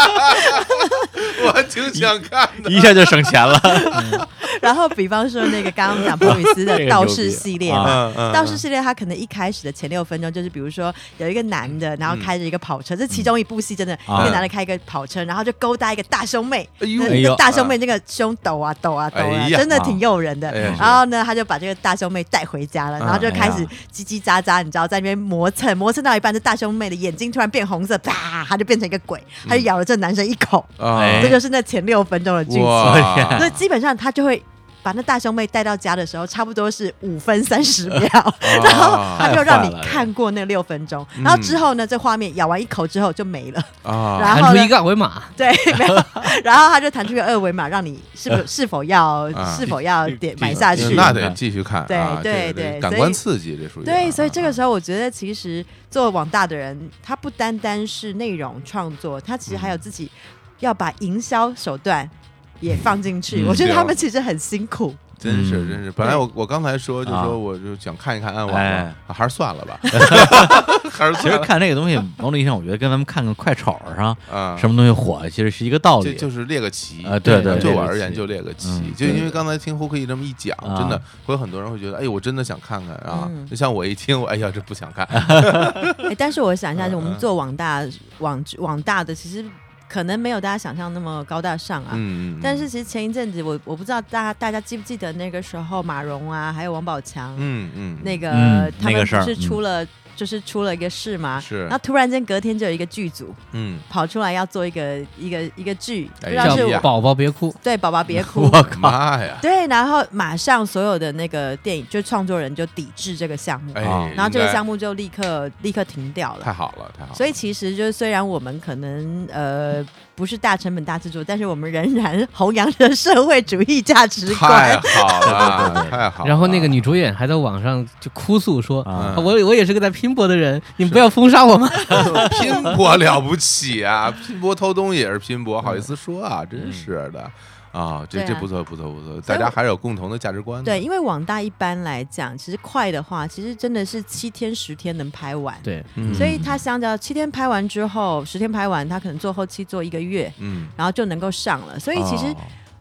S2: 我去，挺想看的。
S1: 一下就省 钱了。
S3: 然后比方说那个刚刚讲普鲁斯
S1: 这
S3: 的
S1: 个牛
S3: 道
S1: 逼
S3: 士系列
S1: 啊
S3: 嘛，
S2: 嗯嗯
S3: 道士系列，它可能一开始的前六分钟就是，比如说有一个男
S2: 嗯
S3: 的，然后开着一个跑车，这其中一部戏真的，
S1: 啊
S3: 一个男的开一个跑车，然后就勾搭一个大胸妹，
S2: 哎呦
S3: 那
S1: 哎呦
S3: 那大胸妹那个胸抖啊抖啊抖啊
S2: 哎，呀
S3: 真的挺诱人的
S2: 哎呀。嗯
S3: 然后呢，他就把这个大胸妹带回家了，然后就开
S1: 哎
S3: 始
S1: 呀
S3: 叽叽喳喳，你知道在那边磨蹭，磨蹭到一半，这大胸妹的眼睛突然变红色，啪，她就变成一个鬼，
S2: 嗯
S3: 她就咬了这男生一口，
S2: 啊
S1: 哎
S3: 这就是那前六分钟的剧情。
S2: 哇
S3: 所以基本上他就会。把那大胸妹带到家的时候，差不多是五分三十秒，
S2: 啊
S3: 然后他就让你看过那六分钟，然后之后呢，这画面咬完一口之后就没了，
S2: 啊
S3: 然
S4: 弹
S3: 后
S4: 出
S3: 呢
S4: 一个二维码，
S3: 对，没有，然后他就弹出个二维码，让你是不是否要
S2: 啊
S3: 是否要点买下去？
S2: 嗯那得继续看啊，
S3: 对对
S2: 这个
S3: 对
S2: 感
S3: 所
S2: 官
S3: 以
S2: 刺激这属于啊
S3: 对，所以这个时
S2: 候
S3: 候我觉得，其实做网大的人，他不单单是内容创作，他其实还有自己要把营销手段也放进去。
S1: 嗯
S3: 我觉得
S2: 对
S3: 他们其实很辛苦。
S2: 真是
S1: 嗯
S2: 真是，本来我我刚才说就
S1: 啊
S2: 说我就想看一看暗网
S1: 哎
S2: 嘛，啊还是算 了吧， 还是
S1: 其实
S2: 算了
S1: 看这个东西，某种意义上，我觉得跟咱们看看快炒上
S2: 啊，
S1: 什么东西火，其实是一个道
S2: 这
S1: 理。
S2: 就是列个棋
S1: 啊对
S4: 对
S2: 就
S1: 列
S2: 我
S1: 个
S2: 而言
S1: 棋
S2: 就列个棋
S1: 嗯，
S2: 就因
S1: 对
S2: 为刚才听胡克义这么一讲
S1: 啊，
S2: 真的会有很多人会觉得，哎，我真的想看看啊
S3: 嗯，
S2: 就像我一听，我哎呀，这不 想看，
S3: 哎，但是我想一下，
S2: 嗯
S3: 就我们
S2: 嗯
S3: 做网大网网大的，其实可能没有大家想象那么高大上啊。
S2: 嗯，嗯
S3: 但是其实前一阵子，我我不知道大家大家记不记得那个时候马蓉啊，还有王宝强、
S2: 嗯嗯，
S3: 那个、
S1: 嗯
S3: 他
S1: 那个
S3: 们
S1: 事儿
S3: 不是出了、就是出了一个事嘛，
S2: 是
S3: 然后突然间隔天就有一个剧组
S2: 嗯，
S3: 跑出来要做一个一个一个剧，不
S2: 哎
S3: 知
S2: 呀
S3: 道是
S4: 叫
S3: 我
S4: 宝宝别哭，
S3: 对宝宝 别哭，
S1: 我靠！
S2: 妈呀，
S3: 对，然后马上所有的那个电影就创作人就抵制这个项目，
S2: 哎
S1: 啊，
S3: 然后这个项
S2: 目
S3: 目就立刻立刻停掉了
S2: 太。好了，太好了，
S3: 所以其实就是，虽然我们可能呃不是大成本大制作，但是我们仍然弘扬着社会主义价值
S2: 太
S3: 观。
S2: 好了，
S1: 对
S2: 太好了，
S4: 然后那个女主演还在网上就哭诉说。
S1: 啊
S4: 啊我我也是个在拼搏的人，你们不要封杀我们。
S2: 拼搏了不起啊！ 拼搏偷东西也是拼搏，好意思说
S1: 嗯
S2: 啊，真是的啊！这
S3: 对啊
S2: 这不错不错不错，大家还是有共同的价值观的。
S3: 对，因为网大一般来讲，其实快的话，其实真的是七天十天能拍完。
S4: 对，
S2: 嗯，
S3: 所以它相较七天拍完之后，十天拍完，它可能做后期做一个月，
S2: 嗯，
S3: 然后就能够上了。所以其实
S2: 哦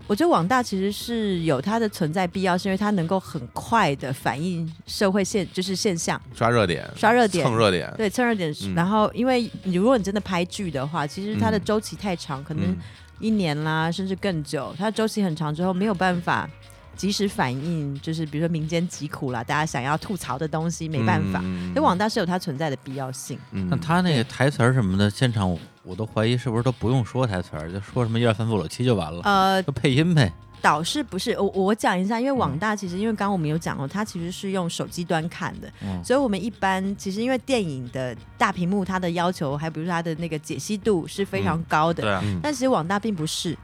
S3: 我觉得网大其实是有它的存在必要，是因为它能够很快的反映社会现就是现象，
S2: 刷热点，
S3: 刷热点
S2: 蹭热点，
S3: 对，趁热点是。
S2: 嗯
S3: 然后，因为你如果你真的拍剧的话，其实它的
S2: 嗯
S3: 周期太长，可能
S2: 嗯，
S3: 一年啦，甚至更久。它周期很长之后，没有办法及时反映，就是比如说民间疾苦啦，大家想要吐槽的东西，没办法。
S2: 嗯
S3: 所以网，大是有它存在的必要性。
S2: 嗯
S1: 那他那个台词儿什么的，现场我我都怀疑是不是都不用说台词儿，就说什么一二三四五六七就完了，
S3: 呃，
S1: 就配音呗。
S3: 导是不是我我讲一下，因为网
S2: 嗯
S3: 大其实因为刚刚我们有讲哦，它其实是用手机端看的，
S1: 嗯
S3: 所以我们一般其实因为电影的大屏幕它的要求，还有比如说它的那个解析度是非常高的，
S1: 啊
S2: 嗯
S3: 但其实网大并不是。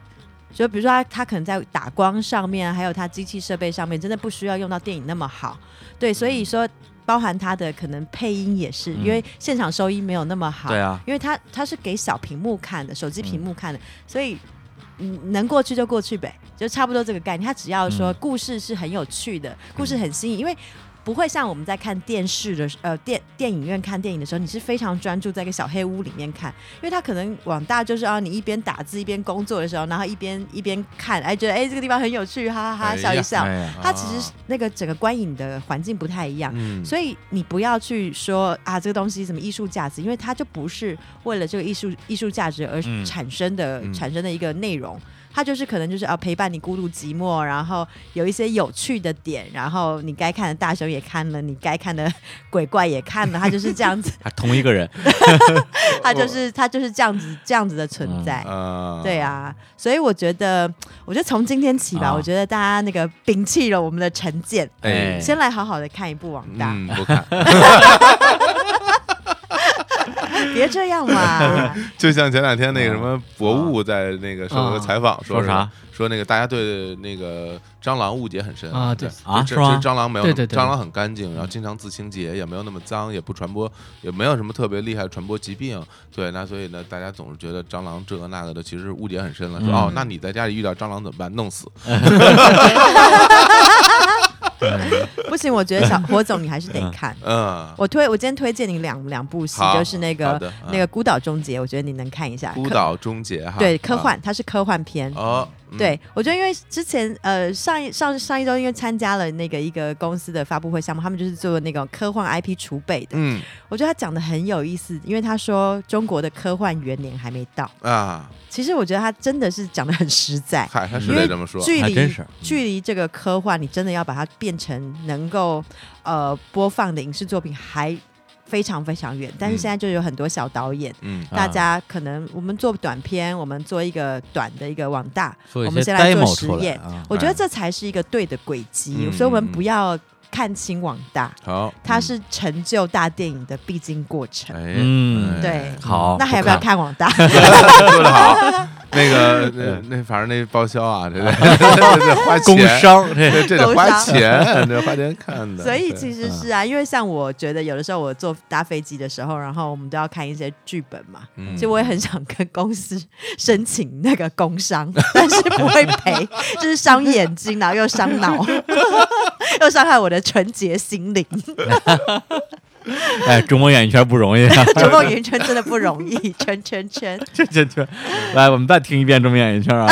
S3: 就比如说它，它可能在打光上面，还有它机器设备上面，真的不需要用到电影那么好。对，所以说包含它的可能配音也是，
S1: 嗯
S3: 因为现场收音没有那么好。
S1: 对啊，
S3: 因为它它是给小屏幕看的，手机屏幕看的，所以嗯，能过去就过去呗，就差不多这个概念。它只要说
S1: 嗯
S3: 故事是很有趣的，故事很新颖，因为。不会像我们在看电视的时呃电电影院看电影的时候，你是非常专注在一个小黑屋里面看，因为它可能网大就是啊，你一边打字一边工作的时候，然后一边一边看，哎觉得哎这个地方很有趣，哈哈哈
S2: 哎呀
S3: 笑一笑。
S1: 哎呀，
S3: 它其实是那个整个观影的环境不太一样，
S2: 嗯，
S3: 所以你不要去说啊，这个东西什么艺术价值，因为它就不是为了这个艺术艺术价值而
S1: 嗯
S3: 产生的、
S2: 嗯
S3: 产生的一呃个内容，它就是可能就是啊陪伴你孤独寂寞，然后有一些有趣的点，然后你该看的大熊也看了，你该看的鬼怪也看了，它就是这样子，
S1: 还同一个人，
S3: 它就是它就是这样子这样子的存在。
S2: 呃，
S3: 对，啊，所以我觉得，我觉得从今天起吧，
S1: 啊
S3: 我觉得大家那个摒弃了我们的成见，
S1: 哎
S3: 先来好好的看一部网大，
S2: 嗯，不看，
S3: 别这样嘛。
S2: 就像前两天那个什么博物在那个受了个采访，
S1: 说
S2: 是
S1: 啥？
S2: 说那个大家对那个蟑螂误解很深
S4: 啊对
S1: 啊
S2: 就是
S1: 吗
S2: 蟑螂没有那
S4: 对
S2: 么，
S4: 对对
S2: 蟑螂很干净，然后经常自清洁，也没有那么脏，也不传播，也没有什么特别厉害的传播疾病。对，那所以呢，大家总是觉得蟑螂这个那个的，其实误解很深了。说
S1: 嗯
S2: 哦，那你在家里遇到蟑螂怎么办？弄死。
S3: 不行，我觉 得小火总你还是得看。
S2: 嗯，
S3: 我推我今天推荐你两两部戏，
S2: 好
S3: 就是那
S2: 好
S3: 个
S2: 的嗯
S3: 那个《孤岛终结》，我觉得你能看一下。
S2: 孤
S3: 科
S2: 岛终结哈，
S3: 对科
S2: 啊
S3: 幻，它是科幻片。
S2: 哦，嗯，
S3: 对，我觉得因为之前呃上一上上一周因为参加了那个一个公司的发布会项目，他们就是做那种科幻 IP 储备的。
S2: 嗯
S3: 我觉得他讲的很有意思，因为他说中国的科幻元年还没到。
S2: 啊，
S3: 其实我觉得他真的是讲的很实在，
S2: 嗨，他是
S3: 因
S2: 得
S3: 为
S2: 这么说，
S3: 距
S1: 还
S3: 离
S1: 真是
S3: 距离这个科幻，你真的要把它变成能够呃播放的影视作品，还非常非常远。但是
S2: 嗯
S3: 现在就有很多小导演，
S2: 嗯
S3: 大家可能我们做短片，我们做一个短的一个网大，
S1: 做一
S3: 我们
S1: 些
S3: 先来做
S1: demo
S3: 实
S1: 出来
S3: 验
S1: 啊，
S3: 我觉得这才是一个对的轨迹，
S2: 嗯
S3: 所以我
S2: 嗯
S3: 们
S2: 嗯
S3: 不要看清网大，
S2: 好，
S3: 它
S2: 嗯
S3: 是成就大电影的必经过程。
S2: 哎，
S1: 嗯
S2: 哎
S3: 对
S1: 好，
S3: 那还要不要看网大？
S2: 说的好，那个那
S1: 嗯
S2: 那反正那报销啊， 这这这花
S1: 工
S2: 钱，
S1: 烧 这
S2: 这这得
S3: 工
S2: 花
S3: 伤
S2: 钱，这花钱看的，
S3: 所以
S2: 对
S3: 其实是啊，因为像我觉得有的时候我坐搭飞机的时候，然后我们都要看一些剧本嘛。
S2: 嗯
S3: 其实我也很想跟公司申请那个工伤， 但是不会 赔，就是伤眼睛，然后又伤脑， 又伤害我的纯洁心 灵。
S1: 哎，中国演艺圈不容易啊，
S3: 逐梦云圈真的不容易，圈圈圈。
S1: 这这这，来，我们再听一遍中国演艺 圈啊，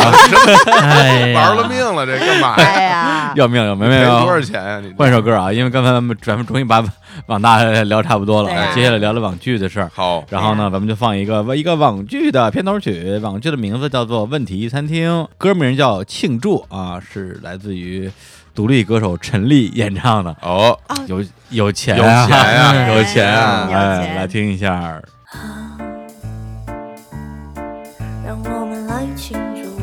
S4: 哎呀
S2: 玩了命了，这干嘛呀？
S3: 哎呀，
S1: 要命要命要
S2: 赔
S1: 命！
S2: 多少钱呀？你
S1: 换首歌啊，因为刚才咱们咱们终于把网大聊差不多了，
S3: 对啊
S1: 接下来聊聊网剧的事儿。
S2: 好，
S1: 然后呢，咱们就放一个一个网剧的片头曲，网剧的名字叫做《问题餐厅》，歌名叫《庆祝》啊，是来自于独立歌手陈粒演唱的。
S2: 哦，
S1: 有有钱
S2: 有
S1: 啊
S2: 钱呀，
S1: 有钱啊！
S3: 有钱
S1: 哎，来听一下，
S6: 让我们来庆祝。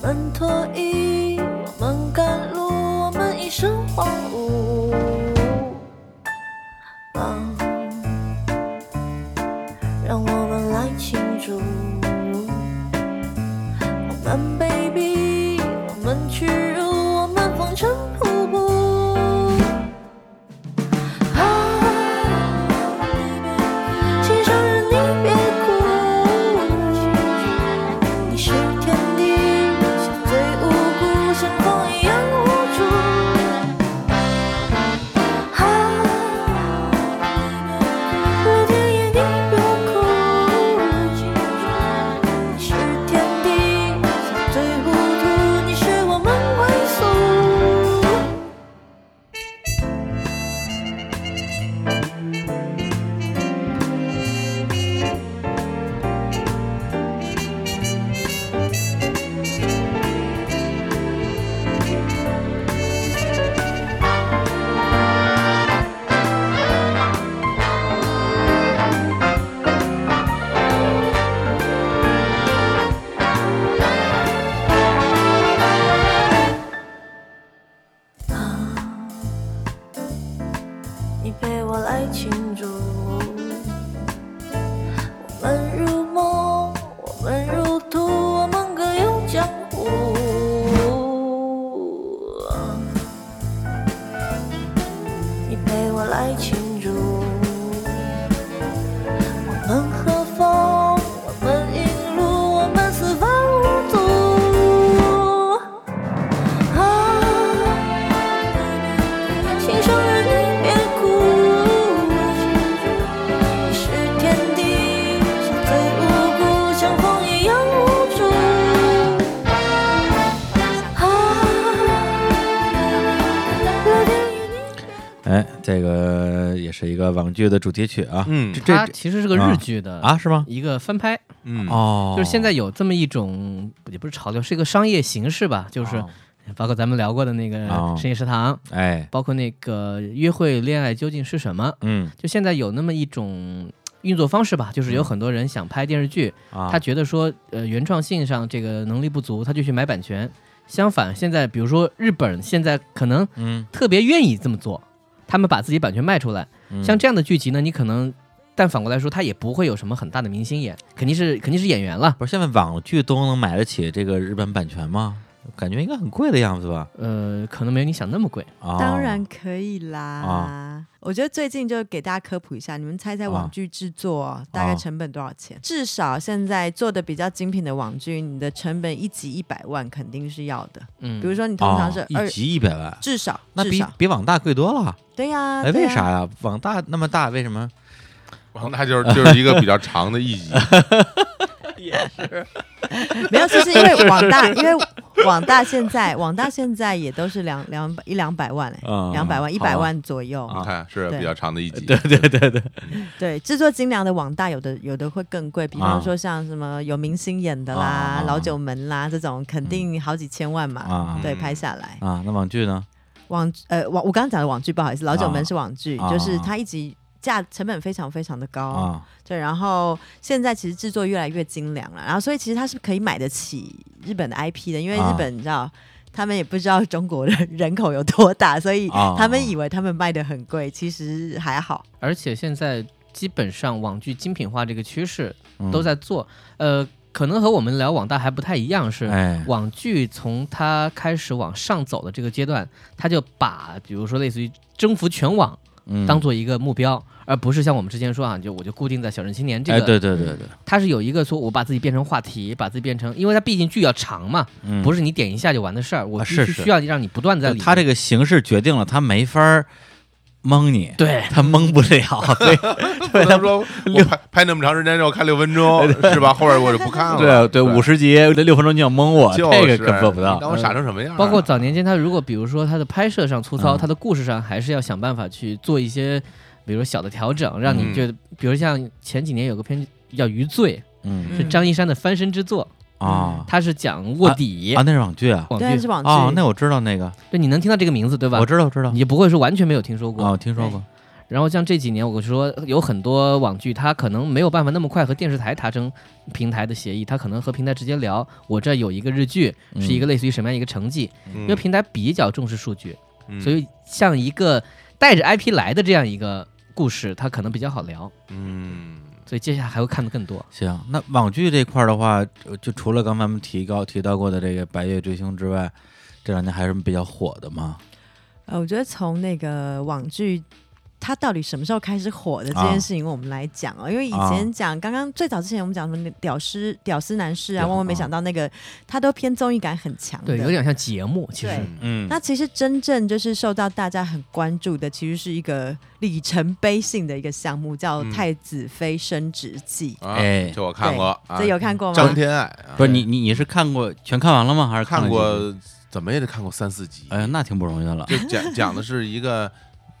S6: 我们脱衣，我们赶路，我们一身荒芜。啊，让我们来庆祝。我们卑鄙，我们屈辱，我们风尘仆仆。啊。请生日你别哭，你是天地，像最无辜，像风一样无助。啊，老天爷你别哭，你是天地，像最糊涂，你是我们归宿。你陪我来庆祝。我们如梦，我们如土，我们各有江湖。你陪我来庆祝。我们和风，我们引路，我们四方无阻。啊。请生日你别哭，你是天地，像最无辜，像风一样无助。啊，老天爷你。
S1: 哎，这个也是一个网剧的主题曲啊，
S2: 嗯
S1: 这
S4: 它
S1: 这
S4: 其实是个日剧的
S1: 啊，是吗？
S4: 一个翻拍，
S2: 嗯，
S1: 哦，
S4: 就是现在有这么一种也不是潮流，是一个商业形式吧，就是
S1: 哦
S4: 包括咱们聊过的那个
S1: 哦
S4: 深夜食堂，
S1: 哎，
S4: 包括那个约会恋爱究竟是什么，
S1: 嗯
S4: 就现在有那么一种。运作方式吧，就是有很多人想拍电视剧，
S1: 啊，
S4: 他觉得说，呃，原创性上这个能力不足，他就去买版权。相反，现在比如说日本，现在可能
S1: 嗯，
S4: 特别愿意这么做，他们把自己版权卖出来。
S1: 嗯
S4: 像这样的剧集呢，你可能，但反过来说，他也不会有什么很大的明星演，肯定是肯定是演员了。
S1: 不是现在网剧都能买得起这个日本版权吗？感觉应该很贵的样子吧？
S4: 呃，可能没有你想那么贵。
S1: 啊，
S3: 当然可以啦。
S1: 啊
S3: 我觉得最近就给大家科普一下，你们猜猜网剧制作、
S1: 啊
S3: 大概成本多少钱？至少现在做的比较精品的网剧，你的成本一集一百万肯定是要的。
S4: 嗯，
S3: 比如说你通
S1: 啊，
S3: 常是二、
S1: 一集一百万，
S3: 至少
S1: 那
S3: 至
S1: 比
S3: 少
S1: 比网大贵多了。
S3: 对呀、
S1: 哎，
S3: 对啊
S1: 为
S3: 呀
S1: 啥呀？网大那么大，为什么？
S2: 然后那就是就是一个比较长的 一集，
S3: 没有，就是因为网大，因为网大现在网大现在也都是两两百一两百万哎、
S4: 啊
S1: 嗯
S3: 两百万一
S1: 好吧
S3: 百万左右。
S1: 啊
S2: 你看是
S3: 对
S2: 比较长的一集，
S1: 对对对对，
S3: 对，制作精良的网大有的有的会更贵，比
S1: 啊
S3: 方说像什么有明星演的啦、
S1: 啊啊啊
S3: 老九门啦这种，肯定好几千万嘛。
S1: 啊
S3: 对，
S2: 嗯
S3: 拍下来
S1: 啊，那网剧呢？
S3: 网呃网，我刚刚讲的网剧，不好意思，老九门是网剧，
S1: 啊
S3: 就是它一集价成本非常非常的高。
S1: 啊，
S3: 对，然后现在其实制作越来越精良了，然后所以其实它是可以买得起日本的 IP 的，因为
S1: 啊
S3: 日本你知道。他们也不知道中国的 人口有多大，所以
S1: 啊
S3: 他们以为他们卖的很贵，其实还好。
S4: 而且现在基本上网剧精品化这个趋势
S1: 嗯
S4: 都在做，呃，可能和我们聊网大还不太一样，是
S1: 哎
S4: 网剧从它开始往上走的这个阶段，它就把比如说类似于征服全网
S1: 嗯
S4: 当做一个目标，而不是像我们之前说啊，就我就固定在小镇青年这
S1: 哎，
S4: 个，
S1: 对对对对，
S4: 它是有一个说我把自己变成话题，把自己变成，因为它毕竟剧要长嘛，
S1: 嗯，
S4: 不
S1: 是
S4: 是你点一下就完的事儿，我
S1: 啊
S4: 必
S1: 是
S4: 须
S1: 是
S4: 需要让你不断地在里面。
S1: 他这个形式决定了他没法儿蒙你，
S4: 对
S1: 他蒙不 了，对
S2: 不能说我拍拍那么长时间之后看六分钟是吧？后边我就不看了。
S1: 对对，五十集六分钟就要蒙我，
S2: 就
S1: 这
S2: 是
S1: 个可做不
S2: 你当
S1: 到。嗯
S2: 我傻成什么样啊？
S4: 包括早年间，他如果比如说他的拍摄上粗糙，
S1: 嗯
S4: 他的故事上还是要想办法去做一些，比如小的调整，让你觉得，比如像前几年有个片叫《余罪》，
S1: 嗯
S4: 是嗯
S3: 嗯
S4: 张一山的翻身之作，
S1: 啊
S4: 他是讲卧底
S1: 啊，那是网剧啊。
S4: 网
S3: 对，
S4: 剧
S3: 是，网剧。
S1: 哦，那我知道那个，
S4: 对，你能听到这个名字对吧
S1: 我？知道，我知道
S4: 你。就不会是完全没有听说过
S1: 啊，我听说过。
S4: 然后像这几年，我说有很多网剧，它可能没有办法那么快和电视台达成平台的协议，它可能和平台直接聊，我这有一个日剧，是
S1: 嗯
S4: 一个类似于什么样一个成绩，
S2: 嗯
S4: 因为平台比较重视数据，
S2: 嗯
S4: 所以像一个带着 IP 来的这样一个故事，它可能比较好聊，
S2: 嗯，
S4: 所以接下来还会看的更多。
S1: 行，那网剧这块儿的话，呃就除了刚才我们提高提到过的这个《白夜追凶》之外，这两年还有什么比较火的吗？
S3: 呃，我觉得从那个网剧。它到底什么时候开始火的这
S1: 啊
S3: 件事情，我们来讲哦。因为以前讲，刚刚最早之前我们讲什么屌丝、屌丝男士啊，
S1: 对
S3: 万万没
S1: 啊
S3: 想到那个，它都偏综艺感很强的。
S4: 对，有点像节目，其实
S3: 对
S1: 嗯
S3: 那其实真正就是受到大家很关注的，其实是一个里程碑性的一个项目，叫
S2: 嗯
S3: 《太子妃升职记》
S2: 啊
S1: 哎
S2: 这我看过啊
S3: 这，有看过
S2: 张
S3: 吗？
S2: 天爱啊
S1: 不是你你你是看过全看完了吗？还是
S2: 看
S1: 了几集？
S2: 过，怎么也得看过三四集。
S1: 哎呀，那挺不容易的了。
S2: 就讲讲的是一个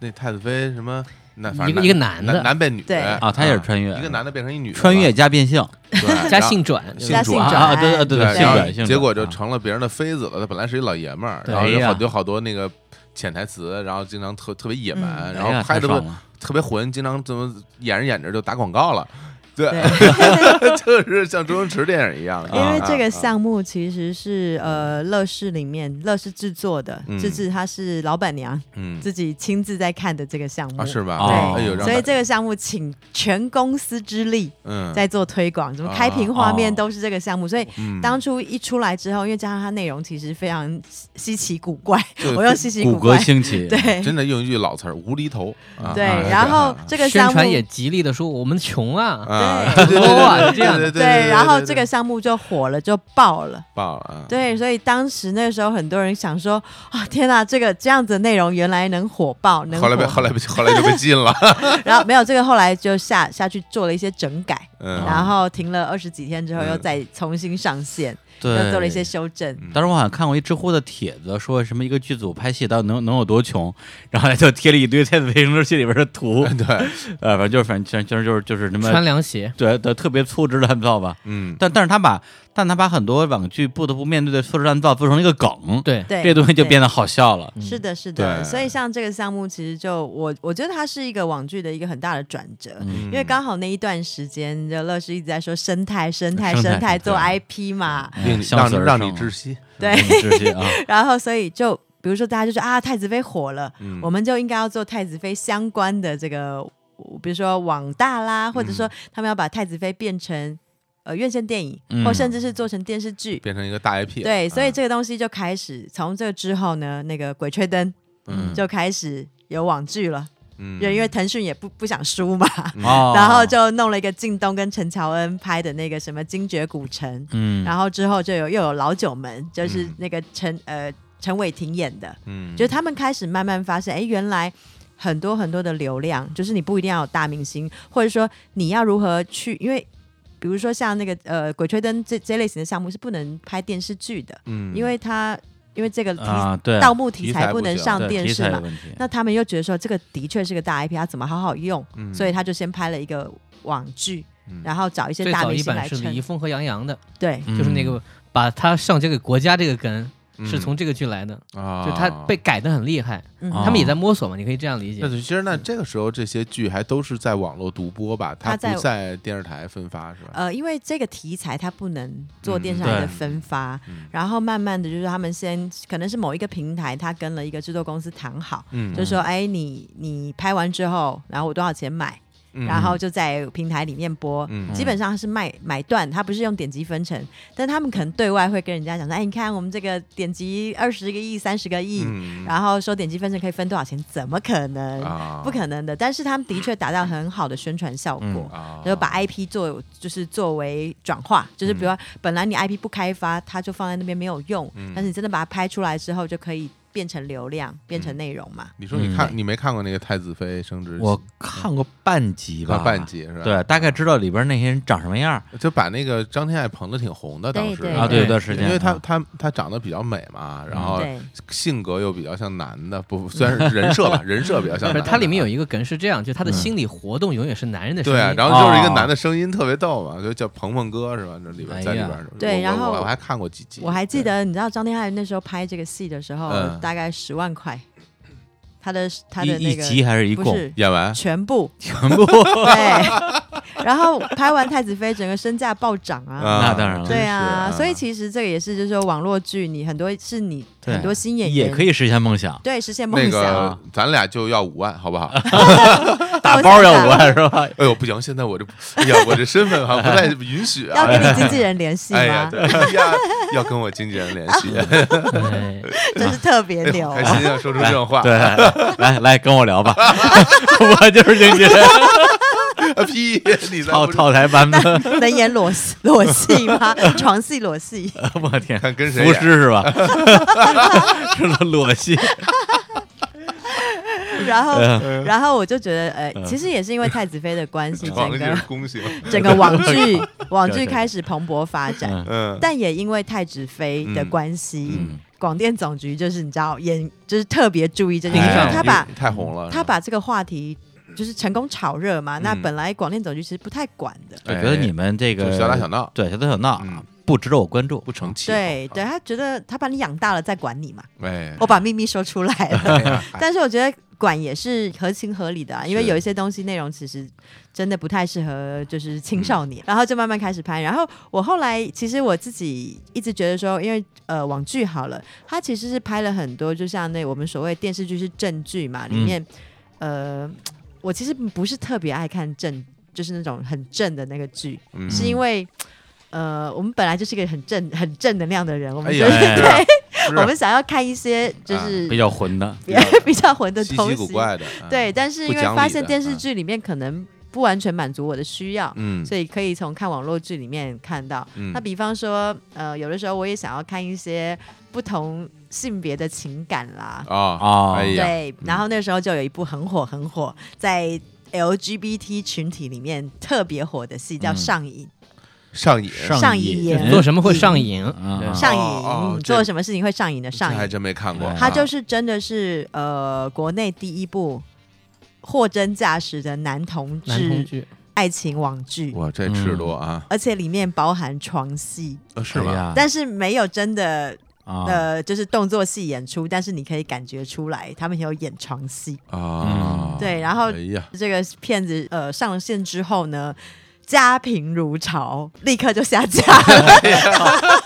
S2: 那太子妃什么，那反
S4: 一
S2: 正
S4: 个
S2: 男
S4: 一个男的
S2: 男男变女
S3: 对
S1: 啊他也是穿越
S2: 一个男的变成一女的嘛，
S1: 穿越加变性
S2: 对
S4: 加
S2: 然后
S4: 性转，
S2: 性
S3: 加
S2: 主
S3: 性
S1: 啊
S3: 转，
S1: 啊，对对对
S2: 对，
S1: 对，性
S2: 然后
S1: 转性转，
S2: 结果就
S1: 啊
S2: 成了别人的妃子了。他本来是一老爷们儿，
S1: 对
S2: 然后有
S1: 哎呀
S2: 好有好多那个潜台词，然后经常特特别野蛮，
S3: 嗯
S2: 然
S1: 哎呀
S2: 后
S1: 太
S2: 拍的
S1: 爽了
S2: 特别混，经常怎么演着演着就打广告了。对，
S3: 对，
S2: 就是像周星驰电影一样。啊
S3: 因为这个
S2: 像
S3: 项目其实是呃乐视里面乐视制作的
S2: 嗯，
S3: 这是她是老板娘
S2: 嗯
S3: 自己亲自在看的这个项目
S2: 啊，是吧？
S1: 哦
S2: 哎呦，让
S3: 所以
S2: 大
S3: 这个项目请全公司之力
S2: 嗯哦
S3: 在做推广，什么开屏画面都是这个项目，所以
S2: 嗯
S3: 当初一出来之后，因为加上它内容其实非常稀稀奇古怪，
S2: 对
S3: 我用稀奇
S1: 骨
S3: 怪
S1: 骼，兴起，
S3: 对
S2: 真的用一句老词儿“无厘头”啊。
S3: 对
S2: 啊，
S3: 然后这个
S4: 宣
S3: 项目
S4: 传也极力的说我们穷啊，
S2: 啊，
S3: 对
S2: 对对对
S4: 哇
S2: 对对
S4: 这样
S2: 对
S3: 对，
S2: 对对，
S3: 然后
S2: 对
S3: 这个项目就火了，就爆了。
S2: 爆了啊！
S3: 对，所以当时那时候很多人想说，啊，天哪，这个这样子的内容原来能火爆，能
S2: 后来被
S3: 火。
S2: 后来被后来就被禁了，
S3: 然后没有这个，后来就下下去做了一些整改，
S2: 嗯，
S3: 然后停了二十几天之后，
S2: 嗯
S3: 又再重新上线，又
S1: 对，
S3: 做了一些修正。
S2: 嗯
S1: 当时我好像看过一知乎的帖子，说什么一个剧组拍戏到底能能有多穷，然后就贴了一堆《太子妃升职记》里边的图，
S2: 对，
S1: 呃，反正就是反正全就是就是什
S4: 穿
S1: 么
S4: 凉鞋，
S1: 对对特别粗制滥造吧。
S2: 嗯，
S1: 但但是他把但他把很多网剧不得不面对的粗制滥造做成了一个梗，
S4: 对，
S3: 对，
S1: 这东西就
S3: 对
S1: 变得好笑了。
S3: 是的，是的，
S2: 对
S3: 所以像这个项目，其实就我我觉得它是一个网剧的一个很大的转折，
S1: 嗯
S2: 因
S3: 因为刚好那一段时间，就乐视一直在说生态、生态、
S1: 生态
S3: 生态
S1: 对啊
S3: 做 IP 嘛，
S2: 令
S1: 嗯
S2: 你
S1: 向死
S2: 让
S1: 而
S2: 让
S1: 生
S2: 你窒息，
S3: 对
S1: 嗯窒息啊！
S3: 然后所以就比如说大家就说啊，太子妃火了，
S2: 嗯
S3: 我们就应该要做太子妃相
S1: 嗯
S3: 关的这个，比如说网大啦，或者说他们要把太子妃变成。呃院线电影，
S1: 嗯啊
S3: 或甚至是做成电视剧。
S2: 变成一个大 IP 了。
S3: 对，所以
S2: 嗯
S3: 这个东西就开始从这之后呢，那个《鬼吹灯
S1: 嗯》
S3: 就开始有网剧了，
S2: 嗯
S3: 就因为腾讯也不不想输嘛，
S1: 哦，
S3: 然后就弄了一个靳东跟陈乔恩拍的那个什么《精绝古城》，
S1: 嗯，
S3: 然后之后就有又有老九门，就是
S2: 嗯
S3: 那个陈呃陈伟霆演的，
S2: 嗯，
S3: 就是他们开始慢慢发现，哎，原来很多很多的流量，就是你不一定要有大明星，或者说你要如何去，因为比如说像那个呃《鬼吹灯这》这类型的项目是不能拍电视剧的，
S2: 嗯，
S3: 因为它因为这个题、
S1: 啊，对，
S3: 盗墓题
S2: 题
S3: 材
S2: 材
S3: 不
S2: 不
S3: 能
S2: 行
S3: 上
S1: 对
S3: 电
S1: 题
S3: 视
S1: 材有
S3: 嘛，
S1: 问题，
S3: 那他们又觉得说这个的确是个大 IP，要怎么好好用，
S2: 嗯
S3: 所以他就先拍了一个网剧，
S2: 嗯
S3: 然后找一些
S4: 最
S3: 大
S4: 早
S3: 明
S4: 一
S3: 星来
S4: 版是李易
S3: 撑，
S4: 峰和杨洋的，
S3: 对。
S1: 嗯
S4: 就是那个把他上交给国家这个梗
S2: 嗯
S4: 是从这个剧来的，
S2: 啊，
S4: 就他被改的很厉害，
S3: 嗯
S1: 啊
S4: 他们也在摸索嘛，你可以这样理解
S2: 那。就其实那这个时候这些剧还都是在网络独播吧，它
S3: 它在
S2: 不在电视台分发是吧？
S3: 呃，因为这个题材它不能做电视
S1: 嗯
S3: 台
S1: 对
S3: 的分发，
S2: 嗯
S3: 然后慢慢的就是他们先可能是某一个平台，他跟了一个制作公司谈好，
S2: 嗯
S3: 就说哎你你拍完之后，然后我多少钱买，
S2: 嗯
S3: 然后就在平台里面播。
S2: 嗯
S3: 基本上它是卖买断，它不是用点击分成，但他们可能对外会跟人家讲说，哎，你看我们这个点击二十个亿、三十个亿，
S2: 嗯
S3: 然后说点击分成可以分多少钱，怎么可能？
S2: 啊
S3: 不可能的。但是他们的确达到很好的宣传效果。
S1: 嗯
S2: 啊，
S3: 然后把 IP 做就是作为转化，就是比如说本来你 IP 不开发，它就放在那边没有用，
S2: 嗯
S3: 但是你真的把它拍出来之后，就可以变成流量，变
S2: 嗯
S3: 成内容嘛。
S2: 你说你看
S3: 嗯
S2: 你没看过那个太子妃升职记，
S1: 我看过半集吧，
S2: 看半，集是吧？
S1: 对，大概知道里边那些人长什么样儿
S2: 就把那个张天爱捧得挺红的，当时
S6: 对
S1: 啊，对，有段时间，
S2: 因为她
S1: 嗯
S2: 她她长得比较美嘛，然
S4: 嗯
S2: 后
S3: 对，
S2: 性格又比较像男的，不虽然是人 设吧，人设比较像
S4: 不
S2: 男
S4: 是，
S2: 的，
S4: 它里面有一个梗是这样，就他的
S1: 嗯
S4: 心理活动永远是男人的声
S2: 对
S4: 音。
S2: 啊，然后就是一个
S1: 哦
S2: 男的声音特别逗嘛，就叫鹏鹏哥是吧？这里
S4: 哎
S2: 边
S4: 呀
S2: 在里边
S3: 对
S2: 我我
S3: 然后
S2: 我我还看过几集，
S3: 我还记得，你知道张天爱那时候拍这个戏的时候，
S2: 嗯
S3: 大概十万块，他的他的
S1: 一
S3: 那
S1: 一
S3: 个
S1: 集还是一
S3: 不
S1: 共
S3: 是
S2: 对演完
S3: 全部
S1: 全部，
S3: 对，然后拍完太子妃，整个身价暴涨啊。
S2: 啊
S1: 那当然了
S3: 对啊，
S2: 真是
S3: 所以其实这个也是，就是说网络剧，你很多是你
S1: 对
S3: 很多新演员
S1: 也可以实现梦想，
S3: 对实现梦
S2: 那
S3: 想。
S2: 个咱俩就要五万，好不好？
S1: 打包要五万是吧？
S2: 哎呦，不行，现在我这，哎呀，我这身份好像不太允许啊
S3: 要。跟你经纪人联系
S2: 哎呀，
S3: 吗？
S2: 对， 哎呀，要跟我经纪人联系，哎
S4: 对，
S3: 真是特别
S2: 呦
S3: 牛
S2: 哎开。心要说出这种话，
S1: 对，来来跟我聊吧，我就是经纪人，
S2: 啊屁，你才
S1: 套
S2: 不是
S1: 套台班的，
S3: 能演裸戏裸戏吗？床戏裸戏，
S1: 我天，
S2: 看跟谁
S1: 浮
S2: 演
S1: 尸是吧？ 是裸戏，
S3: 然后
S1: 嗯
S3: 然后我就觉得，呃，其实也是因为太子妃的关系，
S2: 王
S3: 整
S2: 力
S3: 个
S1: 哦
S2: 恭喜，
S3: 整个网剧网剧开始蓬勃发展，
S1: 嗯
S2: 嗯，
S3: 但也因为太子妃的关系
S1: 嗯嗯，
S3: 广电总局就是你知道演就是特别注意这
S1: 哎
S3: 件
S4: 盯
S3: 事情，
S4: 上了
S3: 他把
S2: 太红
S1: 嗯
S2: 了，
S3: 他把这个话题。就是成功炒热嘛，那本来广电总局其实不太管的，
S1: 我觉得你们这
S2: 哎就
S1: 个
S2: 小打小闹
S1: 对小打小闹
S2: 嗯
S1: 不值得我关注，
S2: 不成器，
S3: 对对，他觉得他把你养大了再管你嘛，
S2: 哎，
S3: 我把秘密说出来了，
S2: 哎呀
S3: 但是我觉得管也是合情合理的、啊，因为
S2: 是
S3: 有一些东西内容其实真的不太适合就是青少
S2: 嗯
S3: 年，然后就慢慢开始拍。然后我后来其实我自己一直觉得说，因为呃网剧好了，它其实是拍了很多，就像那我们所谓电视剧是正剧嘛，
S2: 嗯
S3: 里面、呃我其实不是特别爱看正，就是那种很正的那个剧，
S2: 嗯
S3: 是因为。呃，我们本来就是一个很正、很正能量的人，我们
S2: 哎
S3: 就
S2: 呀
S3: 是、
S1: 哎呀
S3: 对，
S2: 是啊
S3: 我们想要看一些就是、
S1: 比较混的，
S3: 比较比较混的
S2: 稀
S3: 东
S2: 奇
S3: 西。
S2: 古怪的，嗯
S3: 对，，但是因
S2: 不
S3: 为
S2: 讲理
S3: 发现
S2: 的
S3: 电视
S2: 嗯
S3: 剧里面可能不完全满足我的需要，
S2: 嗯，
S3: 所以可以从看网络剧里面看到。
S2: 嗯
S3: 那比方说，呃，有的时候我也想要看一些不同性别的情感啦，
S2: 啊
S1: 啊
S2: 哎呀
S3: 对。然后那时候就有一部很火很火，在 LGBT 群体里面特别火的戏叫《
S1: 嗯
S3: 上瘾
S2: 上瘾，
S3: 上
S1: 瘾
S3: 瘾人
S4: 做什么会上瘾？
S1: 嗯
S4: 对
S1: 嗯》，
S3: 上瘾、
S2: 哦哦这
S3: 做什么事情会上瘾的
S2: 这
S3: 上
S2: 还
S3: 瘾，
S2: 真没看过，啊
S3: 它就是是真的是呃国内第一部货真价实的男同
S4: 男同
S3: 志
S4: 剧，
S3: 爱情网剧，
S2: 我这赤裸啊，
S3: 而且里面包含床戏，
S2: 呃是
S1: 嗯哎
S2: 吗？
S1: 呀
S3: 但是没有真的
S1: 啊
S3: 呃，就是动作戏演出，但是你可以感觉出来他们有演床戏。
S1: 嗯
S2: 啊，
S3: 对然后
S2: 哎呀，
S3: 这个片子呃上线之后呢，家 评如潮，立刻就下架了。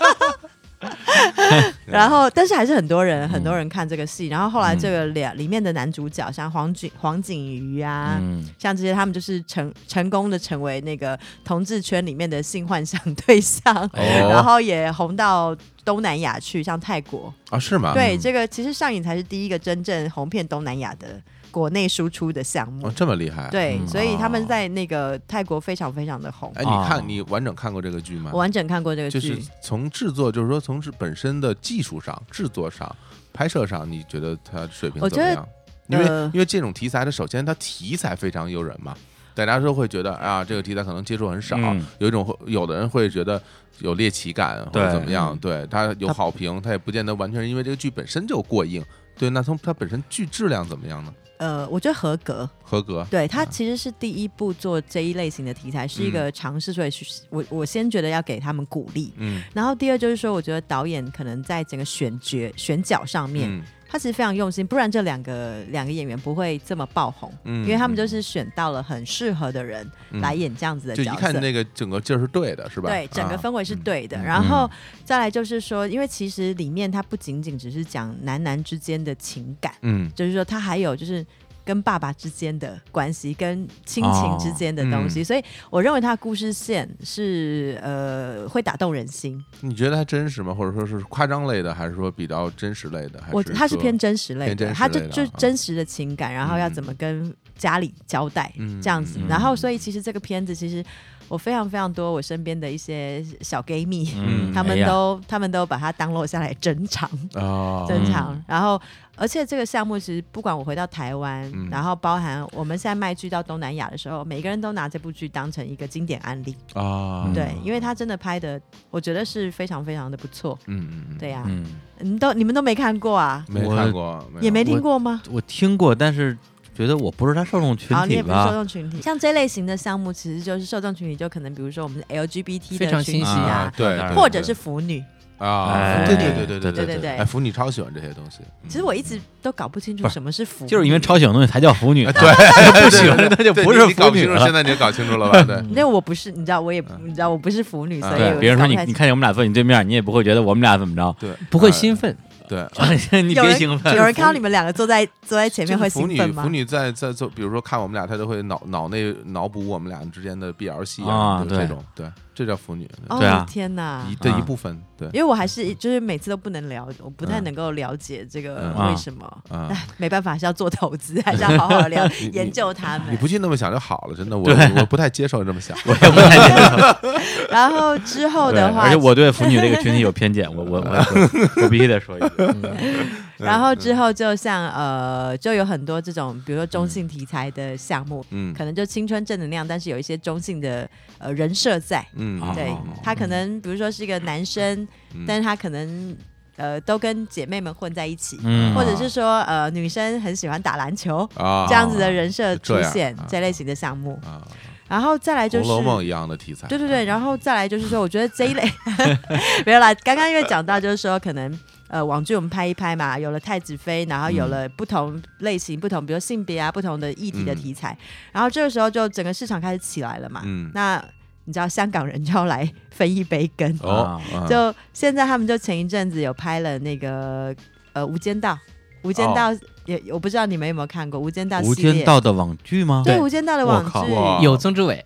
S3: 然后，但是还是很多
S1: 嗯
S3: 人，很多人看这个戏。然后后来这个两里面的男主角，像黄景黄景瑜啊，
S1: 嗯，
S3: 像这些，他们就是成成功的成为那个同志圈里面的性幻想对象，
S2: 哦
S3: 然后也红到东南亚去，像泰国。
S2: 啊，是吗？
S3: 对，这个其实上影才是第一个真正红遍东南亚的国内输出的项目。
S2: 哦，这么厉害。，
S3: 对，
S1: 嗯
S3: 所以他们在那个泰国非常非常的红。
S2: 哎，你
S1: 哦
S2: 看你完整看过这个剧吗
S3: 我？完整看过这个
S2: 就
S3: 剧，
S2: 是从制作，就是说从是本身的技术上、制作上、拍摄上，你觉得它水平
S3: 我
S2: 怎么
S3: 觉得
S2: 样？因为、
S3: 呃
S2: 因为这种题材，它首先它题材非常诱人嘛，大家都会觉得啊，这个题材可能接触很少，
S1: 嗯
S2: 有一种会有的人会觉得有猎奇感或者
S1: 对
S2: 怎么样，
S3: 嗯
S2: 对它有好评，它也不见得完全是因为这个剧本身就过硬。对，那从它本身剧质量怎么样呢？
S3: 呃，我觉得合格。
S2: 合格。
S3: 对，它
S2: 啊
S3: 其实是第一部做这一类型的题材，是
S2: 嗯
S3: 一个尝试，所以是我我先觉得要给他们鼓励。
S2: 嗯
S3: 然后第二就是说，我觉得导演可能在整个选角选角上面，
S2: 嗯
S3: 他其实非常用心，不然这两个两个演员不会这么爆红，
S2: 嗯
S3: 因为他们就是选到了很适合的人
S2: 嗯
S3: 来演这样子的
S2: 就一
S3: 角
S2: 看
S3: 色。
S2: 那个整个劲儿是对的，是吧？
S3: 对，整个
S2: 啊
S3: 氛围是对的。
S2: 嗯
S3: 然后再来就是说，因为其实里面它不仅仅只是讲男男之间的情感，
S2: 嗯
S3: 就是说它还有就是跟爸爸之间的关系，跟亲情之间的东西。
S2: 哦嗯
S3: 所以我认为它的故事线是呃会打动人心。
S2: 你觉得它真实吗？或者说是夸张类的，还是说比较真实类的？还
S3: 我
S2: 是
S3: 它是
S2: 说
S3: 偏真实类
S2: 偏真
S3: 的，
S2: 实
S3: 它就
S2: 类的
S3: 就
S2: 啊
S3: 真实的情感，然后要怎么跟家里交代、
S2: 嗯
S3: 这样子
S2: 嗯。
S3: 然后所以其实这个片子其实。我非常非常多，我身边的一些小 gay 蜜，
S1: 嗯
S3: 他
S1: 哎
S3: 们
S1: 呀
S3: 都、他们都把它当落下来珍藏，
S2: 哦，
S1: 啊嗯
S3: 珍藏。然后，而且这个项目其实不管我回到台湾，
S2: 嗯
S3: 然后包含我们现在卖剧到东南亚的时候，每个人都拿这部剧当成一个经典案例，
S2: 啊，
S3: 对，因为他真的拍的，我觉得是非常非常的不错。
S2: 嗯嗯嗯，
S3: 对呀、
S1: 嗯，
S3: 你们都你们都没看过啊，
S2: 没
S1: 我
S2: 看过，
S3: 也没
S2: 有
S3: 听过吗？
S1: 我听过，但是觉得我不是他受众群
S3: 啊好，你
S1: 体
S3: 也不是受
S1: 吧？
S3: 众群体，像这类型的项目，其实就是受众群体，就可能比如说我们是 LGBT
S4: 非常
S3: 的群
S4: 清
S3: 体
S4: 晰
S2: 啊
S3: 啊，，
S2: 对，
S1: 啊
S2: 对
S3: 或者是腐女。
S2: 对啊，
S1: 哎
S2: 对对对对
S1: 对
S3: 对对
S2: 哎，腐女超喜欢这些东西，嗯
S3: 其实我一直都搞不清楚
S1: 不是
S3: 什么是腐女，
S1: 就是因为超喜欢的东西才叫腐女，
S2: 对，
S1: 不喜欢的东西就
S2: 对
S1: 不
S2: 你
S1: 是
S2: 你
S1: 腐
S2: 搞
S1: 女
S2: 清楚，
S1: 了
S2: 现。在你搞清楚了 吧？对，
S3: 那我不是，你知道，我也
S2: 嗯
S3: 你知道我不是腐女，
S2: 啊
S3: 所以
S2: 对
S3: 我
S1: 别人说
S3: 搞不
S1: 你
S3: 太
S1: 你
S3: 清
S1: 看见我们俩坐你对面，你也不会觉得我们俩怎么着，
S2: 对，
S4: 不会
S2: 哎
S4: 兴奋，
S2: 对。
S1: 你
S3: 有
S1: 别
S3: 人
S1: 兴奋。
S3: 有人看到你们两个坐在坐在前面会
S2: 就是腐
S3: 兴
S2: 女
S3: 奋
S2: 腐
S3: 吗？
S2: 女在在做，比如说看我们俩，她就会脑脑内脑补我们俩之间的 BL 戏
S1: 啊
S2: 就是
S1: 对
S2: 这种，对，这叫腐女，
S3: 哦
S1: 对啊
S3: 天哪！
S2: 一的
S1: 啊
S2: 一部分，对
S3: 因为我还是就是每次都不能了，我不太
S2: 嗯
S3: 能够了解这个
S2: 嗯
S3: 为哎什么，
S2: 啊，
S3: 没办法，还是要做投资，还是要好好地了
S2: 你
S3: 研究他
S2: 你
S3: 们。
S2: 不去那么想就好了，真的，我
S1: 对
S2: 我不太接受这 么想，
S1: 我也不太理解
S3: 然后之后
S1: 对，
S3: 的话，
S1: 而且我对腐女这个群 体有偏见，我我我我必须得说一句，
S2: 嗯
S3: 然后之后就像呃，就有很多这种，比如说中性题材的项目，
S2: 嗯
S3: 可能就青春正能量，但是有一些中性的呃人设在。
S2: 嗯，
S1: 啊
S3: 对
S1: 哦
S3: 他可能比如说是一个男生，
S2: 嗯
S3: 但是他可能呃都跟姐妹们混在一起，
S1: 嗯
S3: 或者
S2: 哦
S3: 是说呃女生很喜欢打篮球。
S2: 啊，
S3: 这样子的人设出
S2: 这样
S3: 现
S2: 啊
S3: 这类型的项目，
S2: 啊，
S3: 然后再来
S2: 《
S3: 就
S2: 红楼梦》
S3: 是，
S2: 一样的题材，
S3: 对对对，然后再来就是说，我觉得这一类 没有啦，刚刚因为讲到就是说，可能呃网剧我们拍一拍嘛，有了太子妃，然后有了不同类型、不同，比如性别啊、不同的议题的
S2: 嗯
S3: 题材，然后这个时候就整个市场开始起来了嘛，
S2: 嗯，
S3: 那你知道香港人就要来分一杯羹，
S2: 哦，啊
S3: 就现在他们就前一阵子有拍了那个呃《无间道》，《无间道》
S2: 哦
S3: 也我不知道你们有没有看过《无间道》
S1: 无
S3: 系列
S1: 间，道的网剧吗？
S3: 对《无间道》的网
S2: 我靠
S3: 剧，
S2: 哇
S4: 有曾志伟，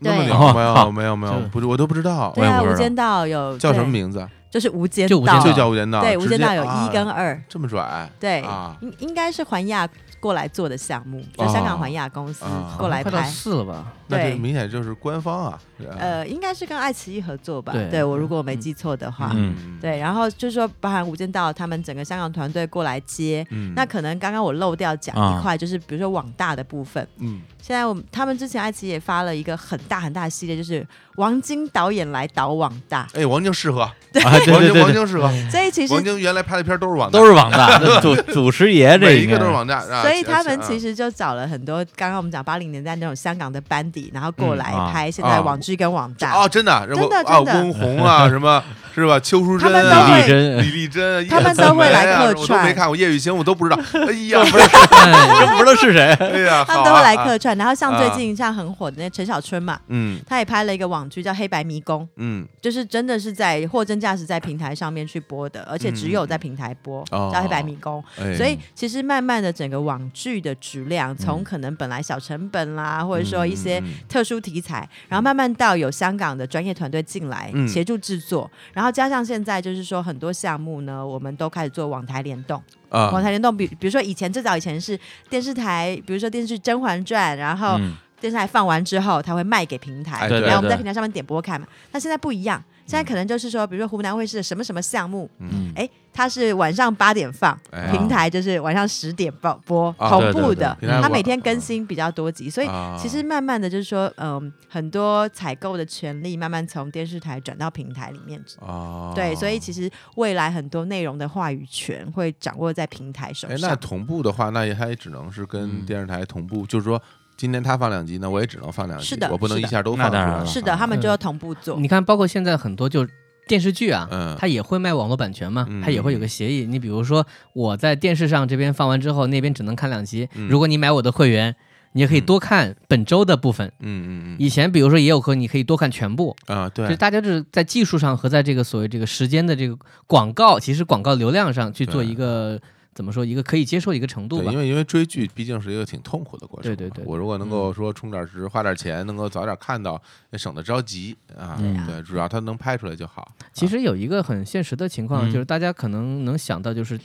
S2: 那么
S3: 对
S2: 了没
S1: 哦
S2: 有没有没有，
S4: 是
S2: 不是我都不知道
S3: 对
S1: 我也
S3: 啊，
S1: 不
S3: 《无
S1: 知道
S3: 间道》有
S2: 叫什么
S3: 对
S2: 名啊字，
S3: 就是《无间
S4: 就无间道
S1: 啊
S2: 就叫《无间道》，
S3: 对，《无间道》有
S2: 直接
S3: 一跟
S2: 啊
S3: 二，
S2: 这么拽，
S3: 对，
S2: 啊，哦
S3: 应应该是环亚过来做的项目，就香港环亚公司
S2: 啊
S3: 过来
S4: 快到
S3: 拍。
S4: 四了吧？
S2: 那这
S3: 对
S2: 明显就是官方啊，是吧，
S3: 呃，应该是跟爱奇艺合作吧？
S4: 对
S3: 对我如果我没记错的话，
S1: 嗯
S3: 对，然后就是说，包含《无间道》他们整个香港团队过来接，
S2: 嗯，
S3: 那可能刚刚我漏掉讲
S1: 啊
S3: 一块，就是比如说网大的部分。
S2: 嗯
S3: 现在我们他们之前爱奇艺也发了一个很大很大的系列，就是王晶导演来导网大，
S2: 哎，王晶适合，
S1: 啊，对
S2: 王
S1: 对
S2: 晶
S1: 对
S2: 王
S1: 对，
S2: 晶适合，
S3: 所以其实
S2: 王晶原来拍的片儿都是网大
S1: 都是网大，祖祖师爷这
S2: 每一
S1: 应该
S2: 个都是网大啊，
S3: 所所以他们其
S2: 实
S3: 实就找了很多，刚刚我们讲八零年代那种香港的班底，然后过来
S1: 嗯啊
S3: 拍现在
S2: 啊
S3: 网剧跟网大。
S2: 哦，真的啊，然后
S3: 真的
S2: 啊，
S3: 真的
S2: 翁虹啊，什么是吧？邱淑贞
S3: 他们都
S2: 啊
S3: 会
S1: 李丽珍
S2: 李丽 珍，
S3: 他们
S2: 叶子
S3: 都会
S2: 梅
S3: 来
S2: 啊
S3: 客
S2: 我都没
S3: 串
S2: 看过叶雨卿，我都不 知道。哎呀，不是，
S1: 真不知道是谁。
S2: 哎呀，
S3: 他们
S2: 好
S3: 都会
S2: 啊
S3: 来
S2: 啊
S3: 客串，然后像最
S2: 啊
S3: 近像很火的那陈小春嘛，
S2: 嗯
S3: 他也拍了一个网剧叫《黑白迷宫》，
S2: 嗯，
S3: 就是真的是在货真价实在平台上面去播的，而且只有在平台播，
S2: 嗯
S3: 叫《黑白迷宫》
S2: 哎
S3: 所以其实慢慢的整个网剧的质量，从可能本来小成本啦，或者说一些
S2: 嗯嗯
S3: 特殊题材，然后慢慢到有香港的专业团队进来
S2: 嗯
S3: 协助制作，然后加上现在就是说很多项目呢，我们都开始做网台联动。
S2: 啊
S3: 网台联动，比比如说以前最早以前是电视台，比如说电视《甄嬛传》，然后
S1: 嗯
S3: 电视台放完之后，它会卖给平台，
S2: 哎
S1: 对
S3: 然后我
S1: 对
S3: 们在
S1: 对
S3: 平台上面点播看嘛。但现在不一样，现
S2: 嗯
S3: 在可能就是说，比如说湖南卫视的什么什么项目，
S1: 嗯，
S3: 哎，它是晚上八点放，
S2: 哎
S3: 平台就是晚上十点播播、
S2: 啊
S3: 同步的，
S2: 对对对
S3: 它每天更新比较多集，所以
S2: 啊
S3: 其实慢慢的就是说，嗯，很多采购的权利慢慢从电视台转到平台里面。
S2: 哦，
S3: 对，所以其实未来很多内容的话语权会掌握在平台手
S2: 哎，那
S3: 上。
S2: 同步的话，那也还只能是跟
S1: 嗯
S2: 电视台同步，就是说今天他放两集，那我也只能放两集，
S3: 是的
S2: 我不能
S3: 是
S2: 一
S3: 的
S2: 下都
S1: 那
S2: 放出
S1: 当然
S2: 来
S1: 了
S3: 是的，他们就
S4: 嗯
S3: 要同步做。
S4: 你看，包括现在很多就是电视剧啊，
S2: 嗯
S4: 它也会卖网络版权嘛
S2: 嗯，
S4: 它也会有个协议。你比如说，我在电视上这边放完之后，那边只能看两集。
S2: 嗯
S4: 如果你买我的会员，你也可以多看本周的部分。
S2: 嗯嗯嗯
S4: 以前比如说也有可能你可以多看全部，
S2: 啊，
S4: 就
S2: 对
S4: 是，大家就是在技术上和在这个所谓这个时间的这个广告，其实广告流量上去做
S2: 对
S4: 一个怎么说一个可以接受的一个程度
S2: 对，
S4: 吧
S2: 因。为因为追剧毕竟是一个挺痛苦的过程嘛，
S4: 对对对嗯
S2: 我如果能够说充点值，花点钱，能够早点看到，也省得着急啊。
S1: 对
S3: 呀
S2: 对，主要他能拍出来就好。
S4: 其实有一个很现实的情况，
S1: 嗯
S4: 就是大家可能能想到就是。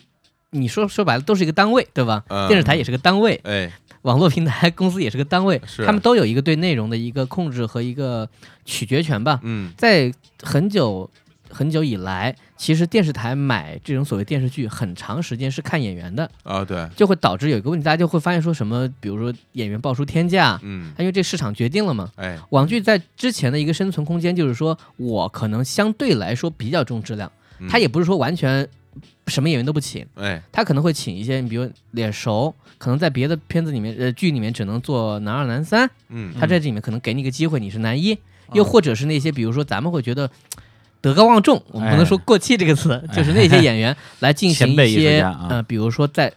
S4: 你说说白了都是一个单位，对吧？
S2: 嗯
S4: 电视台也是个单位，
S2: 哎，
S4: 网络平台公司也是个单位
S2: 是，
S4: 他们都有一个对内容的一个控制和一个取决权吧。
S2: 嗯
S4: 在很久很久以来，其实电视台买这种所谓电视剧，很长时间是看演员的，
S2: 啊，对，
S4: 就会导致有一个问题，大家就会发现说什么，比如说演员爆出天价，
S2: 嗯，
S4: 因为这市场决定了嘛。
S2: 哎，
S4: 网剧在之前的一个生存空间，就是说我可能相对来说比较重质量，
S2: 嗯
S4: 他也不是说完全什么演员都不请，
S2: 哎，
S4: 他可能会请一些，你比如脸熟，可能在别的片子里面，呃，剧里面只能做男二、男三，
S2: 嗯
S4: 他在这里面可能给你一个机会，你是男一，
S1: 嗯
S4: 又或者是那些，比如说咱们会觉得。嗯德高望重，我们不能说过气这个词，就是那些演员来进行
S1: 前
S4: 一
S1: 辈艺术
S4: 些，
S1: 家啊
S4: 呃，比如说在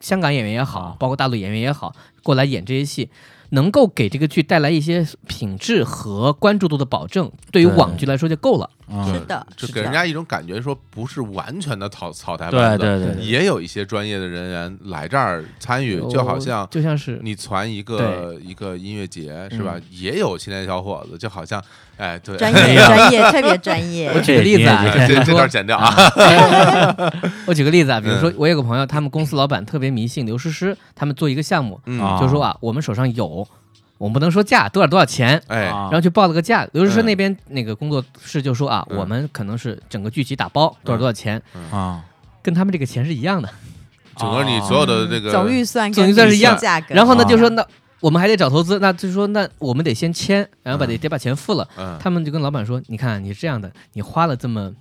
S4: 香港演员也
S1: 啊
S4: 好，包括大陆演员也好，过来演这些戏，能够给这个剧带来一些品质和关注度的保证，对于
S1: 对
S4: 网剧来说就够了。
S1: 嗯
S3: 是的，
S2: 就是给人
S3: 的
S2: 家一种感觉，说不是完全的草草台
S1: 对
S2: 班子，
S1: 对对，对
S2: 也有一些专业的人员来这儿参与，就好像
S4: 就像是
S2: 你传一个一个音乐节是吧？也有青年小伙子，就好像哎，对，
S3: 专业专业特别专 业
S4: 我。举个例子啊，
S1: 这
S4: 就
S2: 哎
S4: 是
S2: 这这
S4: 说
S2: 段剪掉啊，
S4: 我举个例子啊，比如说
S2: 嗯
S4: 我有个朋友，他们公司老板特别迷信刘诗诗，他们做一个项目，
S2: 嗯
S1: 啊
S4: 就是说啊，我们手上有，我们不能说价多少多少钱，
S2: 哎，
S1: 啊
S4: 然后去报了个价。刘诗诗
S2: 嗯
S4: 那边那个工作室就说啊，
S2: 嗯
S4: 我们可能是整个剧集打包多少多少钱，
S1: 啊，
S4: 跟他们这个钱是一样的。
S2: 整个你
S4: 啊
S2: 所有的这个
S3: 总预算
S4: 总预算是一样
S3: 价格，
S4: 然后呢，
S1: 啊
S4: 就说那我们还得找投资，那就说那我们得先签，然后把
S2: 嗯
S4: 得得把钱付了。
S2: 嗯
S4: 他们就跟老板说，你看啊你是这样的，你花了这么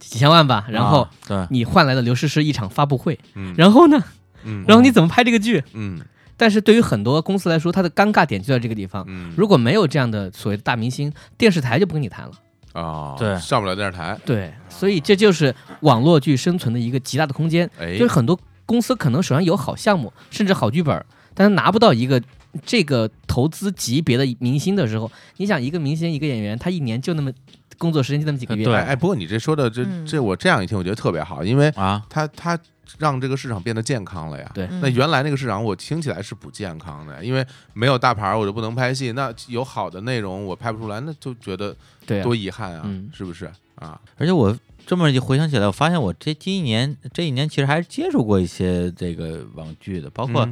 S4: 几千万吧，然后
S1: 啊对，
S4: 你换来了刘诗诗一场发布会，
S2: 嗯
S4: 然后呢，
S2: 嗯
S4: 然后你怎么拍这个剧？
S2: 嗯
S4: 但是对于很多公司来说，它的尴尬点就在这个地方。
S2: 嗯，
S4: 如果没有这样的所谓的大明星，电视台就不跟你谈了。
S2: 啊，
S1: 对
S2: 上不了电视台，
S4: 对，所以这就是网络剧生存的一个极大的空间。
S2: 哎，
S4: 就是很多公司可能手上有好项目，甚至好剧本，但是拿不到一个这个投资级别的明星的时候，你想一个明星一个演员，他一年就那么工作时间就那么几个月，
S1: 对
S2: 哎哎，不过你这说的这
S3: 嗯
S2: 这我这样一听，我觉得特别好，因为
S1: 啊，
S2: 他他让这个市场变得健康了呀，
S1: 嗯
S4: 对
S3: 嗯
S2: 那原来那个市场我听起来是不健康的，因为没有大牌儿我就不能拍戏，那有好的内容我拍不出来，那就觉得
S4: 对啊
S2: 多遗憾啊，
S4: 嗯
S2: 是不是啊？
S1: 而且我这么一回想起来，我发现我这今一年这一年其实还是接触过一些这个网剧的，包
S2: 包
S1: 括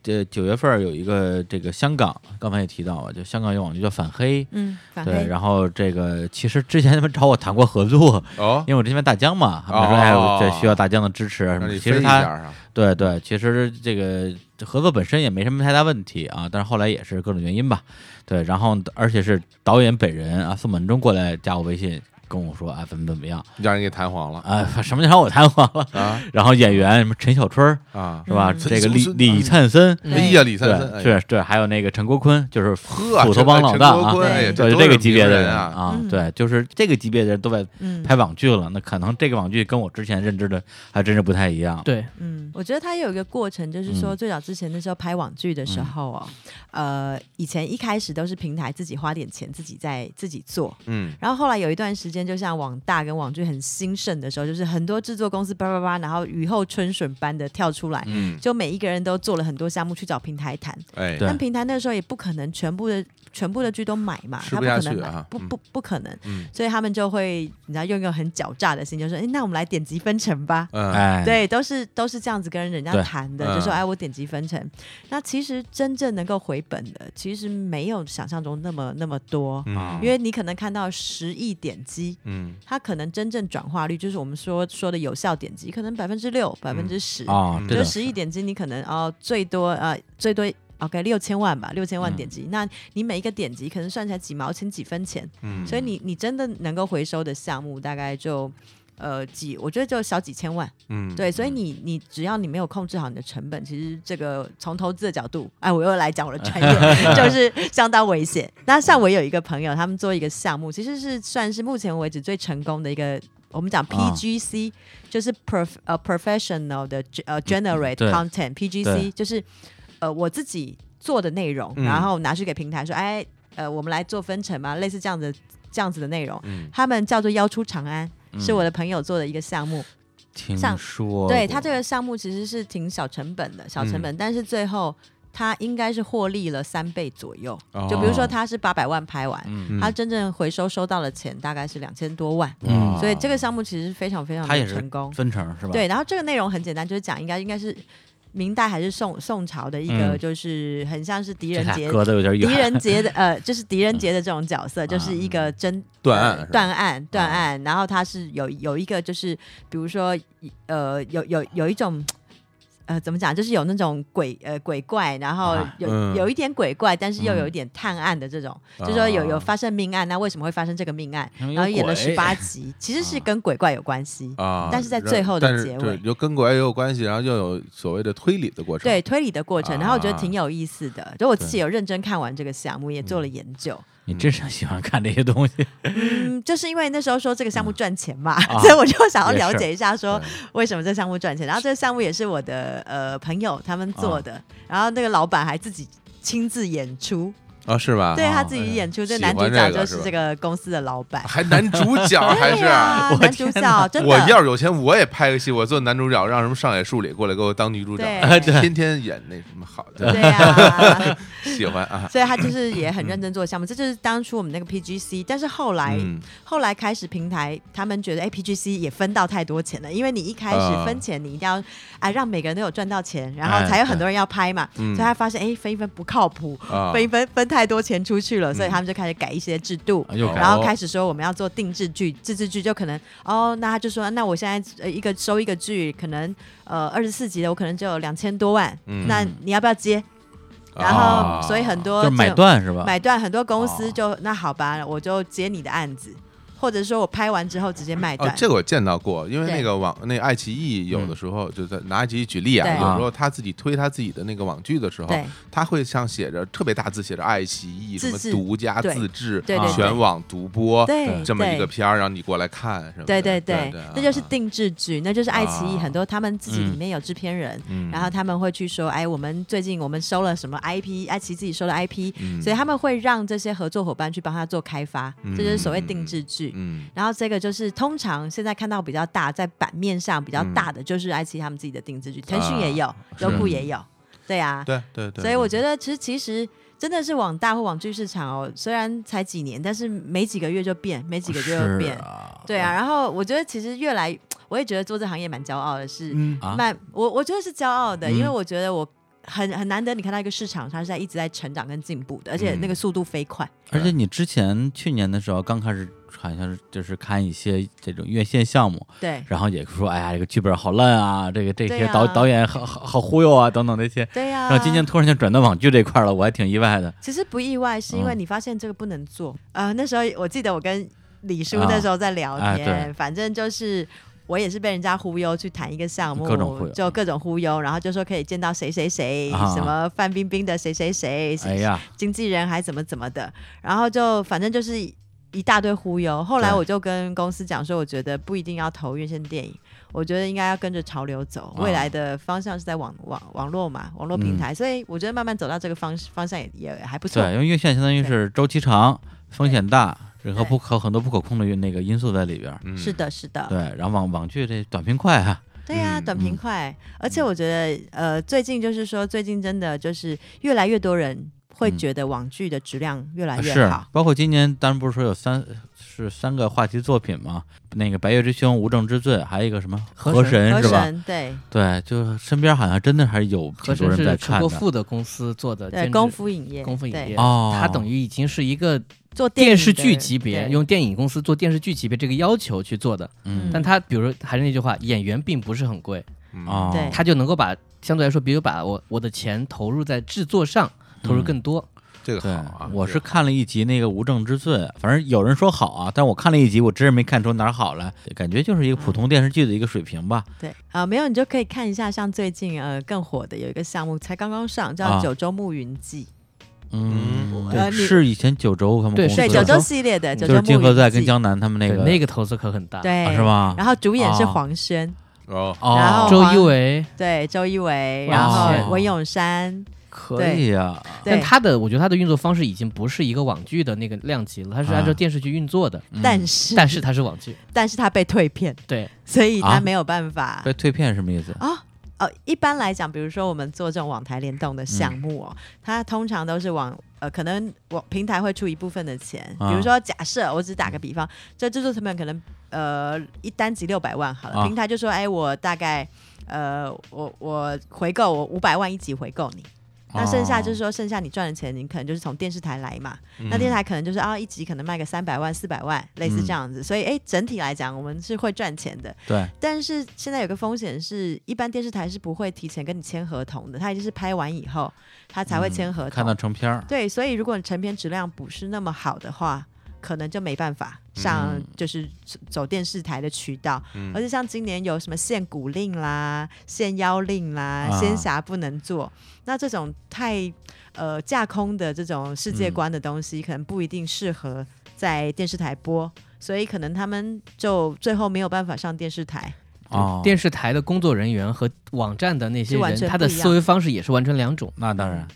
S1: 这呃九月份儿有一个这个香港，刚才也提到了，就香港有网剧叫《反黑》。
S3: 嗯，反
S1: 对，
S3: 黑
S1: 然后这个其实之前他们找我谈过合作，
S2: 哦，
S1: 因为我之前在大疆嘛，他们说哎，我这需要大疆的支持啊什么
S2: 让
S1: 的。
S2: 你
S1: 其实
S2: 飞一
S1: 他
S2: 下啊，
S1: 对对，其实这个合作本身也没什么太大问题啊，但是后来也是各种原因吧。对，然后而且是导演本人啊，宋本忠过来加我微信，跟我说啊怎么怎么样
S2: 让人给弹簧了
S1: 啊，什么让我弹簧了。
S2: 啊
S1: 然后演员什么陈小春儿
S2: 啊！
S1: 是吧？
S3: 嗯
S1: 这个
S2: 陈
S1: 李
S2: 小春
S1: 李
S2: 哎
S1: 灿森，
S2: 哎呀，李三
S1: 对
S2: 三，哎呀
S1: 对对，还有那个陈国坤，就是
S2: 呵，
S1: 斧头帮老大啊，
S2: 对
S1: 对这个级别的人
S2: 啊，
S1: 啊，
S3: 嗯
S1: 对，就是这个级别的人都在
S3: 嗯
S1: 拍网剧了，那可能这个网剧跟我之前认知的还真是不太一样。
S4: 对，
S3: 嗯，我觉得它有一个过程，就是说
S1: 嗯
S3: 最早之前那时候拍网剧的时候哦，呃，以前一开始都是平台自己花点钱自己在自己做，
S2: 嗯
S3: 然后后来有一段时间，就像网大跟网剧很兴盛的时候，就是很多制作公司叭叭叭，然后雨后春笋般的跳出来，
S2: 嗯，
S3: 就每一个人都做了很多项目去找平台谈。
S2: 哎，
S1: 对
S3: 但平台那时候也不可能全部的全部的剧都买嘛，
S2: 吃
S3: 他
S2: 不
S3: 不
S2: 下
S3: 可
S2: 去
S3: 能买
S2: 啊，
S3: 不
S2: 嗯
S3: 不不可能，
S2: 嗯
S3: 所以他们就会你知道用一个很狡诈的心，就说，哎，那我们来点击分成吧。
S2: 嗯
S1: 哎，
S3: 对，都是都是这样子跟人家
S1: 对
S3: 谈的，
S2: 嗯
S3: 就说哎，我点击分成。那其实真正能够回本的，其实没有想象中那么那么多，
S1: 啊
S2: 嗯
S3: 因为你可能看到十亿点击，
S2: 嗯
S3: 它可能真正转化率就是我们说说的有效点击，可能百分之六、百分之十，
S1: 啊，
S2: 嗯
S1: 对
S3: 就
S1: 的，
S3: 十亿点击，你可能哦最多呃最多 OK 六千万吧，六千万
S1: 嗯
S3: 点击，那你每一个点击可能算起来几毛钱、几分钱，
S2: 嗯，
S3: 所以你你真的能够回收的项目大概就。呃，几我觉得就小几千万，
S2: 嗯
S3: 对，所以你你只要你没有控制好你的成本，其实这个从投资的角度，哎，我又来讲我的专 业，就是相当危险。那像我有一个朋友，他们做一个项目，其实是算是目前为止最成功的一个。我们讲
S1: 啊
S3: PGC、就是 prof 呃 professional 的呃 generate
S1: 嗯对
S3: content
S1: 对
S3: PGC 就是呃我自己做的内容，
S2: 嗯
S3: 然后拿去给平台说，哎呃我们来做分成嘛，类似这样的这样子的内容，
S2: 嗯
S3: 他们叫做邀出长安，是
S1: 嗯
S3: 我的朋友做的一个项目，
S1: 听
S3: 上
S1: 说
S3: 对
S1: 过
S3: 它这个项目其实是挺小成本的，小
S1: 嗯
S3: 成本，但是最后它应该是获利了三倍左右。就比如说
S1: 哦
S3: 它是八百万拍完，
S1: 嗯，
S3: 它真正回收收到的钱大概是两千多万，
S1: 嗯
S3: 所以这个项目其实非常非常
S1: 它也
S3: 的
S1: 是
S3: 成功。
S1: 分成是吧？
S3: 对，然后这个内容很简单，就是讲应该应该是明代还是宋宋朝的一个，
S1: 嗯
S3: 就是很像是狄
S1: 这
S3: 仁
S1: 俩
S3: 杰。
S1: 隔的有点
S3: 狄
S1: 远，
S3: 仁杰 的呃，就是狄仁杰的这种角色，就是一个真
S2: 啊断
S3: 呃
S2: 案是吧啊
S3: 断案，断案。然后他是有有一个，就是比如说，呃，有有有一种，呃，怎么讲，就是有那种鬼呃鬼怪，然后
S1: 啊
S3: 有、
S2: 嗯
S3: 有一点鬼怪，但是又
S1: 嗯
S3: 有一点探案的这种，就说
S2: 啊
S3: 有有发生命案，那为什么会发生这个命案？
S1: 因为有
S3: 然后演了
S1: 鬼哎
S3: 十八集，其实是跟鬼怪有关系。
S2: 啊，
S3: 但是在最后的
S2: 但是
S3: 结
S2: 对
S3: 尾
S2: 就跟国外也有关系，然后又有所谓的推理的过程，
S3: 对推理的过程，然后我觉得挺有意思的。就我自己
S2: 啊对
S3: 有认真看完这个项目，也做了研究。
S1: 你真是喜欢看这些东西，
S3: 嗯，就是因为那时候说这个
S2: 嗯
S3: 项目赚钱嘛，
S1: 啊
S3: 所以我就想要了
S1: 也
S3: 解一下，说
S2: 对
S3: 为什么这项目赚钱。然后这个项目也是我的呃朋友他
S2: 啊
S3: 们做的，然后那个老板还自己亲自演出，
S2: 啊，是吧？
S3: 对
S2: 啊
S3: 他自己演出，这
S2: 喜
S3: 男主
S2: 欢
S3: 角
S2: 这个
S3: 就是是
S2: 吧
S3: 这个公司的老板。
S2: 还男主 角 还是
S3: 对啊，男主角真
S2: 我
S3: 的
S2: 要是有钱，我也拍个戏，我做男主角，让什么上野树里过来给我当女主角，
S3: 对对
S2: 天天演那什么好的，
S3: 对啊，
S2: 喜欢啊。
S3: 所以他就是也很认真做项目，这就是当初我们那个 PGC，但是后来、
S2: 嗯，
S3: 后来开始平台他们觉得，哎，PGC 也分到太多钱了，因为你一开始分钱，你一定要啊让每个人都有赚到钱，然后才有很多人要拍嘛，
S2: 嗯
S3: 所以他发现，哎，分一分不靠谱，
S2: 啊
S3: 分一分分太多钱出去了，所以他们就开始改一些制度。
S1: 啊又
S2: 哦
S3: 嗯
S1: 改
S3: 然后开始说我们要做定制剧，自制剧就可能哦，那他就说，那我现在呃一个收一个剧，可能呃二十四集的，我可能就有两千多万，
S2: 嗯
S3: 那你要不要接？然后、
S2: 啊
S3: 所以很
S1: 就
S3: 多
S1: 是买
S3: 这种
S1: 断是吧？
S3: 买断，很多公司
S1: 哦
S3: 就、那好吧，我就接你的案子，或者说我拍完之后直接卖断。
S2: 哦，这个我见到过，因为
S3: 对嗯
S2: 那个网那爱奇艺有的时候就在拿爱奇艺举例啊，
S3: 对
S2: 有时候他自己推他自己的那个网剧的时候，
S3: 对
S2: 他会上写着特别大字写着爱奇艺什
S3: 自
S2: 么
S3: 制
S2: 独家
S3: 对
S2: 自制
S3: 对
S1: 对
S2: 全网独播
S3: 对
S2: 这么一
S3: 对
S2: 个片儿，让你过来看什么的。
S3: 对
S2: 对
S3: 对
S2: 对
S3: 对，，
S2: 啊
S3: 那就是定制剧，那就是爱奇艺
S2: 啊
S3: 很多他们自己
S1: 嗯
S3: 里面有制片人，
S2: 嗯
S3: 然后他们会去说，哎，我们最近我们收了什么 IP，爱奇艺自己收了 IP，、
S2: 嗯
S3: 所以他们会让这些合作伙伴去帮他做开发，
S2: 嗯
S3: 这就是所谓定制剧。
S2: 嗯
S3: 然后这个就是通常现在看到比较大，在版面上比较
S2: 嗯
S3: 大的就是爱奇艺他们自己的定制
S2: 啊
S3: 剧，腾讯也有，优酷也有，对啊，
S2: 对对对，
S3: 所以我
S2: 对
S3: 觉得，其实其实真的是网大或网剧市场哦，虽然才几年，但是没几个月就变，没几个月
S1: 是
S3: 就变，
S1: 啊
S3: 对啊。然后我觉得其实越来，我也觉得做这行业蛮骄傲的是，
S2: 嗯
S1: 啊
S3: 蛮我我觉得是骄傲的，
S1: 嗯
S3: 因为我觉得我。很很难得，你看到一个市场，它是在一直在成长跟进步的，而且那个速度飞快。
S1: 而且你之前去年的时候刚开始，好像是就是看一些这种院线项目，
S3: 对
S1: 然后也说哎呀这个剧本好烂啊，这个这
S3: 对
S1: 些
S3: 呀
S1: 导、导演好好好忽悠啊等等这些。
S3: 对呀、
S1: 然后今年突然就转到网剧这块了，我还挺意外的。
S3: 其实不意外，是因为
S1: 嗯
S3: 你发现这个不能做。呃，那时候我记得我跟李叔那时候在聊
S1: 啊哎
S3: 天，
S1: 对
S3: 反正就是。我也是被人家忽悠去谈一个项目，
S1: 各种忽悠
S3: 就各种忽悠，然后就说可以见到谁谁谁，
S1: 啊
S3: 什么范冰冰的谁谁谁，
S1: 哎呀，
S3: 经纪人还怎么怎么的，然后就反正就是一大堆忽悠。后来
S1: 对
S3: 我就跟公司讲说，我觉得不一定要投院线电影，我觉得应该要跟着潮流走，
S1: 啊
S3: 未来的方向是在网网网络嘛，网络平台，所以我觉得慢慢走到这个方方向也也还不错。
S1: 对，因为院线相当于是周期长、风险大，然后
S3: 对啊
S1: 不可很多不可控的那个因素在里边儿。
S2: 嗯
S3: 是，的，是的，
S1: 对，然后网网剧这短平快啊，
S3: 对呀、
S2: 嗯
S3: 短平快。而且我觉得，呃，最近就是说，最近真的就是越来越多人会
S1: 嗯啊
S3: 觉得网剧的质量越来越
S1: 是
S3: 好。，
S1: 包括今年，当然不是说有三是三个话题作品嘛，那个《白夜之凶》《无证之罪》，还有一个什么《
S4: 河
S1: 河
S4: 神
S1: 神》
S3: 河
S1: 是吧？
S3: 神对
S1: 对，就是身边好像真的还有
S4: 和
S1: 挺
S4: 神
S1: 多人在
S4: 是陈
S1: 看
S4: 国
S1: 的。
S4: 富的公司做的
S3: 对，
S4: 监制
S3: 功夫影业，
S4: 功夫影
S3: 对
S4: 业，
S1: 哦
S4: 它等于已经是一个
S3: 做
S4: 电
S3: 影
S4: 视剧
S3: 的
S4: 级别，
S3: 对
S4: 用电影公司做电视剧级别这个要求去做的。
S1: 嗯
S4: 但它比如还是那句话，演员并不是很贵，
S2: 嗯
S1: 哦，
S3: 对
S4: 它就能够把相对来说，比如把我我的钱投入在制作上，投入更
S1: 嗯
S4: 多。
S2: 这个好
S1: 对
S2: 啊，，
S1: 我
S2: 这
S1: 是
S2: 个
S1: 看了一集那个《无证之罪》，反正有人说好啊，但我看了一集，我真是没看出哪儿好来，感觉就是一个普通电视剧的一个水平吧。
S3: 对啊、没有你就可以看一下，像最近呃更火的有一个项目才刚刚上，叫
S1: 啊
S3: 《九州暮云记
S1: 嗯，
S3: 呃
S1: 对，
S3: 你
S1: 是以前九州他们
S4: 对
S1: 公》，司
S4: 是
S3: 对
S1: 的
S3: 九
S4: 九
S3: 州
S4: 州
S3: 系列的《九
S1: 就
S3: 州
S1: 是
S3: 暮云记
S1: 金》河在跟江南他们那个
S4: 那个投资可很大。，
S3: 对、
S1: 啊是？吗？
S3: 然后主演是
S1: 啊
S3: 黄轩，
S2: 哦，
S3: 然后
S1: 哦，
S4: 周一围
S3: 对周一围，
S4: 哇
S3: 然后
S1: 塞
S3: 文咏珊，
S1: 可以啊呀，
S4: 但
S3: 对，啊
S4: 他的我觉得他的运作方式已经不是一个网剧的那个量级了，他是按照
S1: 啊
S4: 电视剧运作的，
S1: 嗯
S3: 但是
S4: 但是他是网剧。
S3: 但是他被退片，
S4: 对，
S3: 所以
S1: 啊
S3: 他没有办法
S1: 被退片什么意思？
S3: 啊。哦，一般来讲，比如说我们做这种网台联动
S1: 嗯
S3: 的项目哦，它通常都是网呃，可能网平台会出一部分的钱，
S1: 啊
S3: 比如说假设我只打个比方，这制作成本可能呃一单集六百万好了，
S1: 啊
S3: 平台就说哎我大概呃我我回购我五百万一集回购你。那剩
S1: 啊
S3: 下就是说，剩下你赚的钱，你可能就是从电视台来嘛。
S1: 嗯
S3: 那电视台可能就是啊，一集可能卖个三百万、四百万，类
S1: 嗯
S3: 似这样子。所以，哎，整体来讲，我们是会赚钱的。
S1: 哦对，
S3: 但是现在有个风险是，一般电视台是不会提前跟你签合同的，他一定是拍完以后他才会签合同。
S1: 嗯看到成片儿，
S3: 对，所以如果你成片质量不是那么好的话，可能就没办法上
S1: 嗯
S3: 就是走走电视台的渠道。
S2: 嗯
S3: 而且像今年有什么限股令啦、限邀令啦、
S1: 啊
S3: 仙侠不能做，那这种太呃架空的这种世界观的东西，可能不一定适合在电视台播。所以可能他们就最后没有办法上电视台，
S1: 哦，
S4: 电视台的工作人员和网站的那些
S3: 是完
S4: 人，
S3: 全
S4: 他的
S3: 不一样
S4: 思维方式也是完全两种，
S1: 那当然，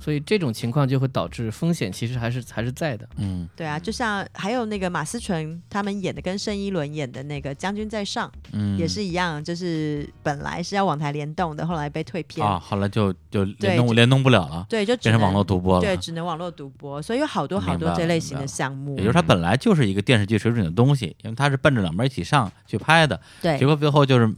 S4: 所以这种情况就会导致风险其实还是还是在的。
S1: 嗯，
S3: 对啊，就像还有那个马思纯他们演的跟盛一伦演的那个《将军在上》，
S1: 嗯，
S3: 也是一样，就是本来是要网台联动的，后来被退片，
S1: 啊，后来就就联
S3: 对
S1: 动
S3: 就
S1: 联动不了了，
S3: 对，就只
S1: 变成
S3: 能
S1: 网络独播
S3: 对，
S1: 了。
S3: 只能网络独播，所以有好多好
S1: 明白
S3: 多
S1: 了
S3: 这类
S1: 明
S3: 型
S1: 白
S3: 的
S1: 了
S3: 项目，
S1: 也就是它本来就是一个电视剧水准的东西，因为它是奔着两边一起上去拍的，结
S3: 对
S1: 果最后就是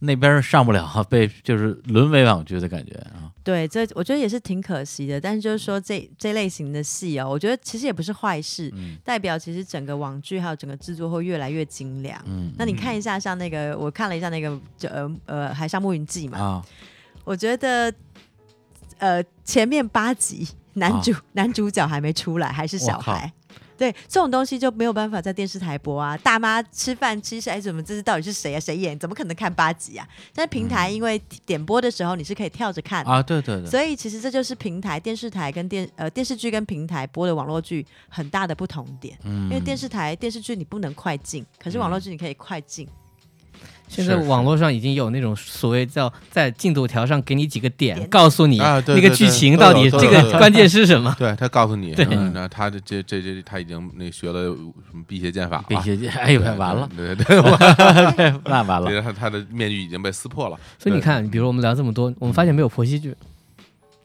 S1: 那边上不了，被就是沦为网剧的感觉啊。
S3: 对，这我觉得也是挺可惜的。但是就是说这这类型的戏哦，我觉得其实也不是坏事，
S1: 嗯
S3: 代表其实整个网剧还有整个制作会越来越精良。
S1: 嗯，
S3: 那你看一下，像那个我看了一下那个，就呃呃《海上牧云记》嘛，
S1: 啊，
S3: 我觉得，呃，前面八集
S1: 啊
S3: 男主、男主角还没出来，还是小孩。对，这种东西就没有办法在电视台播啊！大妈吃饭吃谁？哎，怎么这是到底是谁啊？谁演？怎么可能看八集啊？但是平台因为点播的时候你是可以跳着看的
S1: 嗯啊，对对对，
S3: 所以其实这就是平台、电视台跟电呃电视剧跟平台播的网络剧很大的不同点。
S1: 嗯，
S3: 因为电视台电视剧你不能快进，可是网络剧你可以快进。
S4: 现在
S1: 是是
S4: 网络上已经有那种所谓叫在进度条上给你几个点，
S3: 点
S4: 告诉你
S2: 啊对
S4: 那个
S2: 对哦
S4: 剧
S2: 对
S4: 情
S2: 都
S4: 到
S2: 有
S4: 底
S2: 都
S4: 这
S2: 有都
S4: 个
S2: 有
S4: 关键是什么。
S2: 对他告诉你，
S4: 对
S2: 嗯那他的这这这他已经那学了什么辟邪剑法了，
S1: 别写，哎呦，
S2: 对
S1: 完了，，
S2: 对对对，对
S1: 那完了，
S2: 对他他的面具已经被撕破了，
S4: 所以你
S2: 对
S4: 看，比如我们聊这么多，我们发现没有婆媳剧，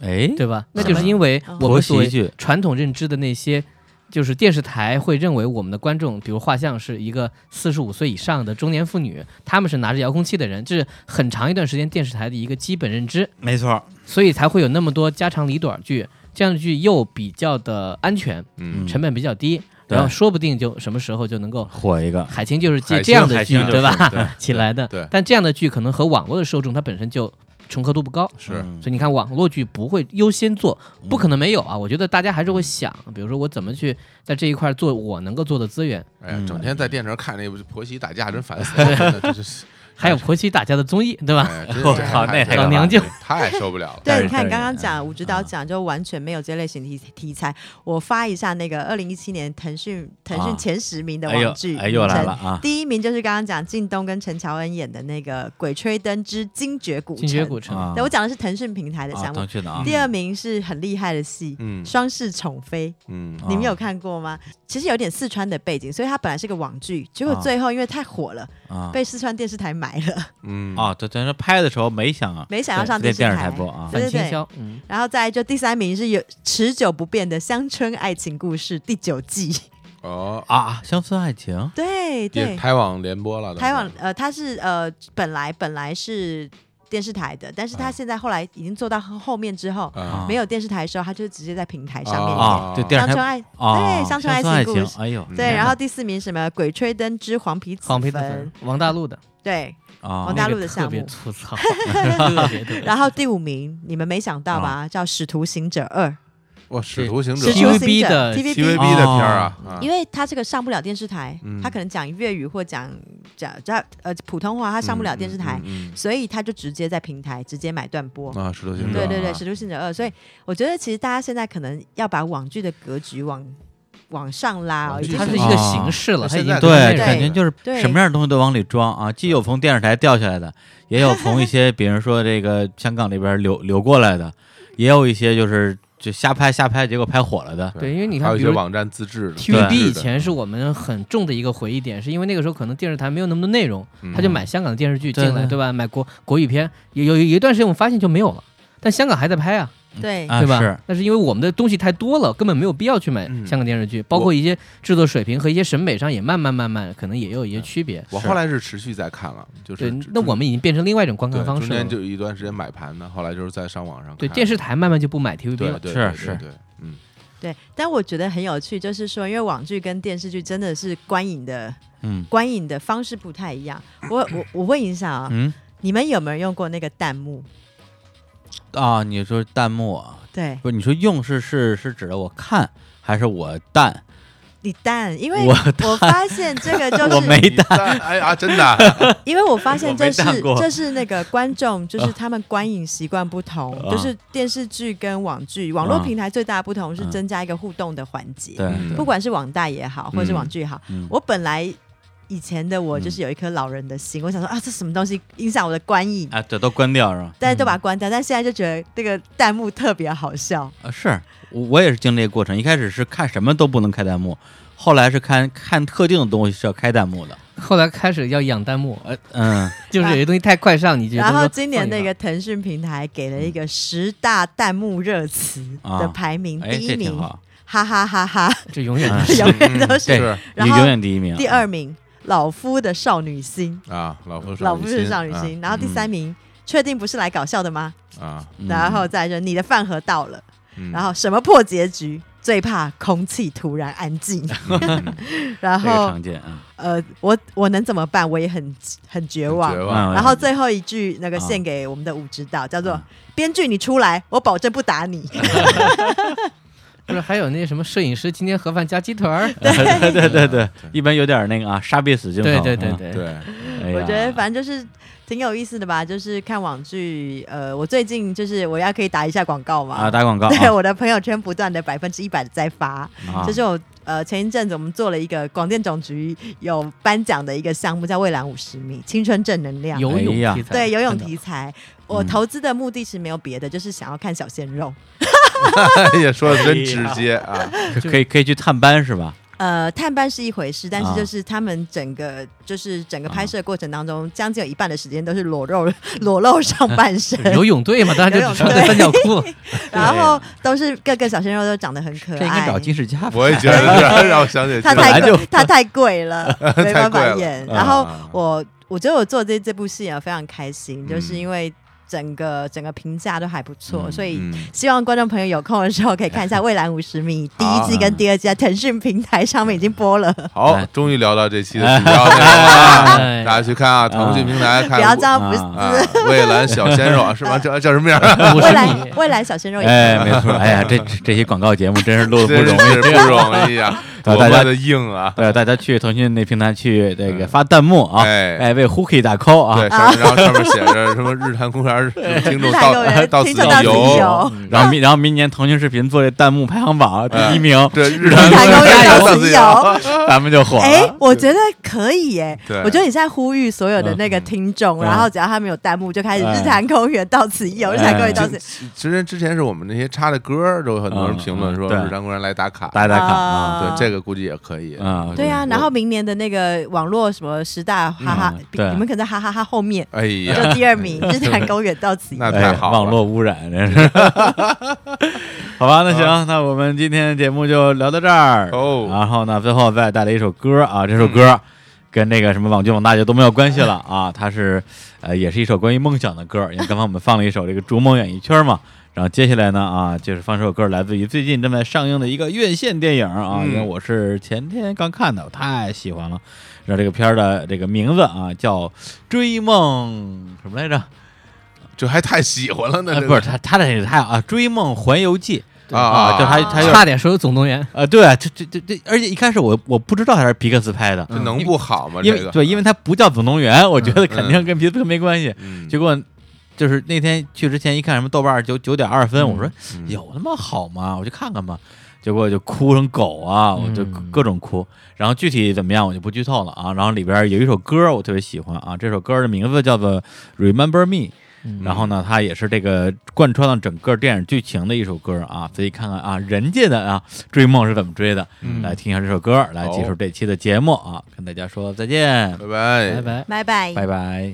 S1: 哎，
S4: 对吧？嗯那
S3: 那
S4: 就是因为
S3: 嗯
S4: 我
S1: 婆
S4: 们所
S1: 媳
S4: 谓
S1: 剧，
S4: 传统认知的那些，就是电视台会认为我们的观众，比如画像是一个四十五岁以上的中年妇女，她们是拿着遥控器的人，这是很长一段时间电视台的一个基本认知，
S1: 没错儿，
S4: 所以才会有那么多家长里短剧，这样的剧又比较的安全，
S2: 嗯，
S4: 成本比较低，
S1: 对
S4: 然后说不定就什么时候就能够。
S1: 火一个，
S4: 海清就是借
S2: 海
S4: 这样
S2: 清
S4: 的
S2: 海
S4: 剧
S2: 清，就是
S4: 吧？
S2: 对
S4: 起来的，
S2: 对
S4: 但这样的剧可能和网络的受众它本身就重合度不高。
S2: 是嗯
S1: 嗯
S4: 所以你看，网络剧不会优先做，不可能没有啊。我觉得大家还是会想，比如说我怎么去在这一块做我能够做的资源，
S2: 哎呀
S1: 嗯，
S2: 整天在电视上看那部婆媳打架，真烦死了，真的这是
S4: 还有婆媳打架的综艺，对吧？
S2: 哎，真
S1: 我
S2: 是
S1: 靠那太
S4: 老娘舅
S2: 太受不了了。
S1: 但
S3: 对，
S1: 是
S3: 你看
S1: 但
S3: 你
S1: 是
S3: 刚刚
S1: 嗯
S3: 讲武指导讲就完全没有这类型题题材。我发一下那个二零一七年腾讯腾
S1: 啊
S3: 讯前十名的
S1: 哎呦
S3: 网剧，，
S1: 哎又来了。啊！
S3: 第一名就是刚刚讲靳东跟陈乔恩演的那个《鬼吹灯之精绝古城
S4: 进》。绝古城，
S1: 啊
S3: 对，我讲的是腾讯平台的
S1: 啊
S3: 项，目
S1: 腾。讯的啊，
S3: 第二名是很厉害的戏，
S2: 嗯
S3: 双世宠妃》，
S2: 嗯，
S1: 啊
S3: 你们有看过吗？其实有点四川的背景，所以它本来是个网剧，结果
S1: 啊
S3: 最后因为太火了，
S1: 啊
S3: 被四川电视台买了，
S2: 嗯
S1: 啊，对，但是拍的时候没想啊
S3: 没想要上
S1: 对
S3: 电视
S1: 电视
S3: 台
S1: 台播啊
S3: 对
S4: 反
S3: 对对
S4: 倾销，嗯，
S3: 然后再来就第三名是有持久不变的乡村爱情故事第九季，
S2: 哦，
S1: 啊，乡村爱情
S3: 对
S2: 也
S3: 对，
S2: 台网联播了，
S3: 台湾呃，它是呃本来本来是电视台的，但是它现在后来已经做到后面之后，
S2: 啊
S3: 没有电视台的时候，它就直接在平台上面。
S1: 啊，对，电视
S3: 乡村
S1: 台
S3: 爱
S1: 啊，
S3: 对乡村
S1: 爱
S3: 爱情故
S1: 情，
S3: 事
S1: 哎呦，
S2: 嗯
S3: 对，然后第四名什么《鬼吹灯之黄皮子
S4: 黄皮子
S3: 坟
S4: 粉，王大陆的，
S3: 对，
S1: 啊
S3: 王大
S4: 那
S3: 陆
S4: 个
S3: 的
S4: 特
S3: 项
S4: 别
S3: 目
S4: 粗糙， 特别特别
S3: 然后第五名你们没想到吧？叫《使徒行者二》
S2: 哇，使徒行者
S3: 使徒行
S4: TVB
S3: 者
S4: 的
S2: TVB
S3: TVB，
S1: 哦
S2: 的片儿啊，啊
S3: 因为他这个上不了电视台
S2: 嗯，
S3: 他可能讲粤语或讲讲讲呃普通话，他上不了电视台，
S2: 嗯嗯
S3: 所以他就直接在平台直接买断播
S2: 嗯。啊，使徒行者，
S3: 对对对，
S2: 啊
S3: 《使徒行者二》，所以我觉得其实大家现在可能要把网剧的格局往往上拉哦，
S2: 网
S3: 已
S2: 剧
S3: 经
S4: 它是
S3: 是
S4: 一个形式了，它已经啊
S2: 哦现在
S4: 不是内
S1: 对，
S4: 容
S1: 感觉就是
S3: 对
S1: 什么样的东西都往里装啊，既有从电视台掉下来的，也有从一些比如说这个香港那边流流过来的，也有一些就是就瞎拍瞎拍，结果拍火了的。
S4: 对，因为你
S2: 还
S4: 看，
S2: 有一
S4: 比
S2: 些
S4: 如
S2: 网站自制的
S4: TVB
S2: 自制
S4: 以
S2: 的
S4: 前是我们很重的一个回忆点，是因为那个时候可能电视台没有那么多内容，
S2: 嗯
S4: 他就买香港的电视剧进
S1: 对
S4: 来，
S1: 对
S4: 对吧？买国国语片，有有有一段时间我们发现就没有了。但香港还在拍啊，
S3: 对
S1: 啊
S4: 对吧？
S1: 是
S4: 但是因为我们的东西太多了，根本没有必要去买
S2: 嗯
S4: 香港电视剧，包括一些制作水平和一些审美上也慢慢慢慢可能也有一些区别。
S2: 嗯我
S1: 是
S2: 后来是持续在看了，就是
S4: 对，那我们已经变成另外一种观
S2: 对
S4: 看方式
S2: 中
S4: 了
S2: 间。就有一段时间买盘的，后来就是在上网上
S4: 对
S2: 看
S4: 电视台慢慢就不买
S2: 对
S4: TVB 了，
S2: 对
S1: 是
S2: 对
S1: 是
S2: 对对，嗯，
S3: 对，但我觉得很有趣，就是说，因为网剧跟电视剧真的是观影的
S1: 嗯
S3: 观影的方式不太一样。我我我问一下啊，
S1: 嗯
S3: 你们有没有用过那个弹幕？
S1: 啊，你说弹幕啊，
S3: 对
S1: 不是你说用是是是指的我看还是我弹？
S3: 你弹，因为
S1: 我
S3: 我发现这个就是
S1: 我没
S2: 你 在哎呀，真的啊，
S3: 因为我发现这是
S1: 我没看过
S3: 这是那个观众，就是他们观影习惯不同，
S1: 啊
S3: 就是电视剧跟网剧、网络平台最大的不同是
S1: 嗯
S3: 增加一个互动的环节，
S1: 对，
S2: 嗯
S3: 不管是网大也好，或者是网剧也好，
S1: 嗯
S3: 我本来。以前的我就是有一颗老人的心，我想说啊，这什么东西影响我的观影，
S1: 啊，这都关掉是吧？
S3: 大家都把它关掉。但现在就觉得这个弹幕特别好笑，
S1: 啊，是我我也是经历这个过程，一开始是看什么都不能开弹幕，后来是看看特定的东西是要开弹幕的。
S4: 后来开始要养弹幕，呃，
S1: 嗯，
S4: 就是 有些东西太快上，你觉得
S3: 然后
S4: 说
S3: 今年
S4: 放一
S3: 那
S4: 放
S3: 个腾讯平台给了一个十大弹幕热词的
S1: 啊
S3: 排名，
S1: 哎，
S3: 第一
S1: 这
S3: 名
S1: 挺，好，
S3: 哈哈哈哈，
S4: 这永远
S1: 嗯
S4: 是
S3: 永远都是
S1: 对
S2: 是
S1: 你
S3: 然后
S1: 永远第一名。
S3: 第二名，老夫的少女心，
S2: 啊，老夫
S3: 老夫的少女
S2: 啊
S3: 心。然后第三名，确定不是来搞笑的吗？
S2: 啊，
S1: 嗯，
S3: 然后再就是你的饭盒到了，
S2: 嗯
S3: 然后什么破结局？最怕空气突然安静。
S2: 嗯
S3: 然
S1: 这个
S3: 后
S1: 常见啊，
S3: 呃，我我能怎么办？我也很很绝望。
S2: 绝
S1: 嗯
S2: 望，
S3: 然后最后一句那个
S1: 啊
S3: 献给我们的武指导，叫做
S1: 啊
S3: “编剧你出来，我保证不打你
S4: 不是还有那什么摄影师今天盒饭加鸡腿儿？
S1: 对对对对，一般有点那个啊，杀必死镜头。
S4: 对对对
S1: 嗯，
S4: 对，
S2: 对，
S1: 哎”。呀
S3: 我觉得反正就是挺有意思的吧，就是看网剧。呃，我最近就是我要可以打一下广告嘛
S1: 啊，打广告啊，
S3: 对，我的朋友圈不断的百分之一百的在发，
S1: 啊
S3: 就是我呃前一阵子我们做了一个广电总局有颁奖的一个项目，叫“蔚蓝五十米青春正能量”，
S4: 游
S1: 哎呀
S4: 泳题材，
S3: 对游泳
S4: 真的
S3: 题材。
S1: 嗯
S3: 我投资的目的是没有别的，就是想要看小鲜肉。
S2: 也说的真
S4: 哎
S2: 直接啊，
S1: 可以可以去探班是吧？
S3: 呃，探班是一回事，但是
S1: 啊
S3: 就是他们整个、就是整个拍摄过程当中，将近有一半的时间都是裸露裸露上半身，
S4: 游泳队嘛，当然就只
S3: 游
S4: 穿个
S3: 泳队
S4: 三角 裤了。
S3: 然后都是各个小鲜肉都长得很可
S1: 这应该
S3: 爱
S1: 找。金世佳吧。
S2: 我也觉得
S4: 哎
S2: 是，让我想 起
S3: 他
S1: 本来
S3: 太
S1: 就
S3: 贵，他太贵了，没办
S2: 太贵
S3: 法
S2: 了
S3: 演。
S2: 啊
S3: 然后
S2: 啊啊
S3: 我我觉得我做这这部戏啊非常开心，
S2: 嗯
S3: 就是因为整个整个评价都还不错，
S1: 嗯
S3: 所以
S2: 嗯，
S3: 希望观众朋友有空的时候可以看一下《蔚蓝五十米》第一季跟第二季在腾讯平台上面已经播了，
S2: 好
S1: 哎，
S2: 终于聊到这期的主要内容了，
S4: 哎
S2: 大家去看啊，腾讯平 台
S3: 不
S2: 看
S3: 要这样不是。
S1: 啊
S2: 啊，蔚蓝小鲜 肉啊是吗？这叫什么名儿？
S4: 五
S3: 未
S4: 十
S3: 来
S4: 米，
S3: 未来小鲜肉也
S1: 哎，没错，哎呀，这这这些广告节目真是录的
S2: 真
S1: 不容易，
S2: 是不容易啊，
S1: 大
S2: 多
S1: 家
S2: 么的硬啊！
S1: 对，大家去腾讯那平台去这个发弹幕啊，
S2: 哎
S1: 哎，为 Hooky 打 call 啊
S2: 对，，上面然后上面写着什么日坛公园听众
S3: 日坛公
S2: 到
S3: 园
S2: 到
S3: 听
S2: 此
S3: 众到
S2: 一
S3: 此
S2: 游
S3: 一，游
S1: 然后明然后明年腾讯视频做这弹幕排行
S2: 哎
S1: 榜第一名，
S2: 对，日
S1: 坛
S2: 坛
S1: 公
S2: 公
S1: 园
S2: 园
S1: 到
S2: 到
S3: 此
S2: 此
S3: 一
S2: 一
S3: 游
S2: 游。
S1: 咱们就火
S3: 哎、
S1: 了。
S3: 我觉得可以耶、
S2: 对
S3: 我觉得你现在呼吁所有的那个听众，
S1: 嗯
S3: 然后只要他们有弹幕，就开始
S1: 哎
S3: 日坛公园到此一游，日坛公园到此一游。
S2: 之前之前是我们那些插的歌儿，都有很多人评论说
S1: 嗯嗯对
S2: 日坛公园来打卡，
S1: 大家看啊，
S2: 对
S3: 啊
S2: 这个估计也可以。
S1: 啊，
S3: 对啊，
S2: 我
S3: 然后明年的那个网络什么十大哈哈，
S1: 嗯
S3: 比
S1: 对
S3: 你们可能在哈哈哈后面
S2: 哎呀，
S3: 就第二名，日坛公园到此一游。
S2: 那
S1: 哎
S2: 太，好了，
S1: 网络污染真是。 好吧，那行，那我们今天节目就聊到这儿。
S2: 哦嗯
S1: 然后呢，最后再带来一首歌啊，这首歌跟那个什么网剧网大就都没有关系了啊，它是呃也是一首关于梦想的歌，因为刚才我们放了一首这个《逐梦演艺圈》嘛。然后接下来呢啊，就是放这首歌来自于最近正在上映的一个院线电影啊，
S2: 嗯
S1: 因为我是前天刚看的，我太喜欢了。然后这个片儿的这个名字啊叫《追梦》什么来着？
S2: 这还太喜欢了呢，
S1: 呃，
S2: 这
S1: 不是
S2: 个
S1: 他，他的也太啊，《追梦环游记》
S2: 啊
S1: 啊，就他他就是
S4: 差点说有总动员，
S1: 呃，对啊，这这这这，而且一开始我我不知道他是皮克斯拍的，
S2: 这能不好吗？
S1: 嗯
S2: 嗯
S1: 因
S2: 这
S1: 为
S2: 个啊
S1: 对，因为他不叫《总动员》，我觉得肯定
S2: 嗯
S1: 跟皮克斯没关系。
S2: 嗯
S1: 结果就是那天去之前一看什么豆瓣九九点二分，我说
S2: 嗯
S1: 有那么好吗？我去看看吧。结果就哭成狗啊，我就
S4: 嗯
S1: 各种哭。然后具体怎么样我就不剧透了啊。然后里边有一首歌我特别喜欢啊，这首歌的名字叫做《Remember Me》。然
S2: 嗯
S1: 后呢，它也是这个贯穿了整个电影剧情的一首歌啊，所以看看啊，人家的啊追梦是怎么追的，
S2: 嗯
S1: 来听一下这首歌，来结束这期的节目啊，跟大家说再见，
S2: 拜
S4: 拜。
S2: 拜
S4: 拜。
S3: 拜拜
S1: 拜拜。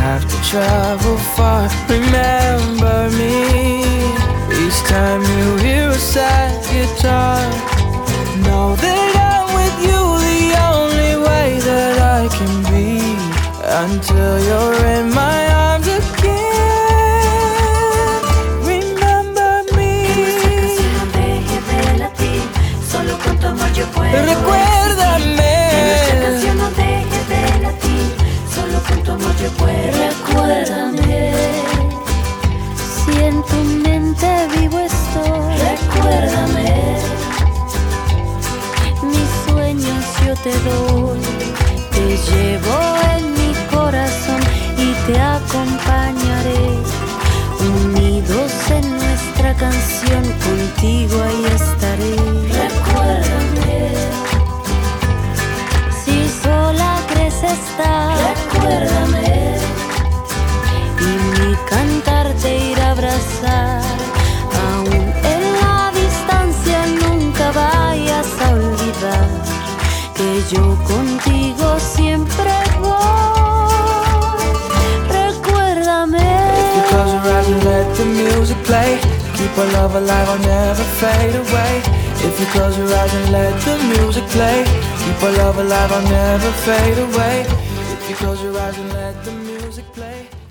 S7: have to travel far, remember me. Each time you hear a sad guitar, know that I'm with you the only way that I can be until you're in my arms again. Remember me.
S5: Solo con tu amor yo puedo
S7: Recuérdame.
S5: no deje de latir Solo con tu amor yo puedo
S8: Recuérdame, si en tu mente vivo estoy,
S5: Recuérdame
S8: mis sueños yo te doy, te llevo en mi corazón y te acompañaré, unidos en nuestra canción, contigo ahí estaré.
S5: Recuérdame
S8: Si sola crees estar
S5: Recuérdame
S8: y mi cantar te irá a abrazar, aún en la distancia nunca vayas a olvidar que yo contigo siempre voy. Recuérdame.
S7: If you close your eyes and let the music play, keep our love alive, I'll never fade away. If you close your eyes and let the music play, keep our love alive, I'll never fade away. If you close your eyes and let the music play.